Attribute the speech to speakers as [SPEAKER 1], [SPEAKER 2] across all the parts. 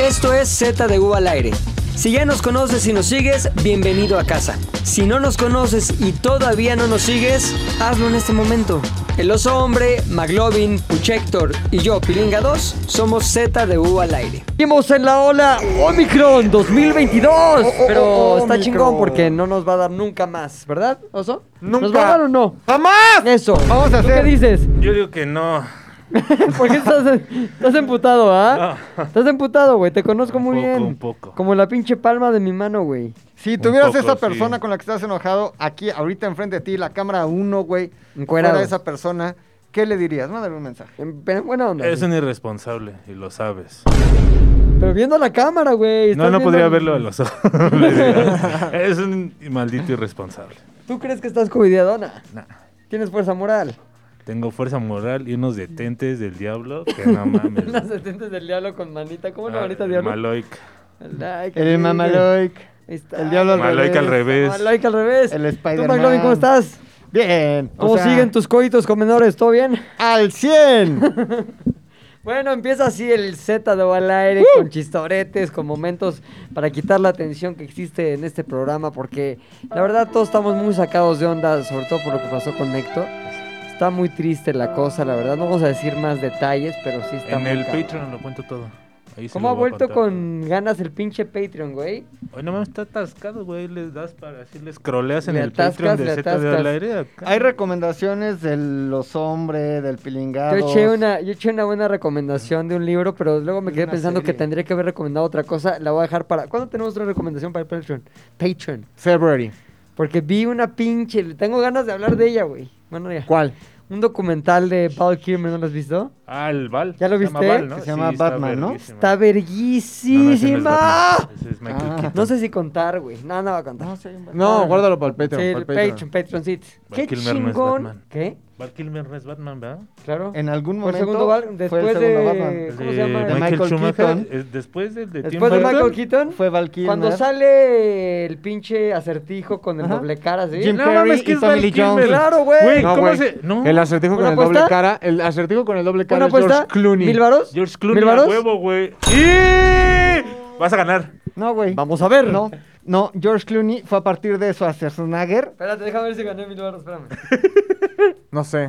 [SPEAKER 1] Esto es Z de U al aire. Si ya nos conoces y nos sigues, bienvenido a casa. Si no nos conoces y todavía no nos sigues, hazlo en este momento. El oso hombre, Maglovin, Puchector y yo, Pilinga 2, somos Z de U al aire. Seguimos en la ola Omicron 2022.
[SPEAKER 2] Oh,
[SPEAKER 1] pero está
[SPEAKER 2] Omicron.
[SPEAKER 1] chingón porque no nos va a dar nunca más, ¿verdad, oso? ¿Nos
[SPEAKER 2] Nunca.
[SPEAKER 1] va a dar o no?
[SPEAKER 2] ¡Jamás!
[SPEAKER 1] Eso.
[SPEAKER 2] Vamos a
[SPEAKER 1] ¿Tú
[SPEAKER 2] hacer-
[SPEAKER 1] ¿Qué dices?
[SPEAKER 3] Yo digo que no.
[SPEAKER 1] ¿Por qué estás, estás emputado, ah? Estás emputado, güey. Te conozco
[SPEAKER 3] Un
[SPEAKER 1] muy
[SPEAKER 3] poco,
[SPEAKER 1] bien.
[SPEAKER 3] un poco.
[SPEAKER 1] Como la pinche palma de mi mano, güey.
[SPEAKER 2] Si tuvieras
[SPEAKER 3] poco,
[SPEAKER 2] esa
[SPEAKER 3] sí.
[SPEAKER 2] persona con la que estás enojado aquí, ahorita enfrente de ti, la cámara uno, güey,
[SPEAKER 1] Encuerado.
[SPEAKER 2] fuera de esa persona, ¿qué le dirías? Mándale un mensaje.
[SPEAKER 1] En- Pero buena onda.
[SPEAKER 3] Eres
[SPEAKER 1] güey.
[SPEAKER 3] un irresponsable y lo sabes.
[SPEAKER 1] Pero viendo la cámara, güey.
[SPEAKER 3] No,
[SPEAKER 1] estás
[SPEAKER 3] no
[SPEAKER 1] viendo-
[SPEAKER 3] podría verlo a los ojos. Le diría, Eres un maldito irresponsable.
[SPEAKER 1] ¿Tú crees que estás covidiadona?
[SPEAKER 3] Nah.
[SPEAKER 1] Tienes fuerza moral.
[SPEAKER 3] Tengo fuerza moral y unos detentes del diablo que no mames.
[SPEAKER 1] Unas detentes del diablo con manita. ¿Cómo una
[SPEAKER 3] Ah,
[SPEAKER 1] manita
[SPEAKER 3] el
[SPEAKER 1] diablo?
[SPEAKER 3] Maloic.
[SPEAKER 1] Ay, qué
[SPEAKER 2] El
[SPEAKER 1] lindo.
[SPEAKER 2] mamaloic.
[SPEAKER 1] Ahí está.
[SPEAKER 2] El diablo al
[SPEAKER 3] Maloic al
[SPEAKER 2] revés.
[SPEAKER 3] revés.
[SPEAKER 1] Maloic al revés.
[SPEAKER 2] El Spider-Man.
[SPEAKER 1] ¿Tú, McLovin, cómo estás?
[SPEAKER 2] Bien. o
[SPEAKER 1] ¿Cómo
[SPEAKER 2] sea,
[SPEAKER 1] siguen tus coitos con menores? ¿Todo bien?
[SPEAKER 2] Al 100.
[SPEAKER 1] Bueno, empieza así el Z de O al aire con chistoretes, con momentos para quitar la tensión que existe en este programa, porque la verdad todos estamos muy sacados de onda, sobre todo por lo que pasó con Héctor. Está muy triste la cosa, la verdad. No vamos a decir más detalles, pero sí está
[SPEAKER 3] En
[SPEAKER 1] muy
[SPEAKER 3] el
[SPEAKER 1] cabrón.
[SPEAKER 3] Patreon lo cuento todo. Ahí se
[SPEAKER 1] ¿Cómo
[SPEAKER 3] lo
[SPEAKER 1] ha
[SPEAKER 3] voy a
[SPEAKER 1] vuelto
[SPEAKER 3] contar.
[SPEAKER 1] con ganas el pinche Patreon, güey?
[SPEAKER 3] Hoy no mames, está atascado, güey. Les das para así, les croleas en
[SPEAKER 1] Le
[SPEAKER 3] el
[SPEAKER 1] atascas,
[SPEAKER 3] Patreon
[SPEAKER 1] le
[SPEAKER 3] de Z de
[SPEAKER 1] atascas.
[SPEAKER 3] al aire. acá.
[SPEAKER 2] Hay recomendaciones de los hombres, del pilingado.
[SPEAKER 1] Yo eché, una, yo eché una buena recomendación de un libro, pero luego me
[SPEAKER 2] De
[SPEAKER 1] quedé
[SPEAKER 2] una
[SPEAKER 1] pensando que
[SPEAKER 2] serie.
[SPEAKER 1] tendría que haber recomendado otra cosa. La voy a dejar para... ¿Cuándo tenemos otra recomendación para el Patreon? Patreon.
[SPEAKER 2] February.
[SPEAKER 1] Porque vi una pinche. le Tengo ganas de hablar de ella, güey. Bueno, ya.
[SPEAKER 2] ¿Cuál?
[SPEAKER 1] Un documental de Paul Kirmer, ¿no lo has visto?
[SPEAKER 3] Ah, el Val.
[SPEAKER 1] ¿Ya lo
[SPEAKER 3] Se llama
[SPEAKER 1] viste?
[SPEAKER 3] Val, ¿no?
[SPEAKER 2] Que se llama
[SPEAKER 3] está
[SPEAKER 2] Batman, ¿no?
[SPEAKER 1] Está
[SPEAKER 3] verguísima. No, no, ese no es
[SPEAKER 1] verguísima.
[SPEAKER 3] Batman, ese es Michael
[SPEAKER 2] Ah.
[SPEAKER 3] Keaton.
[SPEAKER 1] No sé si contar, güey. No, no va a contar.
[SPEAKER 2] No, guárdalo para el
[SPEAKER 1] sí,
[SPEAKER 2] Patreon. para
[SPEAKER 1] el
[SPEAKER 2] el
[SPEAKER 1] Patreon,
[SPEAKER 2] Patreon.
[SPEAKER 1] Patreon sí.
[SPEAKER 3] Val
[SPEAKER 1] Qué
[SPEAKER 3] Kilmer no es
[SPEAKER 1] chingón.
[SPEAKER 3] Batman.
[SPEAKER 1] ¿Qué?
[SPEAKER 3] Val Kilmer no es Batman, ¿verdad?
[SPEAKER 1] Claro.
[SPEAKER 2] En algún
[SPEAKER 1] Fue el
[SPEAKER 2] momento.
[SPEAKER 1] segundo Val-
[SPEAKER 2] fue el
[SPEAKER 1] después
[SPEAKER 2] segundo
[SPEAKER 1] de-
[SPEAKER 2] Batman.
[SPEAKER 1] ¿Cómo se llama?
[SPEAKER 3] De Michael,
[SPEAKER 2] Michael
[SPEAKER 3] Schumacher.
[SPEAKER 2] Keaton.
[SPEAKER 3] es después del de Tim
[SPEAKER 1] Después de
[SPEAKER 3] Burton.
[SPEAKER 1] Michael Keaton.
[SPEAKER 2] Fue Val Kilmer.
[SPEAKER 1] Cuando sale el pinche acertijo con el
[SPEAKER 2] Ajá.
[SPEAKER 1] doble cara, ¿sí?
[SPEAKER 2] Jim
[SPEAKER 3] No
[SPEAKER 2] Carrey
[SPEAKER 3] mames, que
[SPEAKER 2] y
[SPEAKER 3] es
[SPEAKER 2] Tommy
[SPEAKER 3] Val
[SPEAKER 2] Lee
[SPEAKER 3] Kilmer.
[SPEAKER 2] Jones.
[SPEAKER 1] Claro, güey.
[SPEAKER 3] Güey,
[SPEAKER 1] No,
[SPEAKER 3] ¿cómo
[SPEAKER 2] güey.
[SPEAKER 3] se...? No.
[SPEAKER 4] El acertijo con
[SPEAKER 1] ¿Una
[SPEAKER 4] el doble
[SPEAKER 1] apuesta?
[SPEAKER 4] cara. El acertijo con el doble cara
[SPEAKER 1] ¿Una
[SPEAKER 4] es George
[SPEAKER 1] apuesta?
[SPEAKER 4] Clooney.
[SPEAKER 1] pues ¿Mil varos?
[SPEAKER 3] George Clooney
[SPEAKER 1] ¿Mil
[SPEAKER 3] a
[SPEAKER 1] varos?
[SPEAKER 3] huevo, güey. ¡Y! Vas a ganar.
[SPEAKER 2] No, güey.
[SPEAKER 1] Vamos a ver.
[SPEAKER 2] No, no, George Clooney fue a partir de eso Schwarzenegger.
[SPEAKER 1] Espérate, déjame ver si gané mil baros, espérame.
[SPEAKER 4] No sé.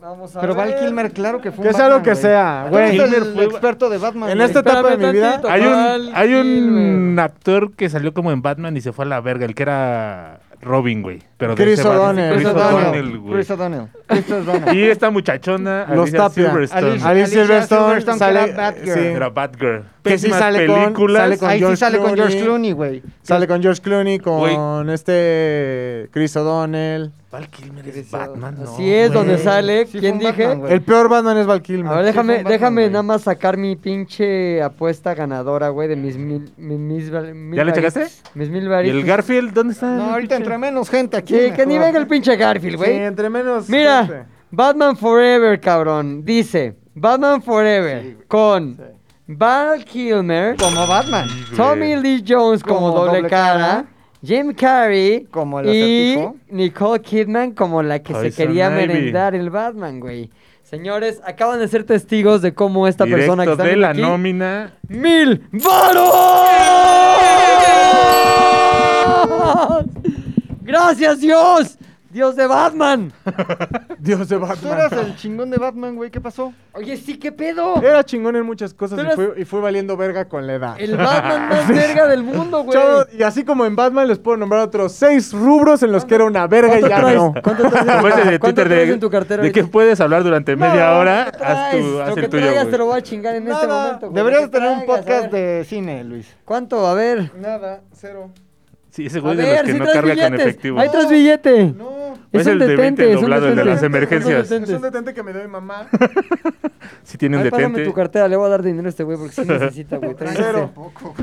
[SPEAKER 1] Vamos a
[SPEAKER 2] Pero
[SPEAKER 1] ver.
[SPEAKER 2] Val Kilmer, claro que fue un
[SPEAKER 4] Que sea lo
[SPEAKER 2] Batman,
[SPEAKER 4] que
[SPEAKER 2] güey.
[SPEAKER 4] sea,
[SPEAKER 2] Tú
[SPEAKER 4] güey.
[SPEAKER 2] eres el
[SPEAKER 3] Kilmer fue-
[SPEAKER 2] experto de Batman.
[SPEAKER 4] En este
[SPEAKER 2] güey.
[SPEAKER 4] esta etapa de mi vida,
[SPEAKER 3] Hay
[SPEAKER 1] Val
[SPEAKER 3] un, hay un
[SPEAKER 1] Kilmer.
[SPEAKER 3] actor que salió como en Batman y se fue a la verga, el que era Robin, güey. Pero de
[SPEAKER 4] Chris
[SPEAKER 3] ese Batman.
[SPEAKER 4] O'Donnell.
[SPEAKER 3] Chris
[SPEAKER 2] Chris
[SPEAKER 3] O'Donnell,
[SPEAKER 2] O'Donnell.
[SPEAKER 3] güey.
[SPEAKER 2] Chris O'Donnell. Chris O'Donnell.
[SPEAKER 3] Y esta muchachona,
[SPEAKER 4] Los
[SPEAKER 3] Alicia
[SPEAKER 4] Tapia.
[SPEAKER 3] Silverstone.
[SPEAKER 2] Alicia-
[SPEAKER 4] Alice Silverstone
[SPEAKER 2] Silverstone, que
[SPEAKER 4] sale.
[SPEAKER 2] era Batgirl.
[SPEAKER 4] sí.
[SPEAKER 3] Era Batgirl.
[SPEAKER 4] Que sí
[SPEAKER 3] Pésimas
[SPEAKER 4] sale con-
[SPEAKER 3] películas.
[SPEAKER 4] sale con
[SPEAKER 2] Ahí sí
[SPEAKER 4] George
[SPEAKER 2] sale con George
[SPEAKER 4] Clooney.
[SPEAKER 2] Clooney, güey.
[SPEAKER 4] Sale con George Clooney,
[SPEAKER 3] Güey.
[SPEAKER 4] con este Chris O'Donnell.
[SPEAKER 3] Val Kilmer
[SPEAKER 1] Chris
[SPEAKER 3] es Batman,
[SPEAKER 1] O'Donnell.
[SPEAKER 3] ¿no?
[SPEAKER 1] Así es, donde
[SPEAKER 3] güey.
[SPEAKER 1] sale,
[SPEAKER 2] Sí fue
[SPEAKER 1] ¿quién
[SPEAKER 2] un
[SPEAKER 1] dije?
[SPEAKER 2] Batman, güey.
[SPEAKER 4] El peor Batman es Val Kilmer.
[SPEAKER 1] A ver,
[SPEAKER 2] Sí, fue
[SPEAKER 1] déjame,
[SPEAKER 2] un Batman,
[SPEAKER 1] déjame
[SPEAKER 2] güey.
[SPEAKER 1] nada más sacar mi pinche apuesta ganadora, güey, de mis mil, mi- mis, val- mil
[SPEAKER 3] ¿Ya le
[SPEAKER 1] varitos.
[SPEAKER 3] checaste?
[SPEAKER 1] Mis mil
[SPEAKER 3] ¿Y
[SPEAKER 1] varitos.
[SPEAKER 3] el Garfield dónde está?
[SPEAKER 2] No, ahorita entre menos gente aquí.
[SPEAKER 1] Sí, que ni
[SPEAKER 2] mejor.
[SPEAKER 1] venga el pinche Garfield,
[SPEAKER 4] Sí,
[SPEAKER 1] güey.
[SPEAKER 4] entre menos.
[SPEAKER 1] Mira,
[SPEAKER 4] gente.
[SPEAKER 1] Batman Forever, cabrón. Dice, Batman Forever con Val Kilmer,
[SPEAKER 2] Como Batman.
[SPEAKER 3] güey.
[SPEAKER 1] Tommy Lee Jones como,
[SPEAKER 2] Como
[SPEAKER 1] doble,
[SPEAKER 2] doble
[SPEAKER 1] cara,
[SPEAKER 2] cara.
[SPEAKER 1] Jim Carrey
[SPEAKER 2] Como el
[SPEAKER 1] y
[SPEAKER 2] acertijo.
[SPEAKER 1] Nicole Kidman como la que se
[SPEAKER 3] Poison
[SPEAKER 1] quería
[SPEAKER 3] Ivy.
[SPEAKER 1] merendar el Batman, güey. Señores, acaban de ser testigos de cómo esta
[SPEAKER 3] Directo
[SPEAKER 1] persona que está
[SPEAKER 3] de
[SPEAKER 1] viendo
[SPEAKER 3] la
[SPEAKER 1] aquí-
[SPEAKER 3] nómina.
[SPEAKER 1] ¡Mil varos! ¡Gracias, Dios! ¡Dios de Batman!
[SPEAKER 4] Dios de
[SPEAKER 2] Tú eras
[SPEAKER 4] Batman.
[SPEAKER 2] el chingón de Batman, güey. ¿Qué pasó?
[SPEAKER 1] Oye, sí, ¿qué pedo?
[SPEAKER 4] Era chingón en muchas cosas
[SPEAKER 1] Tú
[SPEAKER 4] y
[SPEAKER 1] eras-
[SPEAKER 4] fue, y fue valiendo verga con la edad.
[SPEAKER 1] El Batman más verga del mundo, güey.
[SPEAKER 4] Chavos, y así como en Batman les puedo nombrar otros seis rubros en los que era una verga y
[SPEAKER 1] ¿Cuánto
[SPEAKER 4] ya
[SPEAKER 1] traes?
[SPEAKER 4] no.
[SPEAKER 1] Pues, ¿Cuánto traes en tu
[SPEAKER 3] Como ese
[SPEAKER 1] cartera?
[SPEAKER 3] de
[SPEAKER 1] ¿Cuánto
[SPEAKER 3] Twitter
[SPEAKER 1] traes
[SPEAKER 3] de,
[SPEAKER 1] en tu cartera?
[SPEAKER 3] de que
[SPEAKER 1] ahorita?
[SPEAKER 3] puedes hablar durante media
[SPEAKER 1] No,
[SPEAKER 3] hora,
[SPEAKER 1] ¿qué
[SPEAKER 3] haz,
[SPEAKER 1] traes?
[SPEAKER 3] tu, haz
[SPEAKER 1] Lo que
[SPEAKER 3] el tuyo,
[SPEAKER 1] traigas
[SPEAKER 3] güey.
[SPEAKER 1] te lo voy a chingar en este
[SPEAKER 4] Nada.
[SPEAKER 1] momento. güey. Lo
[SPEAKER 2] Deberías
[SPEAKER 1] que
[SPEAKER 2] tener un
[SPEAKER 1] traigas, a
[SPEAKER 2] podcast
[SPEAKER 1] ver.
[SPEAKER 2] de cine, Luis.
[SPEAKER 1] ¿Cuánto? A ver.
[SPEAKER 4] Nada, cero.
[SPEAKER 3] Sí, ese
[SPEAKER 1] A
[SPEAKER 3] güey es de los
[SPEAKER 1] ver,
[SPEAKER 3] que
[SPEAKER 1] si
[SPEAKER 3] no
[SPEAKER 1] traes
[SPEAKER 3] carga con
[SPEAKER 1] billetes.
[SPEAKER 3] efectivo.
[SPEAKER 1] Ahí traes billete.
[SPEAKER 4] No.
[SPEAKER 3] Es el de 20
[SPEAKER 1] es un
[SPEAKER 3] doblado, el de
[SPEAKER 1] detente.
[SPEAKER 3] las emergencias.
[SPEAKER 1] Es un detente.
[SPEAKER 4] detente que me dio mi mamá.
[SPEAKER 3] Si tienen
[SPEAKER 1] Ay, pásame
[SPEAKER 3] detente.
[SPEAKER 1] tu cartera, le voy a dar dinero a este güey porque sí necesita, güey. Tráeme
[SPEAKER 4] Cero.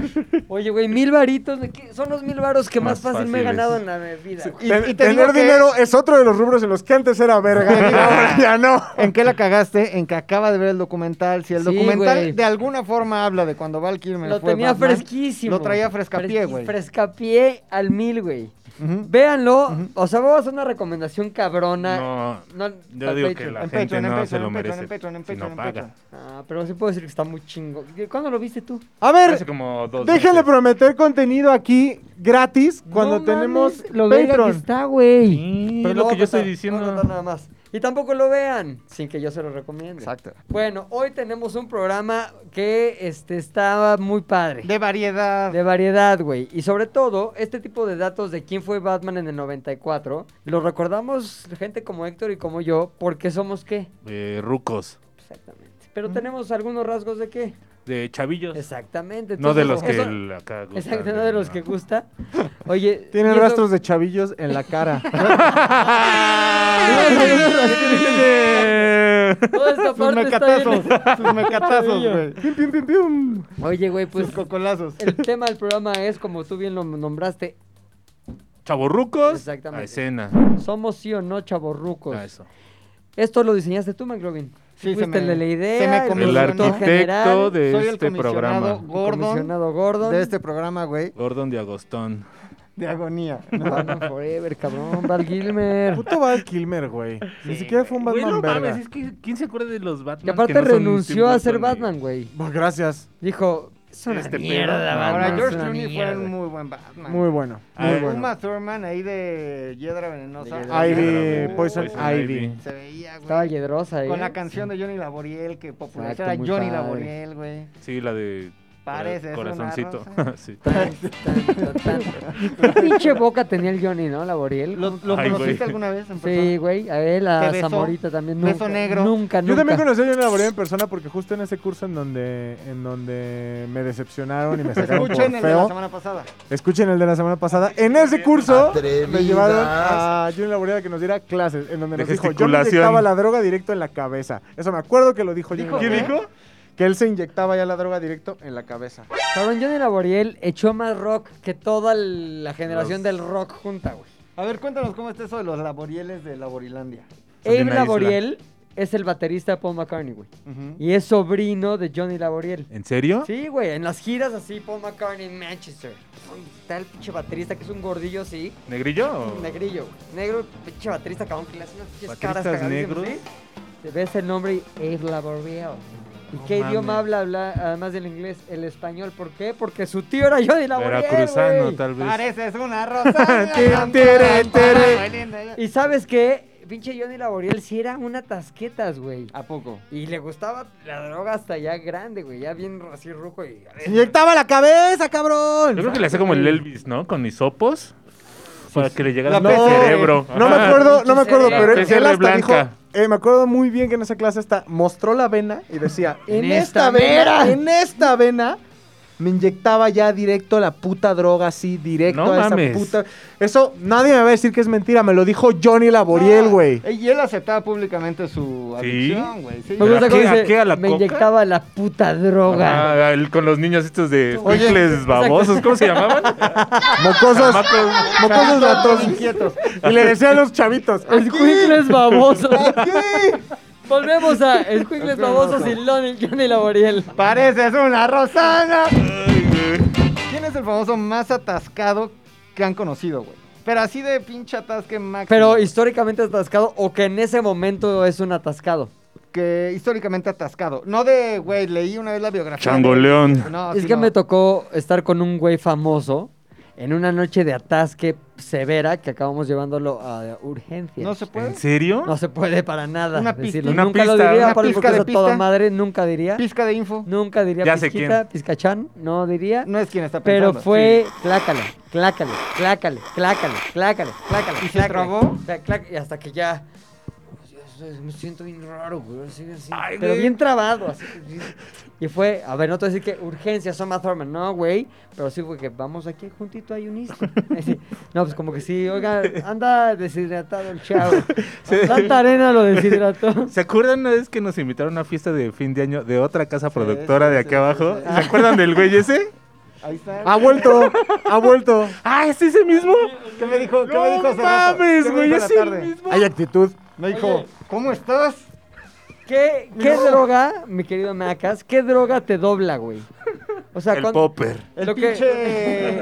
[SPEAKER 1] este. Oye, güey, mil varitos. ¿de qué? Son los mil varos que más,
[SPEAKER 3] Más
[SPEAKER 1] fácil me he
[SPEAKER 3] fáciles.
[SPEAKER 1] ganado en la vida. güey.
[SPEAKER 2] Y-
[SPEAKER 4] Ten-
[SPEAKER 2] y te digo
[SPEAKER 4] tener
[SPEAKER 2] que-
[SPEAKER 4] dinero es otro de los rubros en los que antes era verga y ahora ya no.
[SPEAKER 2] ¿En qué la cagaste? En que acaba de ver el documental. Si el
[SPEAKER 1] Sí,
[SPEAKER 2] documental
[SPEAKER 1] güey.
[SPEAKER 2] de alguna forma habla de cuando Val Kilmer
[SPEAKER 1] Lo
[SPEAKER 2] fue
[SPEAKER 1] tenía
[SPEAKER 2] Batman,
[SPEAKER 1] fresquísimo.
[SPEAKER 2] Lo traía frescapié,
[SPEAKER 1] Fresqui-
[SPEAKER 2] güey.
[SPEAKER 1] Frescapié al mil, güey. Véanlo. O sea, vamos a hacer una recomendación cabrona.
[SPEAKER 3] No, yo
[SPEAKER 1] al
[SPEAKER 3] digo
[SPEAKER 1] Patreon.
[SPEAKER 3] que la
[SPEAKER 2] En
[SPEAKER 3] gente
[SPEAKER 2] Patreon, en
[SPEAKER 3] no se
[SPEAKER 2] Patreon,
[SPEAKER 3] lo
[SPEAKER 2] en
[SPEAKER 3] merece.
[SPEAKER 2] Patreon, en Patreon, en
[SPEAKER 3] si no
[SPEAKER 2] Patreon, en
[SPEAKER 3] paga.
[SPEAKER 1] Ah, pero sí puedo decir que está muy chingo. ¿Cuándo lo viste tú?
[SPEAKER 4] A
[SPEAKER 3] Hace
[SPEAKER 4] ver,
[SPEAKER 3] como dos
[SPEAKER 4] déjenle
[SPEAKER 2] eh,
[SPEAKER 3] meses.
[SPEAKER 4] prometer contenido aquí gratis cuando
[SPEAKER 1] No
[SPEAKER 4] tenemos
[SPEAKER 1] mames, lo verga que
[SPEAKER 4] Patreon.
[SPEAKER 1] está, güey.
[SPEAKER 3] Sí,
[SPEAKER 1] Pero
[SPEAKER 3] es
[SPEAKER 1] no
[SPEAKER 3] lo
[SPEAKER 1] voy
[SPEAKER 3] que
[SPEAKER 1] a
[SPEAKER 3] yo estoy
[SPEAKER 1] contar, no voy a
[SPEAKER 3] diciendo.
[SPEAKER 1] contar nada más. Y tampoco lo vean sin que yo se lo recomiende.
[SPEAKER 2] Exacto.
[SPEAKER 1] Bueno, hoy tenemos un programa que este, estaba muy padre.
[SPEAKER 2] De variedad.
[SPEAKER 1] De variedad, güey. Y sobre todo, este tipo de datos de quién fue Batman en el 94, lo recordamos gente como Héctor y como yo, porque somos qué.
[SPEAKER 3] De eh, rucos.
[SPEAKER 1] Exactamente. Pero tenemos algunos rasgos de qué.
[SPEAKER 3] De chavillos.
[SPEAKER 2] Pues,
[SPEAKER 1] Exactamente.
[SPEAKER 3] No de los
[SPEAKER 1] Entonces,
[SPEAKER 3] que
[SPEAKER 1] eso-
[SPEAKER 3] el- acá gustan,
[SPEAKER 1] Exacto, no de los que gusta. Oye.
[SPEAKER 4] Tienen
[SPEAKER 1] y eso-
[SPEAKER 4] rastros de chavillos en la cara.
[SPEAKER 1] Toda esta
[SPEAKER 2] Sus
[SPEAKER 1] parte está
[SPEAKER 2] mecatazos.
[SPEAKER 1] bien-
[SPEAKER 2] Sus mecatazos, güey. Pim, pim, pim, pim.
[SPEAKER 1] Oye, güey, pues
[SPEAKER 2] Sus cocolazos.
[SPEAKER 1] el tema del programa es, como tú bien lo nombraste,
[SPEAKER 3] Chavorrucos
[SPEAKER 1] Exactamente.
[SPEAKER 3] a escena.
[SPEAKER 1] somos sí o no chaborrucos.
[SPEAKER 3] Ah, eso.
[SPEAKER 1] Esto lo diseñaste tú, McLovin.
[SPEAKER 2] Sí, se
[SPEAKER 1] Fuiste
[SPEAKER 2] me-
[SPEAKER 1] el de la idea.
[SPEAKER 2] se me
[SPEAKER 1] el
[SPEAKER 2] convenció.
[SPEAKER 3] El
[SPEAKER 2] Comisionado
[SPEAKER 1] director
[SPEAKER 3] arquitecto
[SPEAKER 1] general,
[SPEAKER 3] de
[SPEAKER 2] Soy el
[SPEAKER 3] este
[SPEAKER 2] comisionado
[SPEAKER 3] programa.
[SPEAKER 2] Gordon
[SPEAKER 1] Comisionado Gordon.
[SPEAKER 2] de este programa, güey.
[SPEAKER 3] Gordon de Agostón.
[SPEAKER 2] De agonía.
[SPEAKER 1] Batman Forever, cabrón. Val Gilmer.
[SPEAKER 4] Puto Val Kilmer, güey. Ni siquiera fue un
[SPEAKER 3] Güey,
[SPEAKER 4] Batman
[SPEAKER 3] no
[SPEAKER 4] verga.
[SPEAKER 3] mames, es que ¿quién se acuerda de los Batman?
[SPEAKER 1] Que aparte
[SPEAKER 3] no son Tim
[SPEAKER 1] renunció a
[SPEAKER 3] Burton
[SPEAKER 1] ser
[SPEAKER 3] y-
[SPEAKER 1] Batman, güey.
[SPEAKER 4] Bueno, gracias.
[SPEAKER 1] Dijo, es una
[SPEAKER 3] Este
[SPEAKER 1] mierda,
[SPEAKER 3] pedo.
[SPEAKER 1] Batman.
[SPEAKER 2] Ahora,
[SPEAKER 3] no,
[SPEAKER 1] es
[SPEAKER 2] George
[SPEAKER 1] una
[SPEAKER 2] Clooney fue
[SPEAKER 1] mierda".
[SPEAKER 2] un muy buen Batman.
[SPEAKER 4] Muy bueno.
[SPEAKER 3] Ah,
[SPEAKER 4] Muy
[SPEAKER 2] Muy
[SPEAKER 4] bueno.
[SPEAKER 2] Uma Thurman ahí de Hiedra Venenosa.
[SPEAKER 1] De Hiedra
[SPEAKER 4] Ivy,
[SPEAKER 3] Venenosa.
[SPEAKER 4] Poison Ivy.
[SPEAKER 2] Se veía,
[SPEAKER 1] Estaba
[SPEAKER 2] güey.
[SPEAKER 1] yedrosa, eh.
[SPEAKER 2] Con la canción de Johnny Laboriel que popularizó
[SPEAKER 1] Exacto,
[SPEAKER 2] era
[SPEAKER 1] muy
[SPEAKER 2] Johnny
[SPEAKER 1] padre.
[SPEAKER 2] Laboriel, güey.
[SPEAKER 3] Sí, la de
[SPEAKER 2] Parece, es una
[SPEAKER 3] corazoncito.
[SPEAKER 2] rosa.
[SPEAKER 3] sí.
[SPEAKER 1] Tan, tan, tan, tan. ¿Qué pinche boca tenía el Johnny, no? La Boriel.
[SPEAKER 2] ¿Lo, lo
[SPEAKER 3] Ay,
[SPEAKER 2] conociste
[SPEAKER 3] güey.
[SPEAKER 2] alguna vez en persona?
[SPEAKER 1] Sí, güey. A él, a
[SPEAKER 2] ¿Te besó?
[SPEAKER 1] Zamorita también. Nunca,
[SPEAKER 2] ¿Beso negro?
[SPEAKER 1] Nunca, nunca.
[SPEAKER 4] Yo también conocí a Johnny Laboría en persona porque justo en ese curso en donde, en donde me decepcionaron y me sacaron por
[SPEAKER 2] Escuchen el de la
[SPEAKER 4] feo.
[SPEAKER 2] semana pasada.
[SPEAKER 4] Escuchen el de la semana pasada. En ese curso me llevaron a Johnny Laboría que nos diera clases en donde
[SPEAKER 3] De
[SPEAKER 4] nos dijo yo me
[SPEAKER 3] gesticulación.
[SPEAKER 4] inyectaba la droga directo en la cabeza. Eso me acuerdo que lo dijo. Johnny
[SPEAKER 2] ¿Dijo
[SPEAKER 4] Laboría.
[SPEAKER 2] qué?
[SPEAKER 4] Que él se inyectaba ya la droga directo en la cabeza.
[SPEAKER 1] Cabrón, Johnny Laboriel echó más rock que toda la generación
[SPEAKER 3] Los-
[SPEAKER 1] del rock junta, güey.
[SPEAKER 2] A ver, cuéntanos cómo está eso de los laborieles de Laborilandia.
[SPEAKER 3] Son
[SPEAKER 1] Abe
[SPEAKER 3] de una
[SPEAKER 1] Laboriel es el baterista de Paul McCartney, güey. Y es sobrino de Johnny Laboriel.
[SPEAKER 3] ¿En serio?
[SPEAKER 1] Sí, güey, en las giras así, Paul McCartney en Manchester. Uy, Está el pinche baterista que es un gordillo así,
[SPEAKER 3] ¿Negrillo? o-
[SPEAKER 1] negrillo, güey. Negro, pinche baterista, cabrón, que le hace unas pinches caras
[SPEAKER 3] ¿Bateristas
[SPEAKER 1] cagadísimas,
[SPEAKER 3] negros?
[SPEAKER 1] ¿sí? Te ves el nombre y Abe Laboriel. ¿Y
[SPEAKER 3] No
[SPEAKER 1] qué idioma
[SPEAKER 3] mames.
[SPEAKER 1] habla, habla, además del inglés? El español. ¿por qué? Porque su tío era Johnny Laboriel,
[SPEAKER 3] Veracruzano,
[SPEAKER 1] güey.
[SPEAKER 3] tal vez.
[SPEAKER 2] Pareces una rosa.
[SPEAKER 4] Tin, tere, tere.
[SPEAKER 1] Y sabes qué, pinche Johnny Laboriel sí era una tasquetas, güey.
[SPEAKER 2] ¿A poco?
[SPEAKER 1] Y le gustaba la droga hasta ya grande, güey. Ya bien así ruco y. a ver,
[SPEAKER 4] ¡Se inyectaba la cabeza,
[SPEAKER 3] Yo
[SPEAKER 4] cabrón!
[SPEAKER 3] creo que le hacía como el Elvis, ¿no? Con hisopos. Para que le llegara
[SPEAKER 4] La
[SPEAKER 3] hasta el
[SPEAKER 4] PC.
[SPEAKER 3] cerebro.
[SPEAKER 4] No me
[SPEAKER 3] Ajá.
[SPEAKER 4] acuerdo, no me acuerdo,
[SPEAKER 1] La
[SPEAKER 4] pero él,
[SPEAKER 3] PCR
[SPEAKER 4] él hasta dijo...
[SPEAKER 3] blanca.
[SPEAKER 4] eh, me acuerdo muy bien que en esa clase hasta mostró la vena y decía,
[SPEAKER 1] En
[SPEAKER 4] en,
[SPEAKER 1] esta
[SPEAKER 4] esta, vena,
[SPEAKER 1] mera".
[SPEAKER 4] en esta vena, me inyectaba ya directo la puta droga, así, directo
[SPEAKER 3] No
[SPEAKER 4] a esa
[SPEAKER 3] mames.
[SPEAKER 4] puta... Eso nadie me va a decir que es mentira, me lo dijo Johnny Laboriel, güey.
[SPEAKER 2] Y él aceptaba públicamente su
[SPEAKER 3] Sí.
[SPEAKER 2] adicción, güey. Sí.
[SPEAKER 1] Me
[SPEAKER 4] Pues,
[SPEAKER 3] ¿Pero
[SPEAKER 1] gusta
[SPEAKER 3] a
[SPEAKER 1] cómo
[SPEAKER 3] qué- a
[SPEAKER 1] dice,
[SPEAKER 3] qué, a la
[SPEAKER 1] Me
[SPEAKER 3] coca?
[SPEAKER 1] inyectaba la puta droga.
[SPEAKER 3] Ah, el- con los niños estos de
[SPEAKER 2] Oye,
[SPEAKER 3] picles babosos, ¿cómo se llamaban?
[SPEAKER 4] Mocosos,
[SPEAKER 3] Chamacos.
[SPEAKER 4] mocosos
[SPEAKER 2] Todos
[SPEAKER 4] latosos.
[SPEAKER 2] inquietos.
[SPEAKER 4] Y le decía a los chavitos,
[SPEAKER 1] Escuincles babosos.
[SPEAKER 4] "Aquí".
[SPEAKER 1] Volvemos a Escuincles babosos y Lonnie, Johnny Laboriel.
[SPEAKER 2] Pareces una rosana. ¿Quién es el famoso más atascado que han conocido, güey? Pero así de pinche atasque máximo.
[SPEAKER 1] Pero
[SPEAKER 2] güey.
[SPEAKER 1] históricamente atascado o que en ese momento es un atascado.
[SPEAKER 2] que históricamente atascado. No de, güey, leí una vez la biografía.
[SPEAKER 3] Changoleón.
[SPEAKER 2] No,
[SPEAKER 1] es
[SPEAKER 2] sí,
[SPEAKER 1] que
[SPEAKER 2] no.
[SPEAKER 1] me tocó estar con un güey famoso en una noche de atasque severa que acabamos llevándolo a urgencias.
[SPEAKER 2] No se puede.
[SPEAKER 3] ¿En serio?
[SPEAKER 1] No se puede para nada.
[SPEAKER 2] Una
[SPEAKER 1] decirlo.
[SPEAKER 2] pista.
[SPEAKER 3] Una
[SPEAKER 1] nunca lo
[SPEAKER 3] pista,
[SPEAKER 1] diría,
[SPEAKER 2] una
[SPEAKER 1] Pablo,
[SPEAKER 2] pizca
[SPEAKER 1] porque
[SPEAKER 2] de
[SPEAKER 1] es a toda
[SPEAKER 2] pista.
[SPEAKER 1] madre, nunca diría.
[SPEAKER 2] Pizca de info.
[SPEAKER 1] Nunca diría
[SPEAKER 3] Ya sé
[SPEAKER 1] pizquita,
[SPEAKER 3] quién.
[SPEAKER 1] pizcachán, no diría.
[SPEAKER 2] No es quien está
[SPEAKER 1] pero
[SPEAKER 2] pensando.
[SPEAKER 1] fue clácale, clácale, clácale, clácale, clácale, clácale.
[SPEAKER 2] ¿Y se
[SPEAKER 1] clácale,
[SPEAKER 2] trabó?
[SPEAKER 1] clá- clá- y hasta que ya. Dios, Me siento bien raro, güey. así, así,
[SPEAKER 3] Ay,
[SPEAKER 1] pero
[SPEAKER 3] güey.
[SPEAKER 1] bien trabado. así. Y fue, a ver, no te voy a decir que urgencia, Soma Thurman. No, güey. Pero sí fue que vamos aquí juntito a Unisco. Así, No, pues como que sí, oiga, anda deshidratado el chavo. Tanta arena lo deshidrató.
[SPEAKER 3] ¿Se acuerdan una vez que nos invitaron a una fiesta de fin de año de otra casa productora
[SPEAKER 2] sí,
[SPEAKER 3] de
[SPEAKER 2] sí,
[SPEAKER 3] aquí abajo?
[SPEAKER 2] sí, sí.
[SPEAKER 3] ¿Se acuerdan del güey ese?
[SPEAKER 2] Ahí está.
[SPEAKER 4] Ha vuelto, ha vuelto.
[SPEAKER 3] Ah, ¿es ese mismo?
[SPEAKER 2] ¿Qué me dijo? ¿Qué me dijo
[SPEAKER 3] No
[SPEAKER 2] hace rato? ¿Qué
[SPEAKER 3] mames,
[SPEAKER 2] me
[SPEAKER 3] güey,
[SPEAKER 2] dijo en
[SPEAKER 3] es
[SPEAKER 2] la
[SPEAKER 3] el
[SPEAKER 2] tarde?
[SPEAKER 3] mismo.
[SPEAKER 4] Hay actitud.
[SPEAKER 2] Me dijo,
[SPEAKER 1] Oye.
[SPEAKER 2] ¿cómo estás?
[SPEAKER 1] ¿Qué, qué droga, mi querido Macas, qué droga te dobla, güey? O sea,
[SPEAKER 3] El
[SPEAKER 1] cuan-
[SPEAKER 3] popper.
[SPEAKER 2] El
[SPEAKER 1] Lo que-
[SPEAKER 2] pinche.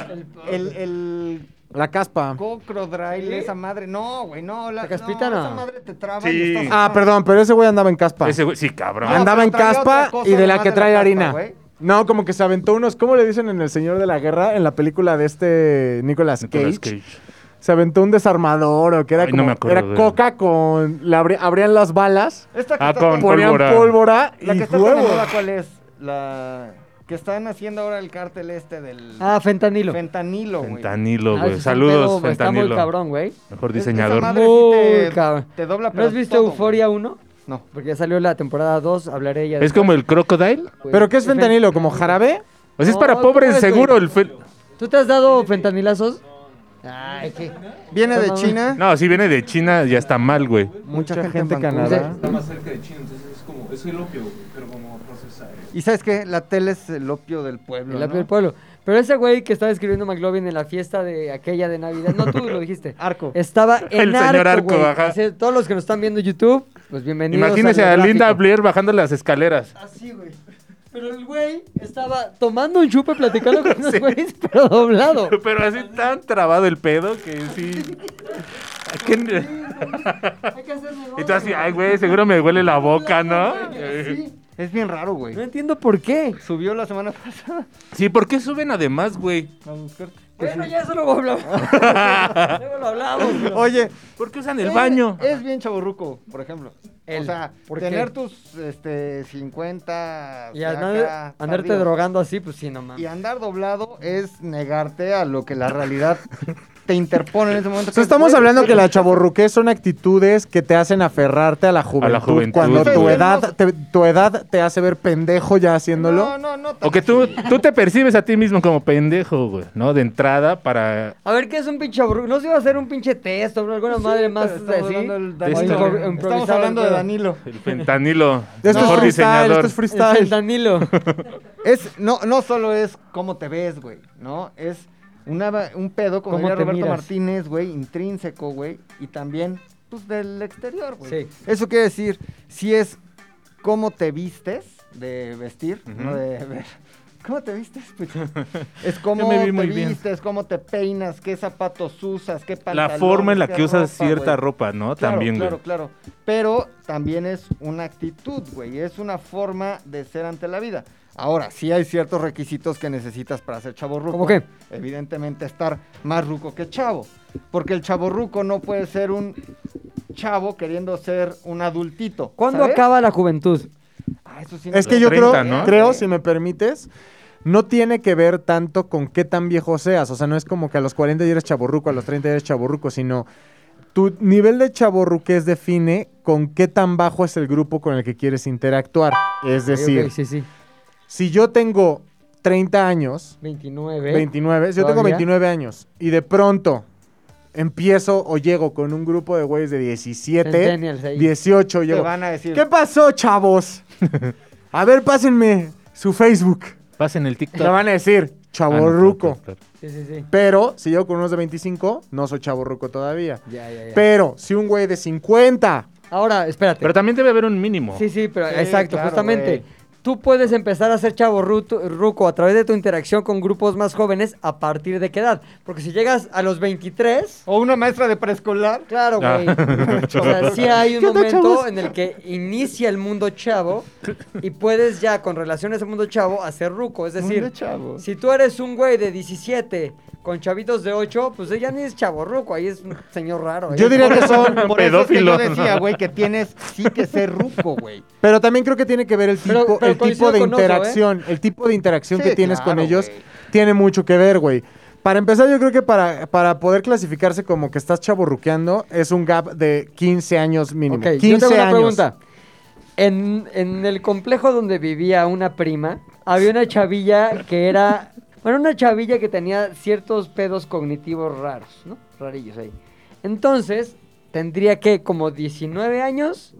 [SPEAKER 2] el, el
[SPEAKER 4] La caspa.
[SPEAKER 2] Cocrodrile, esa madre. No, güey, no. La,
[SPEAKER 1] ¿La caspita
[SPEAKER 2] no,
[SPEAKER 1] no?
[SPEAKER 2] Esa madre te traba
[SPEAKER 3] Sí.
[SPEAKER 2] y estás-
[SPEAKER 4] Ah, perdón, pero ese güey andaba en caspa.
[SPEAKER 3] Ese güey, sí, cabrón.
[SPEAKER 2] No,
[SPEAKER 4] Andaba
[SPEAKER 2] pero
[SPEAKER 4] en
[SPEAKER 2] traía
[SPEAKER 4] caspa
[SPEAKER 2] otra cosa
[SPEAKER 4] y de la
[SPEAKER 2] además
[SPEAKER 4] que
[SPEAKER 2] de la
[SPEAKER 4] trae
[SPEAKER 2] caspa,
[SPEAKER 4] harina.
[SPEAKER 2] güey.
[SPEAKER 4] No, como que se aventó unos, ¿cómo le dicen en El Señor de la Guerra? En la película de este Nicolas Cage.
[SPEAKER 3] Nicolas Cage.
[SPEAKER 4] Se aventó un desarmador o que era
[SPEAKER 3] Ay,
[SPEAKER 4] como
[SPEAKER 3] no me acuerdo
[SPEAKER 4] era
[SPEAKER 3] de-
[SPEAKER 4] coca con la abri- abrían las balas,
[SPEAKER 2] Esta que
[SPEAKER 3] Ah,
[SPEAKER 2] estás
[SPEAKER 3] con-
[SPEAKER 2] tomando-
[SPEAKER 4] ponían
[SPEAKER 3] pólvora.
[SPEAKER 4] pólvora,
[SPEAKER 2] La
[SPEAKER 4] y
[SPEAKER 2] que está tan de
[SPEAKER 4] huevo.
[SPEAKER 2] moda, ¿cuál es? La que están haciendo ahora el cártel este del
[SPEAKER 1] Ah, fentanilo.
[SPEAKER 2] fentanilo, Oh, güey.
[SPEAKER 3] Fentanilo,
[SPEAKER 1] Ah,
[SPEAKER 3] güey.
[SPEAKER 1] ese es un
[SPEAKER 3] Saludos,
[SPEAKER 1] pedo, Está muy
[SPEAKER 3] Fentanilo.
[SPEAKER 1] cabrón, güey.
[SPEAKER 3] Mejor
[SPEAKER 2] Es que esa
[SPEAKER 3] diseñador.
[SPEAKER 2] madre sí te-
[SPEAKER 1] Muy cabrón.
[SPEAKER 2] Te dobla,
[SPEAKER 1] ¿No
[SPEAKER 2] Ah, pero
[SPEAKER 1] has visto
[SPEAKER 2] todo, güey.
[SPEAKER 1] Euforia 1?
[SPEAKER 2] No.
[SPEAKER 1] Porque ya salió la temporada 2, hablaré ya
[SPEAKER 3] ¿Es como el Crocodile?
[SPEAKER 1] después.
[SPEAKER 4] ¿Pero qué es
[SPEAKER 1] El fen-
[SPEAKER 4] fentanilo? ¿Como jarabe?
[SPEAKER 3] O sea, es
[SPEAKER 1] No,
[SPEAKER 3] para
[SPEAKER 1] ¿cómo
[SPEAKER 3] pobres,
[SPEAKER 1] ves, güey?
[SPEAKER 3] seguro. El fel-
[SPEAKER 1] ¿Tú te has dado fentanilazos? Ay, qué.
[SPEAKER 2] Viene de
[SPEAKER 1] No, no,
[SPEAKER 2] China.
[SPEAKER 3] No, si viene de China, ya está mal, güey.
[SPEAKER 2] Mucha, gente, en
[SPEAKER 4] canadá.
[SPEAKER 2] Vancouver.
[SPEAKER 1] Entonces,
[SPEAKER 5] Está más cerca de China, entonces es como, es el opio, güey, pero como procesado.
[SPEAKER 2] Y sabes qué? La tele es el opio del pueblo.
[SPEAKER 1] El
[SPEAKER 2] ¿no?
[SPEAKER 1] apio del pueblo. Pero ese güey que estaba escribiendo McLovin en la fiesta de aquella de Navidad, no tú lo dijiste.
[SPEAKER 2] Arco.
[SPEAKER 1] Estaba en
[SPEAKER 3] Ah, El señor Arco,
[SPEAKER 1] güey.
[SPEAKER 3] ajá.
[SPEAKER 1] Así, todos los que nos están viendo en YouTube, pues bienvenidos.
[SPEAKER 3] Imagínese
[SPEAKER 1] al
[SPEAKER 3] a Linda
[SPEAKER 1] gráfico.
[SPEAKER 3] Blair bajando las escaleras.
[SPEAKER 1] Así, güey. Pero el güey estaba tomando un chupe, platicando con unos güeyes, pero doblado.
[SPEAKER 3] Pero así tan trabado el pedo que sí. ¿Qué-
[SPEAKER 1] Hay que hacerle
[SPEAKER 3] Y tú así, ay, güey, seguro me huele la boca, ¿no?
[SPEAKER 2] Es bien raro, güey.
[SPEAKER 3] ah.
[SPEAKER 1] No entiendo por qué.
[SPEAKER 2] Subió la semana pasada.
[SPEAKER 3] Sí, ¿por qué suben además, güey?
[SPEAKER 2] Pues
[SPEAKER 1] Bueno, ya eso lo hablamos. Luego lo hablamos. pero-
[SPEAKER 2] Oye,
[SPEAKER 3] ¿Por qué
[SPEAKER 2] Eh,
[SPEAKER 3] usan el baño?
[SPEAKER 2] Es bien chaborruco, por ejemplo.
[SPEAKER 1] Él.
[SPEAKER 2] O sea,
[SPEAKER 1] ¿Por qué?
[SPEAKER 2] tener tus este, 50.
[SPEAKER 1] Y
[SPEAKER 2] acá,
[SPEAKER 1] andar- andarte
[SPEAKER 2] tardíos.
[SPEAKER 1] drogando así, pues sí, no mames.
[SPEAKER 2] Y andar doblado es negarte a lo que la realidad te interpone en ese momento.
[SPEAKER 4] O sea, estamos hablando que la chaborruquez son actitudes que te hacen aferrarte a la juventud,
[SPEAKER 3] juventud,
[SPEAKER 4] cuando
[SPEAKER 3] güey.
[SPEAKER 4] tu edad, te, tu edad te hace ver pendejo ya haciéndolo.
[SPEAKER 2] No, no, no.
[SPEAKER 3] O que tú, tú te percibes a ti mismo como pendejo, güey, ¿no? De entrada para...
[SPEAKER 1] A ver, ¿qué es un pinche aburrido? No se iba a hacer un pinche test o alguna madre más
[SPEAKER 2] Estamos
[SPEAKER 1] así.
[SPEAKER 2] hablando del
[SPEAKER 3] De esto.
[SPEAKER 2] Danilo.
[SPEAKER 1] Impro-
[SPEAKER 2] Estamos
[SPEAKER 1] improvisado
[SPEAKER 2] hablando
[SPEAKER 1] el
[SPEAKER 2] de
[SPEAKER 1] pedo.
[SPEAKER 2] Danilo.
[SPEAKER 3] El fentanilo.
[SPEAKER 4] Esto
[SPEAKER 3] mejor
[SPEAKER 4] es freestyle,
[SPEAKER 3] diseñador.
[SPEAKER 4] esto es
[SPEAKER 1] El
[SPEAKER 4] freestyle.
[SPEAKER 1] Danilo.
[SPEAKER 2] Es, no, no solo es cómo te ves, güey, ¿no? Es una, va- un pedo, como
[SPEAKER 1] ¿Cómo
[SPEAKER 2] diría
[SPEAKER 1] te
[SPEAKER 2] Roberto
[SPEAKER 1] miras?
[SPEAKER 2] Martínez, güey, intrínseco, güey, y también, pues, del exterior, güey.
[SPEAKER 1] Sí.
[SPEAKER 2] Eso quiere decir, si es cómo te vistes de vestir, no
[SPEAKER 3] Ujú.
[SPEAKER 2] de ver. ¿Cómo te vistes? pucho? es cómo
[SPEAKER 3] me vi
[SPEAKER 2] te
[SPEAKER 3] muy bien.
[SPEAKER 2] vistes, cómo te peinas, qué zapatos usas, qué pantalones.
[SPEAKER 3] La forma en la
[SPEAKER 2] qué
[SPEAKER 3] que usas
[SPEAKER 2] ropa,
[SPEAKER 3] cierta
[SPEAKER 2] güey.
[SPEAKER 3] ropa, ¿no?
[SPEAKER 2] Claro,
[SPEAKER 3] También, güey.
[SPEAKER 2] claro, claro. Pero también es una actitud, güey. Es una forma de ser ante la vida. Ahora, sí hay ciertos requisitos que necesitas para ser chavo ruco.
[SPEAKER 1] ¿Cómo qué?
[SPEAKER 2] Evidentemente estar más ruco que chavo. Porque el chavo ruco no puede ser un chavo queriendo ser un adultito.
[SPEAKER 1] ¿Cuándo
[SPEAKER 2] ¿sabes?
[SPEAKER 1] acaba la juventud?
[SPEAKER 2] Ah, eso sí no
[SPEAKER 4] Es
[SPEAKER 2] sé.
[SPEAKER 4] que yo
[SPEAKER 3] 30,
[SPEAKER 4] creo,
[SPEAKER 3] ¿no?
[SPEAKER 4] creo, si me permites, no tiene que ver tanto con qué tan viejo seas. O sea, no es como que a los 40 ya eres chaborruco, a los 30 ya eres chaborruco, sino tu nivel de chaborruquez define con qué tan bajo es el grupo con el que quieres interactuar. Es decir,
[SPEAKER 1] Ok, ok, sí, sí.
[SPEAKER 4] si yo tengo 30 años,
[SPEAKER 1] 29.
[SPEAKER 4] 29, si yo tengo
[SPEAKER 1] ¿Todavía?
[SPEAKER 4] 29 años y de pronto empiezo o llego con un grupo de güeyes de 17,
[SPEAKER 1] Centennials ahí.
[SPEAKER 4] 18,
[SPEAKER 2] Te
[SPEAKER 4] llego.
[SPEAKER 2] van a decir.
[SPEAKER 4] ¿Qué pasó, chavos? A ver, pásenme su Facebook.
[SPEAKER 3] Pasen el
[SPEAKER 4] Te
[SPEAKER 3] TikTok.
[SPEAKER 4] van a decir,
[SPEAKER 3] Ah, no,
[SPEAKER 4] chavorruco.
[SPEAKER 3] claro, claro.
[SPEAKER 1] Sí, sí, sí.
[SPEAKER 4] Pero si yo con unos de 25, no soy chavorruco todavía.
[SPEAKER 1] Ya, ya, ya.
[SPEAKER 4] Pero si un güey de 50,
[SPEAKER 1] Ahora, espérate.
[SPEAKER 3] Pero también debe haber un mínimo.
[SPEAKER 1] Sí, sí, pero
[SPEAKER 2] Sí,
[SPEAKER 1] exacto,
[SPEAKER 2] claro,
[SPEAKER 1] justamente.
[SPEAKER 2] güey.
[SPEAKER 1] Tú puedes empezar a ser chavo ruto- ruco a través de tu interacción con grupos más jóvenes a partir de qué edad. Porque si llegas a los 23,
[SPEAKER 2] O una maestra de preescolar.
[SPEAKER 1] claro,
[SPEAKER 3] Ah.
[SPEAKER 1] güey. O sea, sí hay un
[SPEAKER 4] ¿Qué onda,
[SPEAKER 1] momento
[SPEAKER 4] chavos?
[SPEAKER 1] en el que inicia el mundo chavo y puedes ya con relación a ese mundo chavo hacer ruco. Es decir,
[SPEAKER 2] Mundo chavo.
[SPEAKER 1] si tú eres un güey de 17 con chavitos de 8, pues ya ni es chavo ruco, ahí es un señor raro. ahí
[SPEAKER 4] yo
[SPEAKER 1] es-
[SPEAKER 4] diría que
[SPEAKER 2] Por
[SPEAKER 4] son.
[SPEAKER 2] eso es que
[SPEAKER 3] Pedófilo.
[SPEAKER 2] yo decía, güey, que tienes sí que ser ruco, güey.
[SPEAKER 4] Pero también creo que tiene que ver el tipo,
[SPEAKER 1] Pero- pero
[SPEAKER 4] el tipo
[SPEAKER 1] coincido
[SPEAKER 4] de
[SPEAKER 1] con Oso, ¿eh?
[SPEAKER 4] interacción. El tipo de interacción
[SPEAKER 2] Sí,
[SPEAKER 4] que tienes con
[SPEAKER 2] claro,
[SPEAKER 4] ellos
[SPEAKER 2] güey.
[SPEAKER 4] tiene mucho que ver, güey. Para empezar, yo creo que para, para poder clasificarse como que estás chaborruqueando es un gap de 15 años mínimo.
[SPEAKER 1] Ok,
[SPEAKER 4] 15
[SPEAKER 1] yo tengo una
[SPEAKER 4] años.
[SPEAKER 1] pregunta. En, en el complejo donde vivía una prima, había una chavilla que era. Bueno, una chavilla que tenía ciertos pedos cognitivos raros, ¿no? Rarillos ahí. Entonces, tendría que como 19 años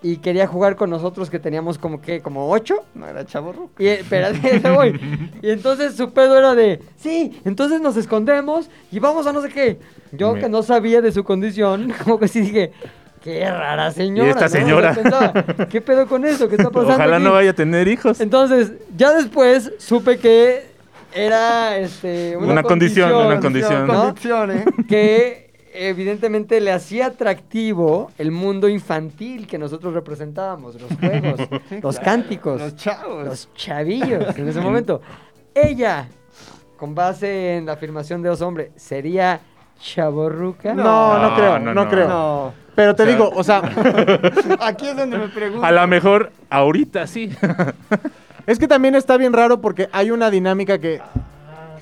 [SPEAKER 1] y quería jugar con nosotros que teníamos como que, como 8.
[SPEAKER 2] No era chavo ruco.
[SPEAKER 1] Y, espérate, ahí voy. Y entonces su pedo era de, sí, entonces nos escondemos y vamos a no sé qué. Yo
[SPEAKER 3] Me-
[SPEAKER 1] que no sabía de su condición, como que sí dije, qué rara señora.
[SPEAKER 3] esta
[SPEAKER 1] ¿no? O sea,
[SPEAKER 3] señora.
[SPEAKER 1] pensaba, ¿Qué pues, pedo con eso? ¿Qué está pasando?
[SPEAKER 3] Ojalá no
[SPEAKER 1] aquí?".
[SPEAKER 3] vaya a tener hijos.
[SPEAKER 1] Entonces, ya después supe que era este,
[SPEAKER 3] Una condición, una
[SPEAKER 2] Condición,
[SPEAKER 3] condición.
[SPEAKER 1] ¿no?
[SPEAKER 2] condición, ¿eh?
[SPEAKER 1] que evidentemente le hacía atractivo el mundo infantil que nosotros representábamos, los juegos,
[SPEAKER 2] Sí,
[SPEAKER 1] los
[SPEAKER 2] claro,
[SPEAKER 1] cánticos,
[SPEAKER 2] Los chavos.
[SPEAKER 1] los chavillos en ese momento. Ella, con base en la afirmación de dos hombres, sería chaborruca.
[SPEAKER 4] No, no,
[SPEAKER 3] No,
[SPEAKER 4] creo, no,
[SPEAKER 3] no, no.
[SPEAKER 4] creo.
[SPEAKER 2] No.
[SPEAKER 4] Pero te
[SPEAKER 3] O sea-
[SPEAKER 4] digo, o sea,
[SPEAKER 2] Aquí es donde me pregunto.
[SPEAKER 3] A lo mejor ahorita sí.
[SPEAKER 4] es que también está bien raro porque hay una dinámica que.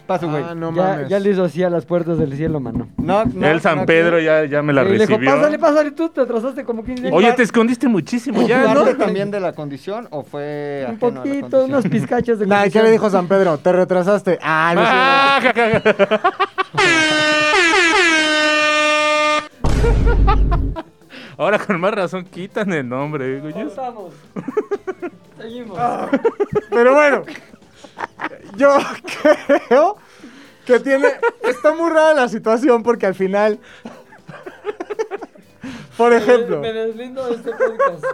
[SPEAKER 2] Paso, güey.
[SPEAKER 4] Ah, no
[SPEAKER 1] ya,
[SPEAKER 4] mames.
[SPEAKER 1] ya le hizo así a las puertas del cielo, mano.
[SPEAKER 2] Knock, knock,
[SPEAKER 3] el San
[SPEAKER 2] knock,
[SPEAKER 3] Pedro
[SPEAKER 2] knock.
[SPEAKER 3] ya, ya me la
[SPEAKER 1] Y le dijo,
[SPEAKER 3] recibió.
[SPEAKER 1] pásale, pásale, tú te atrasaste como 15 años.
[SPEAKER 3] Oye, te escondiste muchísimo ya, ¿no?
[SPEAKER 2] ¿Parte también de la condición o fue
[SPEAKER 1] Un
[SPEAKER 2] ajeno a la
[SPEAKER 1] poquito,
[SPEAKER 2] condición?
[SPEAKER 1] unos pizcachos de
[SPEAKER 4] Nah, ¿Qué
[SPEAKER 1] condición.
[SPEAKER 4] le dijo San Pedro? Te retrasaste. Ah, no sé.
[SPEAKER 3] Ah, ja, ja, ja. Ahora con más razón quitan el nombre, güey.
[SPEAKER 1] Cortamos. Seguimos.
[SPEAKER 4] Pero bueno, yo creo que tiene. Está muy rara la situación porque al final. Por ejemplo,
[SPEAKER 1] Me deslindo de este podcast.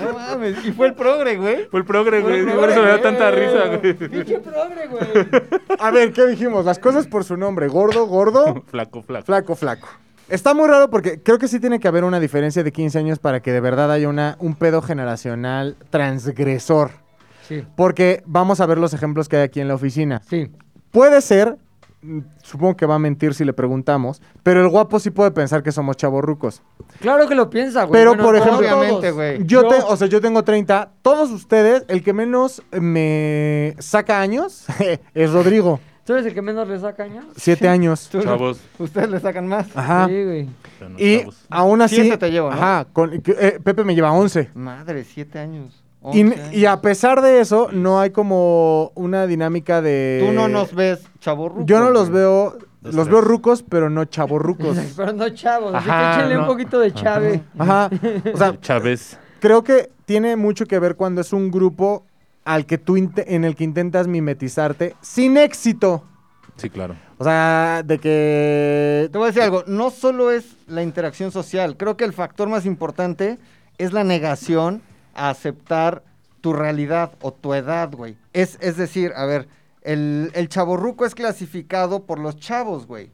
[SPEAKER 2] No mames, y fue el progre, güey.
[SPEAKER 3] Fue el progre, güey.
[SPEAKER 2] progre,
[SPEAKER 3] Por eso me da
[SPEAKER 2] güey.
[SPEAKER 3] tanta risa, güey.
[SPEAKER 1] Pinche progre, güey.
[SPEAKER 4] a ver, ¿qué dijimos? Las cosas por su nombre: gordo, gordo,
[SPEAKER 3] Flaco, flaco.
[SPEAKER 4] flaco, flaco. Está muy raro porque creo que sí tiene que haber una diferencia de 15 años para que de verdad haya una, un pedo generacional transgresor.
[SPEAKER 1] Sí,
[SPEAKER 4] Porque vamos a ver los ejemplos que hay aquí en la oficina.
[SPEAKER 1] sí.
[SPEAKER 4] Puede ser, mm, supongo que va a mentir si le preguntamos, pero el guapo sí puede pensar que somos chavorrucos.
[SPEAKER 1] Claro que lo piensa, güey.
[SPEAKER 4] Pero,
[SPEAKER 1] Pues Bueno,
[SPEAKER 4] por
[SPEAKER 1] no
[SPEAKER 4] ejemplo-
[SPEAKER 1] todos.
[SPEAKER 2] Obviamente, güey.
[SPEAKER 4] Yo,
[SPEAKER 1] Yo-
[SPEAKER 4] te- o sea, yo tengo 30. Todos ustedes, el que menos me saca años es Rodrigo.
[SPEAKER 1] ¿Tú eres el que menos le saca años?
[SPEAKER 4] Siete años.
[SPEAKER 2] Tú-
[SPEAKER 3] Chavos.
[SPEAKER 2] Ustedes le sacan más.
[SPEAKER 4] Ajá.
[SPEAKER 1] Sí, güey.
[SPEAKER 3] son los
[SPEAKER 4] Y
[SPEAKER 3] chavos.
[SPEAKER 4] aún así.
[SPEAKER 2] Siete te llevo, ¿no?
[SPEAKER 4] Ajá. con- que, eh, Pepe me lleva 11.
[SPEAKER 2] Madre, siete años.
[SPEAKER 4] Y,
[SPEAKER 2] once años.
[SPEAKER 4] y a pesar de eso, no hay como una dinámica de.
[SPEAKER 2] Tú no nos ves, chavo ruco,
[SPEAKER 4] Eh, Yo no los
[SPEAKER 2] güey.
[SPEAKER 4] veo.
[SPEAKER 3] Los
[SPEAKER 4] los veo
[SPEAKER 3] tres.
[SPEAKER 4] rucos, pero no chavorrucos.
[SPEAKER 1] Pero no chavos, así
[SPEAKER 3] Ajá,
[SPEAKER 1] que échenle un
[SPEAKER 3] no.
[SPEAKER 1] poquito de chave.
[SPEAKER 4] Ajá. O sea,
[SPEAKER 3] Chávez.
[SPEAKER 4] creo que tiene mucho que ver cuando es un grupo al que tú inte- en el que intentas mimetizarte sin éxito.
[SPEAKER 3] Sí, claro.
[SPEAKER 4] O sea, de que.
[SPEAKER 2] Eh, Te voy a decir algo, no solo es la interacción social, creo que el factor más importante es la negación a aceptar tu realidad o tu edad, güey. Es, es decir, a ver, el, el chaborruco es clasificado por los chavos, güey.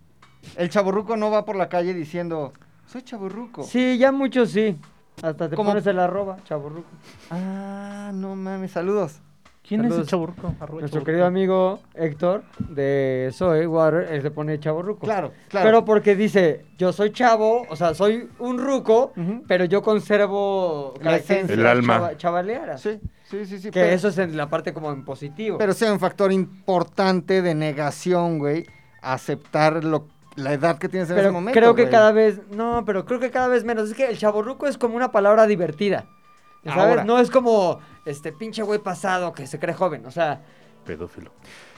[SPEAKER 2] El chaborruco no va por la calle diciendo, soy chaborruco.
[SPEAKER 1] Sí, ya muchos sí. Hasta te
[SPEAKER 2] Como-
[SPEAKER 1] pones el arroba, chaborruco.
[SPEAKER 2] Ah, no mames, saludos.
[SPEAKER 3] ¿Quién
[SPEAKER 1] Saludos.
[SPEAKER 3] es el chaburruco?
[SPEAKER 1] Nuestro querido amigo Héctor de Zoe Water, él se pone chaborruco.
[SPEAKER 2] Claro, claro.
[SPEAKER 1] Pero porque dice, yo soy chavo, o sea, soy un ruco,
[SPEAKER 2] Ujú.
[SPEAKER 1] pero yo conservo
[SPEAKER 2] La esencia.
[SPEAKER 1] características
[SPEAKER 3] El alma.
[SPEAKER 1] chava- chavalearas.
[SPEAKER 2] sí, sí, sí, sí.
[SPEAKER 1] Que
[SPEAKER 2] pero-
[SPEAKER 1] eso es en la parte como en positivo.
[SPEAKER 2] Pero sea un factor importante de negación, güey, aceptar lo, la edad que tienes en
[SPEAKER 1] Pero
[SPEAKER 2] ese momento.
[SPEAKER 1] creo que
[SPEAKER 2] güey.
[SPEAKER 1] cada vez, no, pero creo que cada vez menos. Es que el chaborruco es como una palabra divertida. ¿Sabes?
[SPEAKER 2] Ahora.
[SPEAKER 1] No es como este pinche güey pasado que se cree joven. O sea,
[SPEAKER 3] Pedófilo.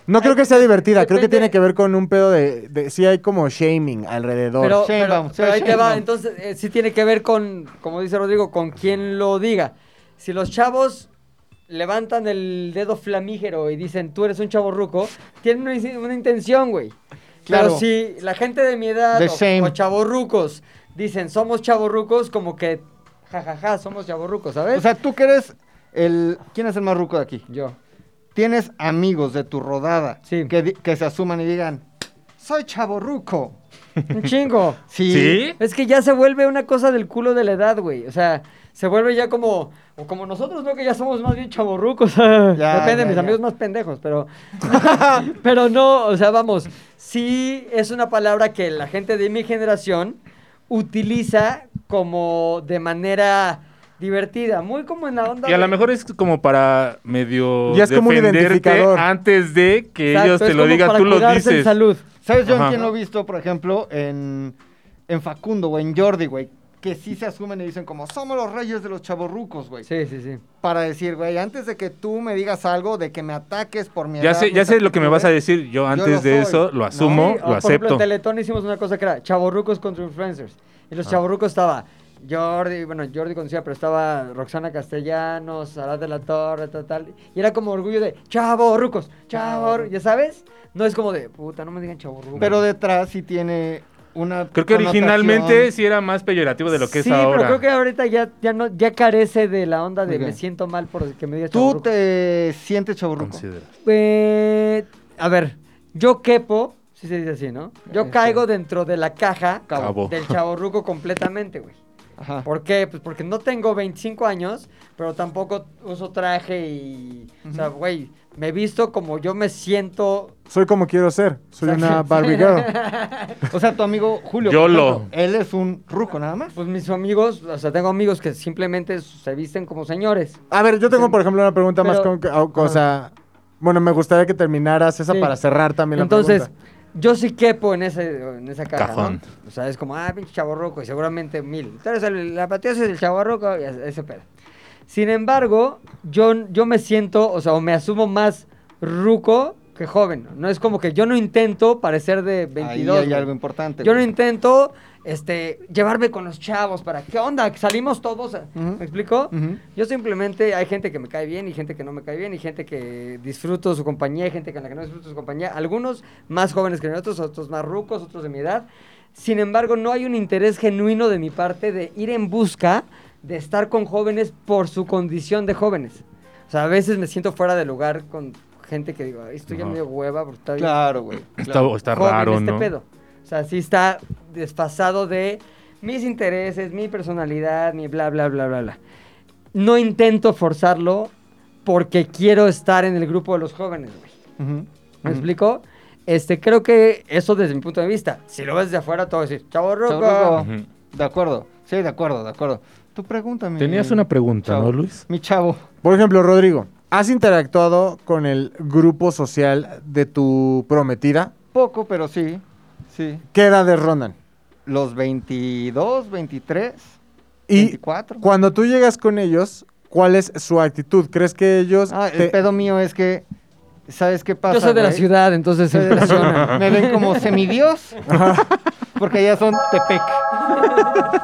[SPEAKER 4] No creo que sea divertida, creo que
[SPEAKER 1] Depende-
[SPEAKER 4] tiene que ver con un pedo de, de. Sí, hay como shaming alrededor.
[SPEAKER 1] pero,
[SPEAKER 2] Shane
[SPEAKER 1] pero-
[SPEAKER 2] Baum,
[SPEAKER 1] pero ahí
[SPEAKER 2] Shane
[SPEAKER 1] te va.
[SPEAKER 2] Baum.
[SPEAKER 1] Entonces, eh, sí tiene que ver con, como dice Rodrigo, con quien lo diga. Si los chavos levantan el dedo flamígero y dicen, tú eres un chaborruco, tienen una, in- una intención, güey.
[SPEAKER 2] Claro.
[SPEAKER 1] Pero si la gente de mi edad
[SPEAKER 2] The
[SPEAKER 1] o,
[SPEAKER 2] shame.
[SPEAKER 1] o chavorrucos dicen, somos chavorrucos, como que, jajaja, somos chavorrucos, ¿sabes?
[SPEAKER 2] O sea, tú que eres el... ¿Quién es el más ruco de aquí?
[SPEAKER 1] Yo.
[SPEAKER 2] Tienes amigos de tu rodada
[SPEAKER 1] Sí.
[SPEAKER 2] que, di- que se asuman y digan, soy chavo ruco.
[SPEAKER 1] Un chingo.
[SPEAKER 2] Sí.
[SPEAKER 3] ¿Sí?
[SPEAKER 1] Es que ya se vuelve una cosa del culo de la edad, güey. O sea, se vuelve ya como. O como nosotros, ¿no? Que ya somos más bien chavorrucos.
[SPEAKER 2] Ya,
[SPEAKER 1] Depende,
[SPEAKER 2] ya,
[SPEAKER 1] mis
[SPEAKER 2] ya.
[SPEAKER 1] amigos más pendejos, pero. pero no, o sea, vamos. Sí es una palabra que la gente de mi generación utiliza como de manera divertida. Muy como en la onda.
[SPEAKER 3] Y a lo
[SPEAKER 1] de-
[SPEAKER 3] mejor es como para medio
[SPEAKER 4] Ya es como un
[SPEAKER 3] defenderte
[SPEAKER 4] identificador.
[SPEAKER 3] antes de que
[SPEAKER 1] Exacto,
[SPEAKER 3] ellos te
[SPEAKER 1] es
[SPEAKER 3] lo
[SPEAKER 1] como
[SPEAKER 3] digan,
[SPEAKER 1] para
[SPEAKER 3] tú lo
[SPEAKER 1] cuidarse en
[SPEAKER 3] dices.
[SPEAKER 1] salud.
[SPEAKER 2] ¿Sabes yo en
[SPEAKER 3] Ajá.
[SPEAKER 2] quién lo he visto, por ejemplo, en, en Facundo o en Jordi, güey? Que sí se asumen y dicen como, somos los reyes de los chavorrucos, güey.
[SPEAKER 1] Sí, sí, sí.
[SPEAKER 2] Para decir, güey, antes de que tú me digas algo, de que me ataques por mi
[SPEAKER 3] Ya
[SPEAKER 2] edad,
[SPEAKER 3] sé, ya
[SPEAKER 2] mis
[SPEAKER 3] sé lo que me vas a
[SPEAKER 2] actitudes,
[SPEAKER 3] decir. Yo antes
[SPEAKER 2] lo
[SPEAKER 3] de
[SPEAKER 2] soy.
[SPEAKER 3] eso lo asumo,
[SPEAKER 6] oh,
[SPEAKER 1] Sí, o Por
[SPEAKER 3] lo
[SPEAKER 1] ejemplo, en
[SPEAKER 3] acepto.
[SPEAKER 1] Teletón hicimos una cosa que era chavorrucos contra influencers. Y
[SPEAKER 3] Ah.
[SPEAKER 1] los chavorrucos estaba Jordi, bueno, Jordi conocía, pero estaba Roxana Castellanos, Sara de la Torre, tal, tal. Y era como orgullo de chavorrucos, chavor, ya sabes. No es como de, puta, no me digan chavorrucos.
[SPEAKER 2] Pero detrás sí tiene una
[SPEAKER 3] Creo que originalmente
[SPEAKER 2] connotación.
[SPEAKER 3] sí era más peyorativo de lo que
[SPEAKER 6] sí,
[SPEAKER 3] es ahora.
[SPEAKER 6] pero creo que ahorita ya, ya, no, ya carece de la onda de
[SPEAKER 2] Ok.
[SPEAKER 6] me siento mal por que me digas
[SPEAKER 2] Tú
[SPEAKER 6] chavorruco.
[SPEAKER 2] te sientes chaburruco.
[SPEAKER 3] Considera.
[SPEAKER 6] Eh, a ver, yo quepo, si se dice así, ¿no? Yo
[SPEAKER 2] Eso.
[SPEAKER 6] caigo dentro de la caja
[SPEAKER 3] Eh, Cabo.
[SPEAKER 6] del chavorruco completamente, güey.
[SPEAKER 2] Ajá.
[SPEAKER 6] ¿Por qué? Pues porque no tengo 25 años, pero tampoco uso traje y... O sea, güey, me visto como yo me siento...
[SPEAKER 4] Soy como quiero ser. Soy una Barbie girl.
[SPEAKER 2] O sea, tu amigo Julio. por
[SPEAKER 3] Yolo.
[SPEAKER 2] ejemplo, Él es un ruco nada más.
[SPEAKER 6] Pues mis amigos, o sea, tengo amigos que simplemente se visten como señores.
[SPEAKER 4] A ver, yo tengo, por ejemplo, una pregunta más
[SPEAKER 6] Pero-
[SPEAKER 4] con, o- o sea, Bueno, me gustaría que terminaras esa
[SPEAKER 6] Sí.
[SPEAKER 4] para cerrar también la
[SPEAKER 6] Entonces,
[SPEAKER 4] pregunta.
[SPEAKER 6] yo sí quepo en, ese, en esa caja,
[SPEAKER 3] Cajón.
[SPEAKER 6] ¿no? O sea, es como, ah, pinche chaborroco, y seguramente mil. Tú eres el, la pateas es el chaborroco, y ese pedo. Sin embargo, yo, yo me siento, o sea, o me asumo más ruco que joven. No es como que yo no intento parecer de 22.
[SPEAKER 2] Ahí hay
[SPEAKER 6] güey.
[SPEAKER 2] algo importante.
[SPEAKER 6] Yo no
[SPEAKER 2] güey.
[SPEAKER 6] intento este, llevarme con los chavos para qué onda, que salimos todos. ¿Me explico?
[SPEAKER 2] Ujú.
[SPEAKER 6] Yo simplemente hay gente que me cae bien y gente que no me cae bien y gente que disfruto su compañía y gente con la que no disfruto su compañía. Algunos más jóvenes que nosotros, otros más rucos, otros de mi edad. Sin embargo, no hay un interés genuino de mi parte de ir en busca de estar con jóvenes por su condición de jóvenes. O sea, a veces me siento fuera de lugar con gente que digo, "Ay, estoy ya
[SPEAKER 3] Ajá.
[SPEAKER 6] medio hueva porque está bien
[SPEAKER 2] Claro, güey.
[SPEAKER 3] Está, está
[SPEAKER 6] joven
[SPEAKER 3] raro,
[SPEAKER 6] este
[SPEAKER 3] ¿no?
[SPEAKER 6] pedo. O sea, sí está desfasado de mis intereses, mi personalidad, mi bla, bla, bla, bla, bla. No intento forzarlo porque quiero estar en el grupo de los jóvenes, güey.
[SPEAKER 2] Ujú.
[SPEAKER 6] ¿Me explico? Este, creo que eso desde mi punto de vista. Si lo ves desde afuera, todo decir, chavo roco.
[SPEAKER 2] Chavorruco.
[SPEAKER 3] Ujú.
[SPEAKER 2] De acuerdo. Sí, de acuerdo, de acuerdo. Tú pregúntame.
[SPEAKER 3] Tenías una pregunta,
[SPEAKER 2] Chavo.
[SPEAKER 3] ¿no, Luis?
[SPEAKER 2] Mi chavo.
[SPEAKER 4] Por ejemplo, Rodrigo, ¿has interactuado con el grupo social de tu prometida?
[SPEAKER 2] Poco, pero sí. Sí.
[SPEAKER 4] ¿Qué edades rondan?
[SPEAKER 2] Los 22, 23,
[SPEAKER 4] Y
[SPEAKER 2] 24.
[SPEAKER 4] cuando tú llegas con ellos, ¿cuál es su actitud? ¿Crees que ellos
[SPEAKER 2] Ah, el
[SPEAKER 4] te-
[SPEAKER 2] pedo mío es que, ¿sabes qué pasa?
[SPEAKER 6] Yo soy de la
[SPEAKER 2] güey?
[SPEAKER 6] ciudad, entonces se
[SPEAKER 2] Soy de la ciudad.
[SPEAKER 6] impresiona.
[SPEAKER 2] Me ven como semidios. Porque ya son tepec.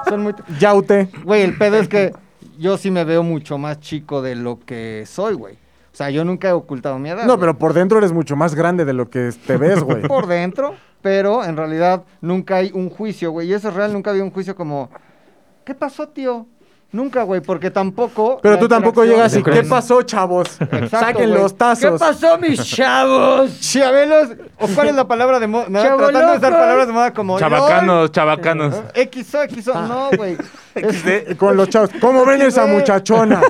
[SPEAKER 2] Son muy... te-
[SPEAKER 4] yaute?
[SPEAKER 2] Güey, el pedo es que yo sí me veo mucho más chico de lo que soy, güey. O sea, yo nunca he ocultado mi edad.
[SPEAKER 4] No,
[SPEAKER 2] Ah, güey.
[SPEAKER 4] pero por dentro eres mucho más grande de lo que te ves, güey.
[SPEAKER 2] por dentro, pero en realidad nunca hay un juicio, güey. Y eso es real, nunca había un juicio como, ¿qué pasó, tío? Nunca, güey, porque tampoco.
[SPEAKER 4] Pero
[SPEAKER 2] la
[SPEAKER 4] tú tampoco
[SPEAKER 2] interacción-
[SPEAKER 4] llegas y ¿qué pasó, chavos?
[SPEAKER 2] Exacto,
[SPEAKER 4] Saquen
[SPEAKER 2] güey.
[SPEAKER 4] los
[SPEAKER 6] ¿Qué
[SPEAKER 4] tazos.
[SPEAKER 6] pasó, mis chavos?
[SPEAKER 2] Chiabelos, o cuál es la palabra de moda, No,
[SPEAKER 6] Chavo
[SPEAKER 2] tratando de usar
[SPEAKER 6] loco.
[SPEAKER 2] palabras de moda como
[SPEAKER 3] Chabacanos, chabacanos.
[SPEAKER 2] XO, XO, no, güey. Es-
[SPEAKER 4] Eh, Con los chavos. ¿Cómo ven esa muchachona?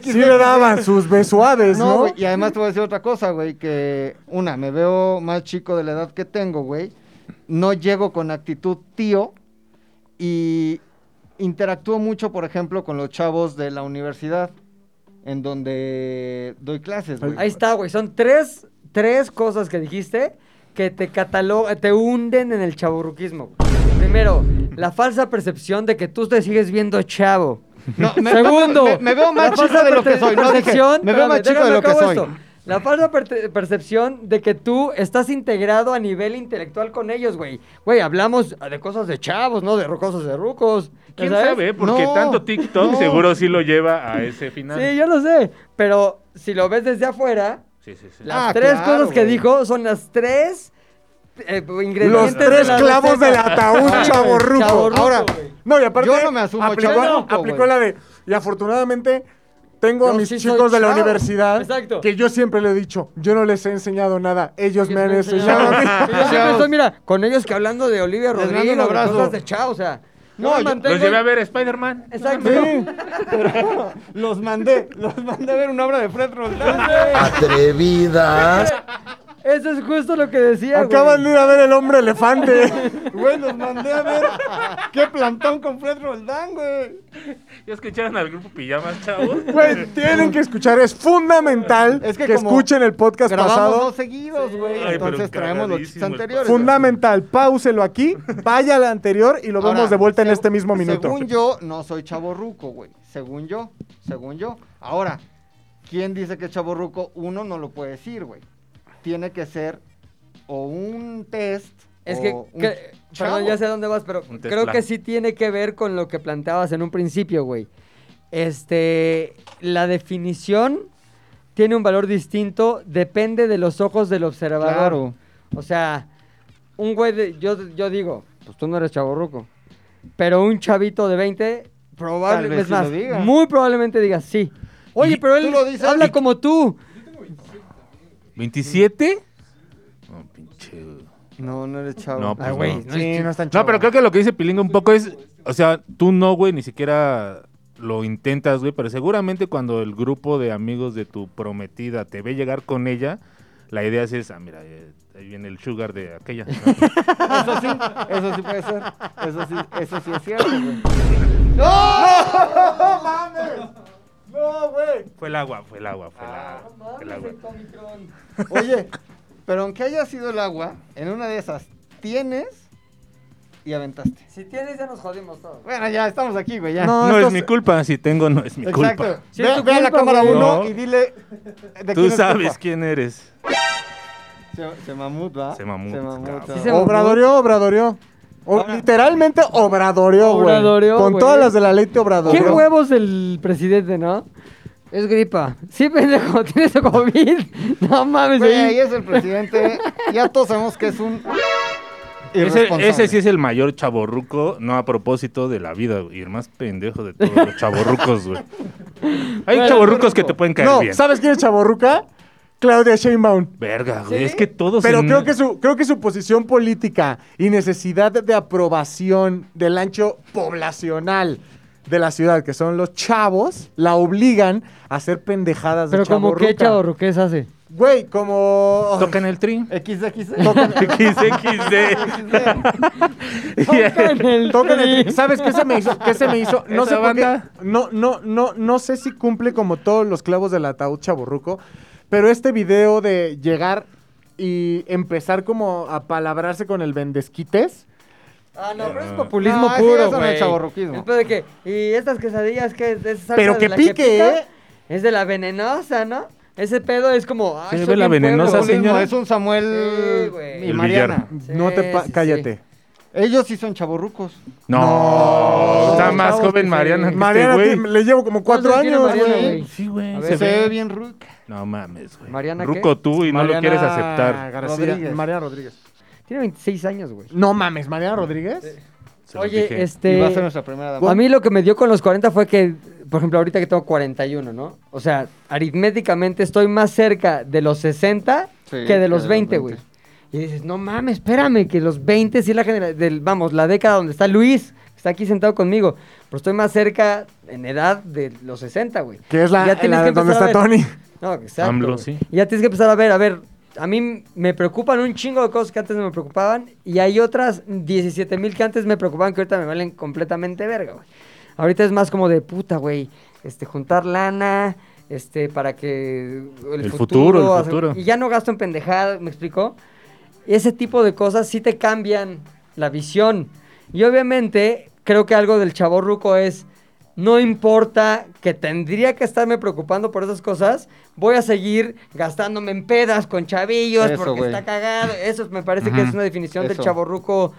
[SPEAKER 4] Sí le daban sus besuaves,
[SPEAKER 2] Pues No,
[SPEAKER 4] ¿no?
[SPEAKER 2] güey, y además te voy a decir otra cosa, güey, que una, me veo más chico de la edad que tengo, güey. No llego con actitud tío y interactúo mucho, por ejemplo, con los chavos de la universidad en donde doy clases, güey.
[SPEAKER 6] Ahí está, güey. Son tres, tres cosas que dijiste que te catalogan, te hunden en el chaburruquismo. Primero, la falsa percepción de que tú te sigues viendo chavo.
[SPEAKER 2] No, me-
[SPEAKER 6] Segundo,
[SPEAKER 2] me, me veo más
[SPEAKER 6] la
[SPEAKER 2] chico
[SPEAKER 6] falsa
[SPEAKER 2] de lo que
[SPEAKER 6] perce-
[SPEAKER 2] soy. No, dije,
[SPEAKER 6] percepción-
[SPEAKER 2] me veo
[SPEAKER 6] espérame,
[SPEAKER 2] más chico de
[SPEAKER 6] déjame
[SPEAKER 2] lo que
[SPEAKER 6] acabo
[SPEAKER 2] soy.
[SPEAKER 6] esto. La falsa perte- percepción de que tú estás integrado a nivel intelectual con ellos, güey. Güey, hablamos de cosas de chavos, no de cosas de rucos. ¿ya
[SPEAKER 3] ¿Quién
[SPEAKER 6] sabes?
[SPEAKER 3] sabe? Porque
[SPEAKER 2] No,
[SPEAKER 3] tanto TikTok
[SPEAKER 2] no.
[SPEAKER 3] seguro sí lo lleva a ese final.
[SPEAKER 6] Sí, yo lo sé. Pero si lo ves desde afuera,
[SPEAKER 3] Sí, sí, sí.
[SPEAKER 6] Las
[SPEAKER 2] Ah,
[SPEAKER 6] tres
[SPEAKER 2] claro,
[SPEAKER 6] cosas que
[SPEAKER 2] güey.
[SPEAKER 6] dijo son las tres eh, ingredientes.
[SPEAKER 4] Los
[SPEAKER 6] de
[SPEAKER 4] tres
[SPEAKER 6] la
[SPEAKER 4] clavos
[SPEAKER 6] receta.
[SPEAKER 4] del ataúd,
[SPEAKER 6] Ay,
[SPEAKER 4] chavorruco.
[SPEAKER 6] chavorruco,
[SPEAKER 4] Ahora,
[SPEAKER 6] güey.
[SPEAKER 4] no, y aparte.
[SPEAKER 2] Yo no me asumo
[SPEAKER 4] aplicó,
[SPEAKER 2] chavorruco,
[SPEAKER 4] aplicó
[SPEAKER 2] güey.
[SPEAKER 4] la de. Y afortunadamente, tengo a
[SPEAKER 6] Yo
[SPEAKER 4] mis
[SPEAKER 6] sí soy
[SPEAKER 4] chicos de la
[SPEAKER 6] chavo.
[SPEAKER 4] universidad.
[SPEAKER 6] Exacto.
[SPEAKER 4] Que yo siempre le he dicho, yo no les he enseñado nada. Ellos,
[SPEAKER 6] Ellos
[SPEAKER 4] me han
[SPEAKER 6] me
[SPEAKER 4] enseñado. a mí.
[SPEAKER 6] enseñaron. Y yo siempre estoy, mira, con ellos que hablando de Olivia
[SPEAKER 2] Les mando
[SPEAKER 6] Rodrigo,
[SPEAKER 2] un
[SPEAKER 6] de
[SPEAKER 2] abrazo.
[SPEAKER 6] cosas de chao, o sea.
[SPEAKER 2] No, yo-
[SPEAKER 6] me mantengo-
[SPEAKER 3] Los llevé a ver Spider-Man.
[SPEAKER 6] Exacto.
[SPEAKER 2] Los mandé, los mandé a ver una obra de Fred Roldán.
[SPEAKER 6] Eso es justo lo que decía, güey.
[SPEAKER 4] Acaban de ir a ver el hombre elefante.
[SPEAKER 2] Güey, los mandé a ver qué plantón con Fred Roldán, güey.
[SPEAKER 3] Ya escucharon al grupo Pijamas, chavos.
[SPEAKER 4] Güey, tienen que escuchar, es fundamental
[SPEAKER 2] Es que
[SPEAKER 4] que,
[SPEAKER 2] como
[SPEAKER 4] escuchen el podcast
[SPEAKER 2] Grabamos
[SPEAKER 4] pasado.
[SPEAKER 2] dos seguidos, güey.
[SPEAKER 3] Ay, pero
[SPEAKER 2] Entonces traemos los chistes
[SPEAKER 3] cagadísimos.
[SPEAKER 2] anteriores. güey.
[SPEAKER 4] Fundamental, páuselo aquí, vaya al anterior y lo
[SPEAKER 2] Ahora,
[SPEAKER 4] vemos de vuelta en
[SPEAKER 2] seg-
[SPEAKER 4] este mismo minuto.
[SPEAKER 2] Según yo, no soy chaborruco, güey. Según yo, según yo. Ahora, ¿quién dice que es chaborruco? Uno no lo puede decir, güey. Tiene que ser o un test.
[SPEAKER 6] Es
[SPEAKER 2] o
[SPEAKER 6] que,
[SPEAKER 2] un
[SPEAKER 6] que-
[SPEAKER 2] chavo.
[SPEAKER 6] perdón, ya sé a dónde vas, pero
[SPEAKER 3] Un test
[SPEAKER 6] creo que
[SPEAKER 3] plan.
[SPEAKER 6] sí tiene que ver con lo que planteabas en un principio, güey. Este, la definición tiene un valor distinto, depende de los ojos del observador.
[SPEAKER 2] Claro.
[SPEAKER 6] O sea, un güey, de- yo, yo digo, pues tú no eres chaborruco. Pero un chavito de 20,
[SPEAKER 2] Tal
[SPEAKER 6] probablemente,
[SPEAKER 2] vez
[SPEAKER 6] es
[SPEAKER 2] sí
[SPEAKER 6] más,
[SPEAKER 2] lo diga.
[SPEAKER 6] muy probablemente diga sí. Oye,
[SPEAKER 3] Y-
[SPEAKER 6] pero
[SPEAKER 2] ¿tú
[SPEAKER 6] él
[SPEAKER 2] lo dices?
[SPEAKER 6] habla
[SPEAKER 2] Y-
[SPEAKER 6] como tú.
[SPEAKER 3] ¿27? No, pinche.
[SPEAKER 2] No, no eres chavo.
[SPEAKER 3] No,
[SPEAKER 2] No,
[SPEAKER 3] pues
[SPEAKER 4] Ah, güey,
[SPEAKER 3] no.
[SPEAKER 4] no, sí, no es tan
[SPEAKER 3] No,
[SPEAKER 4] chavo.
[SPEAKER 3] pero creo que lo que dice Pilinga un poco es, o sea, tú no, güey, ni siquiera lo intentas, güey, pero seguramente cuando el grupo de amigos de tu prometida te ve llegar con ella, la idea es esa, mira, eh, ahí viene el sugar de aquella. ¿no?
[SPEAKER 2] Eso sí, eso sí puede ser. Eso sí, eso sí es cierto, güey.
[SPEAKER 3] fue el agua, fue el agua, fue el
[SPEAKER 2] Ah,
[SPEAKER 3] agua. fue el agua.
[SPEAKER 2] Oye, pero aunque haya sido el agua, en una de esas tienes y aventaste.
[SPEAKER 6] Si tienes, ya nos jodimos todos.
[SPEAKER 2] Bueno, ya estamos aquí, güey, ya.
[SPEAKER 4] No,
[SPEAKER 3] No
[SPEAKER 4] esto
[SPEAKER 3] es mi
[SPEAKER 4] es-
[SPEAKER 3] culpa, si tengo no es mi
[SPEAKER 2] Exacto.
[SPEAKER 3] culpa.
[SPEAKER 6] Sí,
[SPEAKER 2] ve
[SPEAKER 6] es tu
[SPEAKER 2] ve a la
[SPEAKER 6] culpa,
[SPEAKER 2] cámara
[SPEAKER 6] güey.
[SPEAKER 2] uno
[SPEAKER 3] No.
[SPEAKER 2] y dile de
[SPEAKER 3] Tú
[SPEAKER 2] quién es
[SPEAKER 3] sabes
[SPEAKER 2] culpa.
[SPEAKER 3] quién eres.
[SPEAKER 2] Se, se mamut, ¿va?
[SPEAKER 3] Se mamut,
[SPEAKER 2] Se mamut.
[SPEAKER 3] cabrón.
[SPEAKER 6] Sí, se mamut.
[SPEAKER 4] Obradoreó, obradoreó. O- literalmente obradoreó, güey.
[SPEAKER 6] Obradoreó,
[SPEAKER 4] Con
[SPEAKER 6] güey.
[SPEAKER 4] todas las de la ley te obradoreó.
[SPEAKER 6] ¿Qué huevos el presidente, no? Es gripa. Sí, pendejo, tienes COVID. No mames,
[SPEAKER 2] Oh, Güey,
[SPEAKER 6] ahí-
[SPEAKER 2] ahí es el presidente. Ya todos sabemos que es un
[SPEAKER 3] Ese,
[SPEAKER 2] irresponsable.
[SPEAKER 3] ese sí es el mayor chaborruco, no a propósito de la vida, güey, y el más pendejo de todos los chaborrucos, güey. Hay
[SPEAKER 6] Bueno,
[SPEAKER 3] chaborrucos que te pueden caer
[SPEAKER 4] No,
[SPEAKER 3] bien.
[SPEAKER 4] ¿sabes quién es chaborruca? Claudia Sheinbaum.
[SPEAKER 3] Verga, güey, es que todos
[SPEAKER 4] Pero
[SPEAKER 3] en-
[SPEAKER 4] creo que, su, creo que su posición política y necesidad de aprobación del ancho poblacional de la ciudad, que son los chavos, la obligan a hacer pendejadas de
[SPEAKER 6] Pero como
[SPEAKER 4] chavorruca.
[SPEAKER 6] qué chaborruqués hace.
[SPEAKER 4] Güey, como...
[SPEAKER 3] tocan el tri.
[SPEAKER 2] XXX.
[SPEAKER 6] Tocan el
[SPEAKER 4] Tocan el-
[SPEAKER 6] tri.
[SPEAKER 4] ¿Sabes qué se me hizo? ¿Qué se me hizo? No
[SPEAKER 3] Esa
[SPEAKER 4] sé por qué-
[SPEAKER 3] banda.
[SPEAKER 4] No, no, no, no sé si cumple como todos los clavos del ataúd chaborruco, pero este video de llegar y empezar como a palabrarse con el vendesquites.
[SPEAKER 6] Ah, no, pero es
[SPEAKER 2] No,
[SPEAKER 6] populismo
[SPEAKER 2] ese ya
[SPEAKER 6] puro,
[SPEAKER 2] es un
[SPEAKER 6] güey.
[SPEAKER 2] chavorruquismo.
[SPEAKER 6] Después de que, y estas quesadillas que es esa salsa
[SPEAKER 4] Pero
[SPEAKER 6] de
[SPEAKER 4] que
[SPEAKER 6] la
[SPEAKER 4] pique,
[SPEAKER 6] pica,
[SPEAKER 4] ¿eh?
[SPEAKER 6] Es de la venenosa, ¿no? Ese pedo es como, ay,
[SPEAKER 3] Se
[SPEAKER 6] soy
[SPEAKER 3] ve la
[SPEAKER 6] bien
[SPEAKER 3] venenosa,
[SPEAKER 6] pueblo.
[SPEAKER 3] señor.
[SPEAKER 2] populismo, es un Samuel
[SPEAKER 6] Sí, güey.
[SPEAKER 2] y
[SPEAKER 3] El
[SPEAKER 2] Mariana.
[SPEAKER 3] villano.
[SPEAKER 6] Sí,
[SPEAKER 4] no te pa-
[SPEAKER 6] sí, sí.
[SPEAKER 4] cállate.
[SPEAKER 2] Ellos sí son chaborrucos.
[SPEAKER 3] No, está más
[SPEAKER 4] Oh, chavos,
[SPEAKER 3] joven Mariana que este
[SPEAKER 4] Mariana,
[SPEAKER 3] güey.
[SPEAKER 4] tiene- le llevo como cuatro
[SPEAKER 6] ¿Cuántos tiene
[SPEAKER 4] años,
[SPEAKER 6] Mariana,
[SPEAKER 4] güey.
[SPEAKER 6] güey?
[SPEAKER 3] Sí, güey.
[SPEAKER 6] A
[SPEAKER 3] Se
[SPEAKER 6] ver.
[SPEAKER 2] Se
[SPEAKER 3] ve.
[SPEAKER 2] ve bien ruca.
[SPEAKER 3] No mames, güey.
[SPEAKER 6] ¿Mariana qué?
[SPEAKER 3] Ruco tú y no lo
[SPEAKER 4] Mariana
[SPEAKER 3] quieres aceptar.
[SPEAKER 4] García-
[SPEAKER 2] Rodríguez.
[SPEAKER 4] Mariana Rodríguez.
[SPEAKER 6] Tiene 26 años, güey.
[SPEAKER 4] No mames, Mariana Rodríguez.
[SPEAKER 3] Se los dije.
[SPEAKER 6] Oye,
[SPEAKER 2] Y
[SPEAKER 6] este...
[SPEAKER 2] va a ser nuestra primera dama.
[SPEAKER 6] A mí lo que me dio con los 40 fue que, por ejemplo, ahorita que tengo 41, ¿no? O sea, aritméticamente estoy más cerca de los 60
[SPEAKER 2] Sí,
[SPEAKER 6] que de los 20, güey. Y dices, no mames, espérame, que los 20 sí es la generación, del, vamos, la década donde está Luis, que está aquí sentado conmigo, pero estoy más cerca en edad de los 60, güey.
[SPEAKER 4] Que es la,
[SPEAKER 6] Ya tienes
[SPEAKER 4] la-
[SPEAKER 6] que
[SPEAKER 4] donde
[SPEAKER 6] empezar
[SPEAKER 4] está
[SPEAKER 6] a ver.
[SPEAKER 4] Tony.
[SPEAKER 6] No, exacto.
[SPEAKER 3] AMLO,
[SPEAKER 6] güey.
[SPEAKER 3] sí.
[SPEAKER 6] Y ya tienes que empezar a ver, a ver, a mí me preocupan un chingo de cosas que antes no me preocupaban y hay otras 17 mil que antes me preocupaban que ahorita me valen completamente verga, güey. Ahorita es más como de puta, güey, este, juntar lana, este, para que el,
[SPEAKER 3] El futuro, el
[SPEAKER 6] hacer-
[SPEAKER 3] futuro.
[SPEAKER 6] Y ya no gasto en pendejadas, ¿me explicó? Ese tipo de cosas sí te cambian la visión. Y obviamente creo que algo del chavo ruco es, no importa que tendría que estarme preocupando por esas cosas, voy a seguir gastándome en pedas con chavillos
[SPEAKER 2] Eso,
[SPEAKER 6] porque
[SPEAKER 2] güey.
[SPEAKER 6] está cagado. Eso me parece que
[SPEAKER 3] Ujú.
[SPEAKER 6] es una definición del
[SPEAKER 2] Eso.
[SPEAKER 6] chaborruco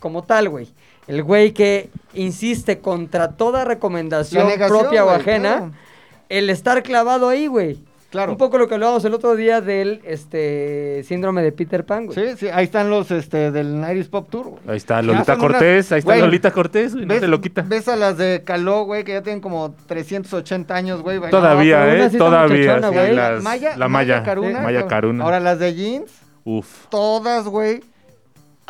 [SPEAKER 6] como tal, güey. El güey que insiste contra toda recomendación
[SPEAKER 2] La negación,
[SPEAKER 6] propia o
[SPEAKER 2] güey,
[SPEAKER 6] ajena,
[SPEAKER 2] claro.
[SPEAKER 6] el estar clavado ahí, güey.
[SPEAKER 2] Claro.
[SPEAKER 6] Un poco lo que hablábamos el otro día del este síndrome de Peter Pan, güey.
[SPEAKER 2] Sí, sí, ahí están los este, del 90 Pop Tour. güey.
[SPEAKER 3] Ahí está
[SPEAKER 2] Ya
[SPEAKER 3] Lolita
[SPEAKER 2] son unas-
[SPEAKER 3] Cortés, ahí está
[SPEAKER 2] Güey,
[SPEAKER 3] Lolita Cortés, güey, no
[SPEAKER 2] ¿Ves-
[SPEAKER 3] te lo quita.
[SPEAKER 2] Ves a las de Caló, güey, que ya tienen como 380 años, güey. bailando.
[SPEAKER 6] No, pero
[SPEAKER 3] Todavía,
[SPEAKER 6] una
[SPEAKER 3] ¿eh?
[SPEAKER 6] sí está
[SPEAKER 3] Todavía.
[SPEAKER 6] muchachona,
[SPEAKER 3] sí,
[SPEAKER 6] güey.
[SPEAKER 3] las- la Maya.
[SPEAKER 2] Caruna.
[SPEAKER 3] Maya
[SPEAKER 2] cabrón.
[SPEAKER 3] Caruna.
[SPEAKER 2] Ahora las de jeans,
[SPEAKER 3] Uf.
[SPEAKER 2] todas, güey.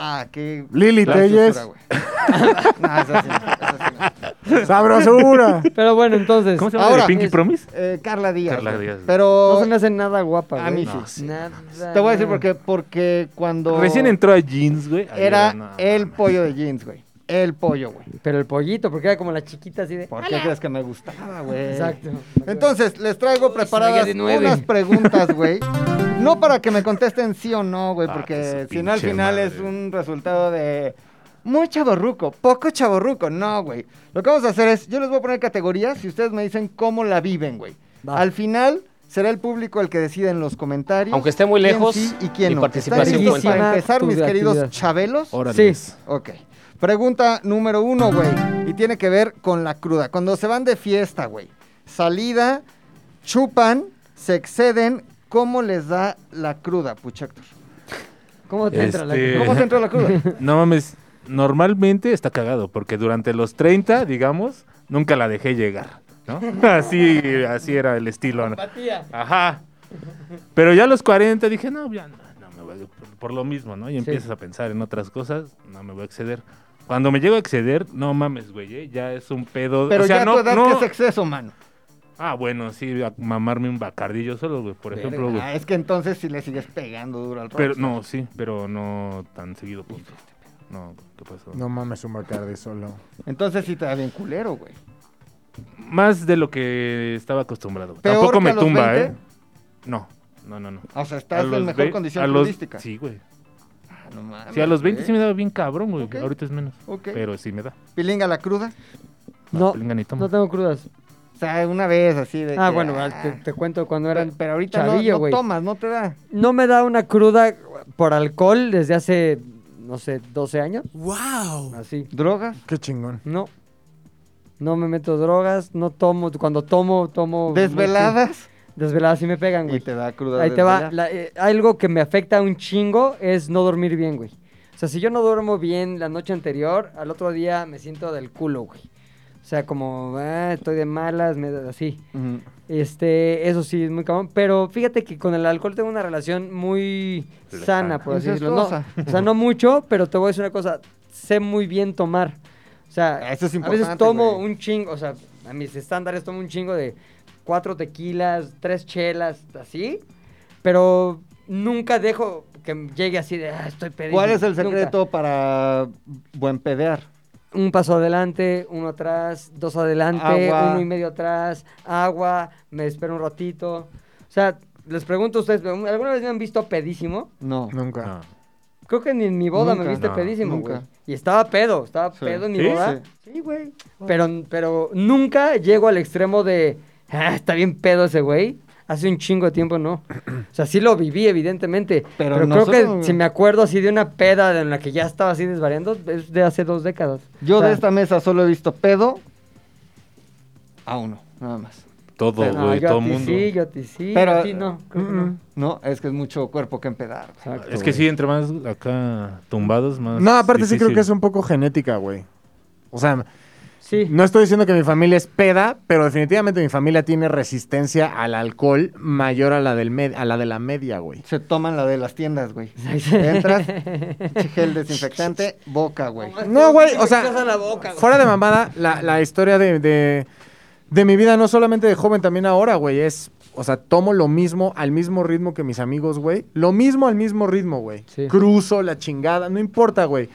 [SPEAKER 2] Ah, qué.
[SPEAKER 4] Lili
[SPEAKER 2] qué
[SPEAKER 4] Telles.
[SPEAKER 2] chulosura, güey. no, esa sí, esa sí.
[SPEAKER 4] Sabrosura.
[SPEAKER 6] Pero bueno, entonces.
[SPEAKER 3] ¿Cómo se llama?
[SPEAKER 2] Ahora-
[SPEAKER 3] ¿De Pinky
[SPEAKER 6] es-
[SPEAKER 3] Promise?
[SPEAKER 2] Eh, Carla Díaz.
[SPEAKER 3] Carla
[SPEAKER 2] güey.
[SPEAKER 3] Díaz.
[SPEAKER 6] No
[SPEAKER 2] Pero.
[SPEAKER 6] se me hace nada guapa, güey.
[SPEAKER 2] A mí sí.
[SPEAKER 3] No, sí.
[SPEAKER 6] Nada.
[SPEAKER 2] Te voy a decir
[SPEAKER 6] nada.
[SPEAKER 2] por qué. Porque cuando.
[SPEAKER 3] Recién entró a Jeans, güey. ahí
[SPEAKER 2] Era
[SPEAKER 3] no,
[SPEAKER 2] el
[SPEAKER 3] mames.
[SPEAKER 2] pollo de jeans, güey. El pollo, güey.
[SPEAKER 6] Pero el pollito, porque era como la chiquita así de.
[SPEAKER 2] ¿Por qué crees que me gustaba, güey?
[SPEAKER 6] Exacto.
[SPEAKER 2] Entonces, les traigo preparadas
[SPEAKER 6] de nueve.
[SPEAKER 2] unas preguntas, güey. No para que me contesten sí o no, güey,
[SPEAKER 3] Ah,
[SPEAKER 2] porque
[SPEAKER 3] su
[SPEAKER 2] si no al
[SPEAKER 3] pinche
[SPEAKER 2] final
[SPEAKER 3] madre.
[SPEAKER 2] es un resultado de muy chaborruco, poco chaborruco. No, güey. Lo que vamos a hacer es, yo les voy a poner categorías y ustedes me dicen cómo la viven, güey.
[SPEAKER 6] Va.
[SPEAKER 2] Al final será el público el que decida en los comentarios.
[SPEAKER 7] Aunque esté muy
[SPEAKER 2] quién
[SPEAKER 7] lejos,
[SPEAKER 2] sí y quién
[SPEAKER 7] mi
[SPEAKER 2] no.
[SPEAKER 7] participación
[SPEAKER 2] ¿Están listos
[SPEAKER 6] cuenta.
[SPEAKER 2] para empezar,
[SPEAKER 6] Tu
[SPEAKER 2] mis queridos
[SPEAKER 6] actividad.
[SPEAKER 2] chabelos?
[SPEAKER 3] Órale.
[SPEAKER 6] Sí.
[SPEAKER 2] Ok. Pregunta número uno, güey. Y tiene que ver con la cruda. Cuando se van de fiesta, güey. Salida, chupan, se exceden. ¿Cómo les da la cruda, Puchector?
[SPEAKER 6] ¿Cómo te entra la
[SPEAKER 3] Este-
[SPEAKER 2] ¿Cómo se entra la cruda?
[SPEAKER 3] No mames. normalmente está cagado, porque durante los 30, digamos, nunca la dejé llegar, ¿no? Así, así era el estilo. ¿no? Ajá. Pero ya a los 40 dije, no, ya no, no me voy a- por, por lo mismo, ¿no? Y empiezas a pensar en otras cosas, no me voy a exceder. Cuando me llego a exceder, no mames, güey, ¿eh? ya es un pedo.
[SPEAKER 2] Pero
[SPEAKER 3] o sea,
[SPEAKER 2] ya
[SPEAKER 3] no,
[SPEAKER 2] tu edad
[SPEAKER 3] no-
[SPEAKER 2] que es exceso, mano.
[SPEAKER 3] Ah, bueno, sí, a mamarme un bacardillo solo, güey, por ejemplo, güey.
[SPEAKER 2] Ah, es que entonces si le sigues pegando duro al
[SPEAKER 3] Pero
[SPEAKER 2] rock.
[SPEAKER 3] no, sí, pero no tan seguido, punto. No, ¿qué pasó?
[SPEAKER 4] No mames, un Bacardi solo.
[SPEAKER 2] Entonces sí te da bien culero, güey.
[SPEAKER 3] Más de lo que estaba acostumbrado.
[SPEAKER 2] Peor
[SPEAKER 3] Tampoco
[SPEAKER 2] que
[SPEAKER 3] me
[SPEAKER 2] a los
[SPEAKER 3] tumba,
[SPEAKER 2] 20.
[SPEAKER 3] ¿eh? No, no, no, no.
[SPEAKER 2] O sea,
[SPEAKER 3] A
[SPEAKER 2] estás
[SPEAKER 3] los
[SPEAKER 2] en mejor
[SPEAKER 3] ve-
[SPEAKER 2] condición
[SPEAKER 3] a los-
[SPEAKER 2] futbolística.
[SPEAKER 3] Sí, güey.
[SPEAKER 2] Ah, no mames,
[SPEAKER 3] Sí, a los 20
[SPEAKER 2] güey.
[SPEAKER 3] sí me daba bien cabrón, güey.
[SPEAKER 2] Ok.
[SPEAKER 3] Ahorita es menos.
[SPEAKER 2] Ok.
[SPEAKER 3] Pero sí me da.
[SPEAKER 2] Pilinga la cruda.
[SPEAKER 6] No,
[SPEAKER 3] Venga, ni toma.
[SPEAKER 6] no tengo crudas.
[SPEAKER 2] O sea, una vez así de.
[SPEAKER 6] Ah,
[SPEAKER 2] que,
[SPEAKER 6] bueno,
[SPEAKER 2] ah,
[SPEAKER 6] te, te cuento cuando
[SPEAKER 2] pero,
[SPEAKER 6] eran.
[SPEAKER 2] pero ahorita no-
[SPEAKER 6] chavillo,
[SPEAKER 2] no,
[SPEAKER 6] güey.
[SPEAKER 2] tomas, no te da.
[SPEAKER 6] No me da una cruda por alcohol desde hace, no sé, 12 años.
[SPEAKER 7] ¡Wow!
[SPEAKER 6] Así.
[SPEAKER 2] ¿Drogas?
[SPEAKER 4] Qué chingón.
[SPEAKER 6] No. No me meto drogas, no tomo. Cuando tomo, tomo.
[SPEAKER 2] ¿Desveladas?
[SPEAKER 6] Desveladas sí me pegan,
[SPEAKER 2] Y
[SPEAKER 6] güey.
[SPEAKER 2] te da cruda.
[SPEAKER 6] Ahí te va.
[SPEAKER 2] desvelada.
[SPEAKER 6] la- eh, algo que me afecta un chingo es no dormir bien, güey. O sea, si yo no duermo bien la noche anterior, al otro día me siento del culo, güey. O sea, como, ah, estoy de malas, me, da- así.
[SPEAKER 2] Ujú.
[SPEAKER 6] Este, eso sí, es muy cabrón. Pero fíjate que con el alcohol tengo una relación muy
[SPEAKER 3] Lejana.
[SPEAKER 6] sana, por así decirlo. No,
[SPEAKER 2] Incestuosa.
[SPEAKER 6] o sea, no mucho, pero te voy a decir una cosa. Sé muy bien tomar. O sea,
[SPEAKER 2] Ah, Eso es
[SPEAKER 6] a veces
[SPEAKER 2] importante,
[SPEAKER 6] tomo
[SPEAKER 2] güey.
[SPEAKER 6] un chingo, o sea, a mis estándares tomo un chingo de cuatro tequilas, tres chelas, así. Pero nunca dejo que llegue así de, ah, estoy pedido.
[SPEAKER 2] ¿Cuál es el secreto para buen pedear?
[SPEAKER 6] Un paso adelante, uno atrás, dos adelante,
[SPEAKER 2] Agua.
[SPEAKER 6] uno y medio atrás, agua, me espero un ratito. O sea, les pregunto a ustedes, ¿alguna vez me han visto pedísimo?
[SPEAKER 2] No.
[SPEAKER 4] Nunca.
[SPEAKER 3] No.
[SPEAKER 6] Creo que ni en mi boda
[SPEAKER 2] Nunca.
[SPEAKER 6] me viste
[SPEAKER 3] No,
[SPEAKER 6] pedísimo,
[SPEAKER 2] nunca.
[SPEAKER 6] güey. Y estaba pedo, estaba
[SPEAKER 2] Sí.
[SPEAKER 6] pedo en mi
[SPEAKER 3] ¿Sí?
[SPEAKER 6] boda. Sí, güey. Pero, pero nunca llego al extremo de, ah, está bien pedo ese güey. Hace un chingo de tiempo no. O sea, sí lo viví, evidentemente.
[SPEAKER 2] Pero
[SPEAKER 6] Pero, creo que
[SPEAKER 2] nosotros-
[SPEAKER 6] si me acuerdo así de una peda en la que ya estaba así desvariando, es de hace dos décadas.
[SPEAKER 2] Yo
[SPEAKER 6] O sea,
[SPEAKER 2] de esta mesa solo he visto pedo a uno, nada más.
[SPEAKER 3] Todo,
[SPEAKER 6] no,
[SPEAKER 3] Pues, güey,
[SPEAKER 6] yo
[SPEAKER 3] todo
[SPEAKER 6] a ti
[SPEAKER 3] mundo.
[SPEAKER 6] Sí, yo a ti sí,
[SPEAKER 2] Pero- mm,
[SPEAKER 6] a ti no. Mm, creo que no.
[SPEAKER 2] No, es que es mucho cuerpo que empedar. güey.
[SPEAKER 6] Exacto,
[SPEAKER 3] es que
[SPEAKER 6] güey.
[SPEAKER 3] sí, entre más acá tumbados, más.
[SPEAKER 4] No, aparte sí creo que es
[SPEAKER 3] difícil.
[SPEAKER 4] un poco genética, güey. O sea,
[SPEAKER 6] Sí.
[SPEAKER 4] no estoy diciendo que mi familia es peda, pero definitivamente mi familia tiene resistencia al alcohol mayor a la, del med- a la de la media, güey.
[SPEAKER 2] Se toman la de las tiendas, güey. Entras, gel desinfectante, boca, güey.
[SPEAKER 4] No, güey, o
[SPEAKER 6] Te
[SPEAKER 4] sea,
[SPEAKER 6] besas la boca, güey.
[SPEAKER 4] fuera de mamada, la, la historia de, de- de mi vida, no solamente de joven, también ahora, güey, es, o sea, tomo lo mismo al mismo ritmo que mis amigos, güey. Lo mismo al mismo ritmo, güey.
[SPEAKER 6] Sí.
[SPEAKER 4] Cruzo la chingada, no importa, güey.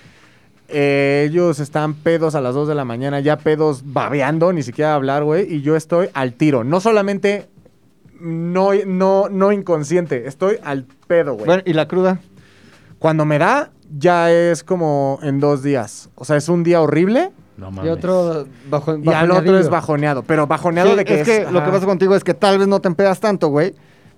[SPEAKER 4] Eh, ellos están pedos a las 2 de la mañana, ya pedos babeando, ni siquiera hablar, güey. Y yo estoy al tiro. No solamente no, no, no inconsciente, estoy al pedo, güey.
[SPEAKER 2] Bueno, ¿y la cruda?
[SPEAKER 4] Cuando me da, ya es como en dos días. O sea, es un día horrible
[SPEAKER 3] No mames.
[SPEAKER 6] Y otro bajo,
[SPEAKER 4] y al otro es
[SPEAKER 6] bajoneadillo.
[SPEAKER 4] bajoneado. Pero bajoneado
[SPEAKER 2] Sí,
[SPEAKER 4] de que
[SPEAKER 2] es que lo que
[SPEAKER 4] ajá.
[SPEAKER 2] pasa contigo es que tal vez no te empedas tanto, güey.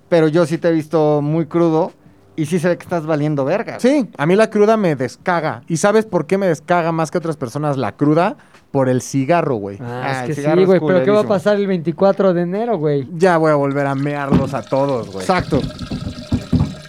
[SPEAKER 2] Pero yo sí te he visto muy crudo y sí se ve que estás valiendo verga. güey.
[SPEAKER 4] Sí, a mí la cruda me descaga. ¿Y sabes por qué me descaga más que otras personas la cruda? Por el cigarro, güey.
[SPEAKER 6] Ah,
[SPEAKER 2] Ah, el
[SPEAKER 6] es que sí,
[SPEAKER 2] cigarro es
[SPEAKER 6] güey. Pero ¿qué va a
[SPEAKER 2] culerísimo.
[SPEAKER 6] pasar el 24 de enero, güey?
[SPEAKER 4] Ya voy a volver a mearlos a todos, güey.
[SPEAKER 2] Exacto.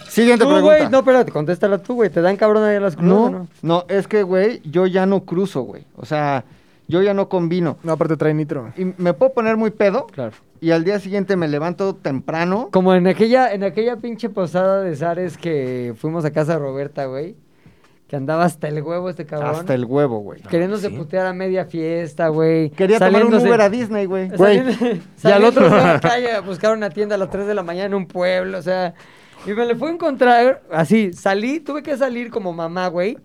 [SPEAKER 2] Siguiente
[SPEAKER 6] Tú,
[SPEAKER 2] pregunta.
[SPEAKER 6] güey, no, espérate, contéstala tú, güey. ¿Te dan cabrón ahí las crudas o
[SPEAKER 2] No, no, es que, güey, yo ya no cruzo, güey. O sea, yo ya no combino.
[SPEAKER 4] No, aparte trae nitro.
[SPEAKER 2] Y me puedo poner muy pedo
[SPEAKER 6] Claro.
[SPEAKER 2] y al día siguiente me levanto temprano.
[SPEAKER 6] Como en aquella, en aquella pinche posada de Zares que fuimos a casa de Roberta, güey. Que andaba hasta el huevo este cabrón.
[SPEAKER 2] Hasta el huevo, güey.
[SPEAKER 6] Queriéndose putear a media fiesta, güey.
[SPEAKER 2] Quería tomar un
[SPEAKER 6] saliéndose-
[SPEAKER 2] Uber a Disney, güey.
[SPEAKER 6] saliendo-
[SPEAKER 4] y al otro-
[SPEAKER 6] saliéndose a la calle a buscar una tienda a las 3 de la mañana en un pueblo, o sea. Y me le fue a encontrar, así, salí, tuve que salir como mamá, güey,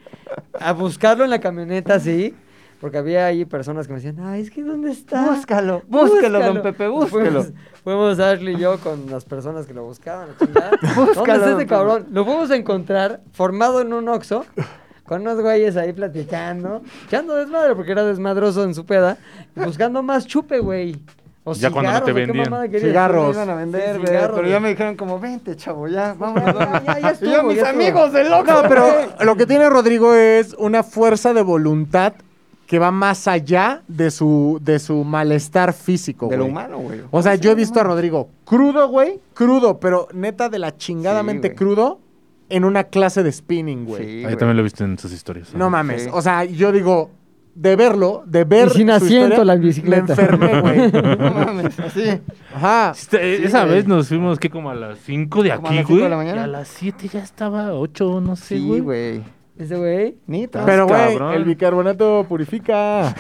[SPEAKER 6] a buscarlo en la camioneta, así. Porque había ahí personas que me decían, ay, es que ¿dónde está?
[SPEAKER 2] Búscalo, Ah, búscalo, don Pepe,
[SPEAKER 6] Fuimos-
[SPEAKER 2] búscalo.
[SPEAKER 6] Fuimos Ashley y yo con las personas que lo buscaban. la chingada. ¿Dónde
[SPEAKER 2] Búscalo,
[SPEAKER 6] está
[SPEAKER 2] don
[SPEAKER 6] este
[SPEAKER 2] Pepe.
[SPEAKER 6] cabrón? Lo fuimos a encontrar formado en un oxo, con unos güeyes ahí platicando, echando desmadre, porque era desmadroso en su peda, buscando más chupe, güey. O
[SPEAKER 3] Ya cuando no te
[SPEAKER 6] cigarros, o qué
[SPEAKER 3] vendían.
[SPEAKER 6] mamada querías. Pues,
[SPEAKER 2] Me
[SPEAKER 4] Cigarros.
[SPEAKER 2] iban a vender,
[SPEAKER 6] Sí,
[SPEAKER 2] güey,
[SPEAKER 6] cigarros,
[SPEAKER 2] pero ya
[SPEAKER 6] güey.
[SPEAKER 2] me dijeron como, vente, chavo, ya, vamos.
[SPEAKER 6] Ya, ya, ya
[SPEAKER 2] y yo,
[SPEAKER 6] estuvo,
[SPEAKER 2] mis
[SPEAKER 6] ya estuvo.
[SPEAKER 2] amigos, de loco.
[SPEAKER 4] No, pero lo que tiene Rodrigo es una fuerza de voluntad que va más allá de su, de su malestar físico,
[SPEAKER 2] De lo
[SPEAKER 4] güey.
[SPEAKER 2] humano, güey.
[SPEAKER 4] O sea, yo he visto a Rodrigo crudo, güey, crudo, pero neta de la chingadamente
[SPEAKER 2] güey.
[SPEAKER 4] crudo en una clase de spinning, güey.
[SPEAKER 2] Sí,
[SPEAKER 3] Ahí
[SPEAKER 2] güey.
[SPEAKER 3] también lo he visto en sus historias.
[SPEAKER 4] No mames.
[SPEAKER 2] Sí.
[SPEAKER 4] O sea, yo digo, de verlo, de ver.
[SPEAKER 6] Y sin
[SPEAKER 4] su
[SPEAKER 6] asiento
[SPEAKER 4] historia,
[SPEAKER 6] la bicicleta.
[SPEAKER 4] Me enfermé, güey.
[SPEAKER 2] No mames, así.
[SPEAKER 4] Ajá.
[SPEAKER 3] Esta- eh, esa
[SPEAKER 2] güey.
[SPEAKER 3] vez nos fuimos que como a las 5 de
[SPEAKER 2] Como a
[SPEAKER 3] aquí,
[SPEAKER 2] las cinco
[SPEAKER 3] güey.
[SPEAKER 2] de la mañana.
[SPEAKER 3] y a las 7 ya estaba 8, no sé,
[SPEAKER 2] Sí,
[SPEAKER 3] güey.
[SPEAKER 2] güey.
[SPEAKER 6] Ese güey.
[SPEAKER 2] Nita.
[SPEAKER 4] Pero, güey,
[SPEAKER 3] cabrón.
[SPEAKER 4] el bicarbonato purifica.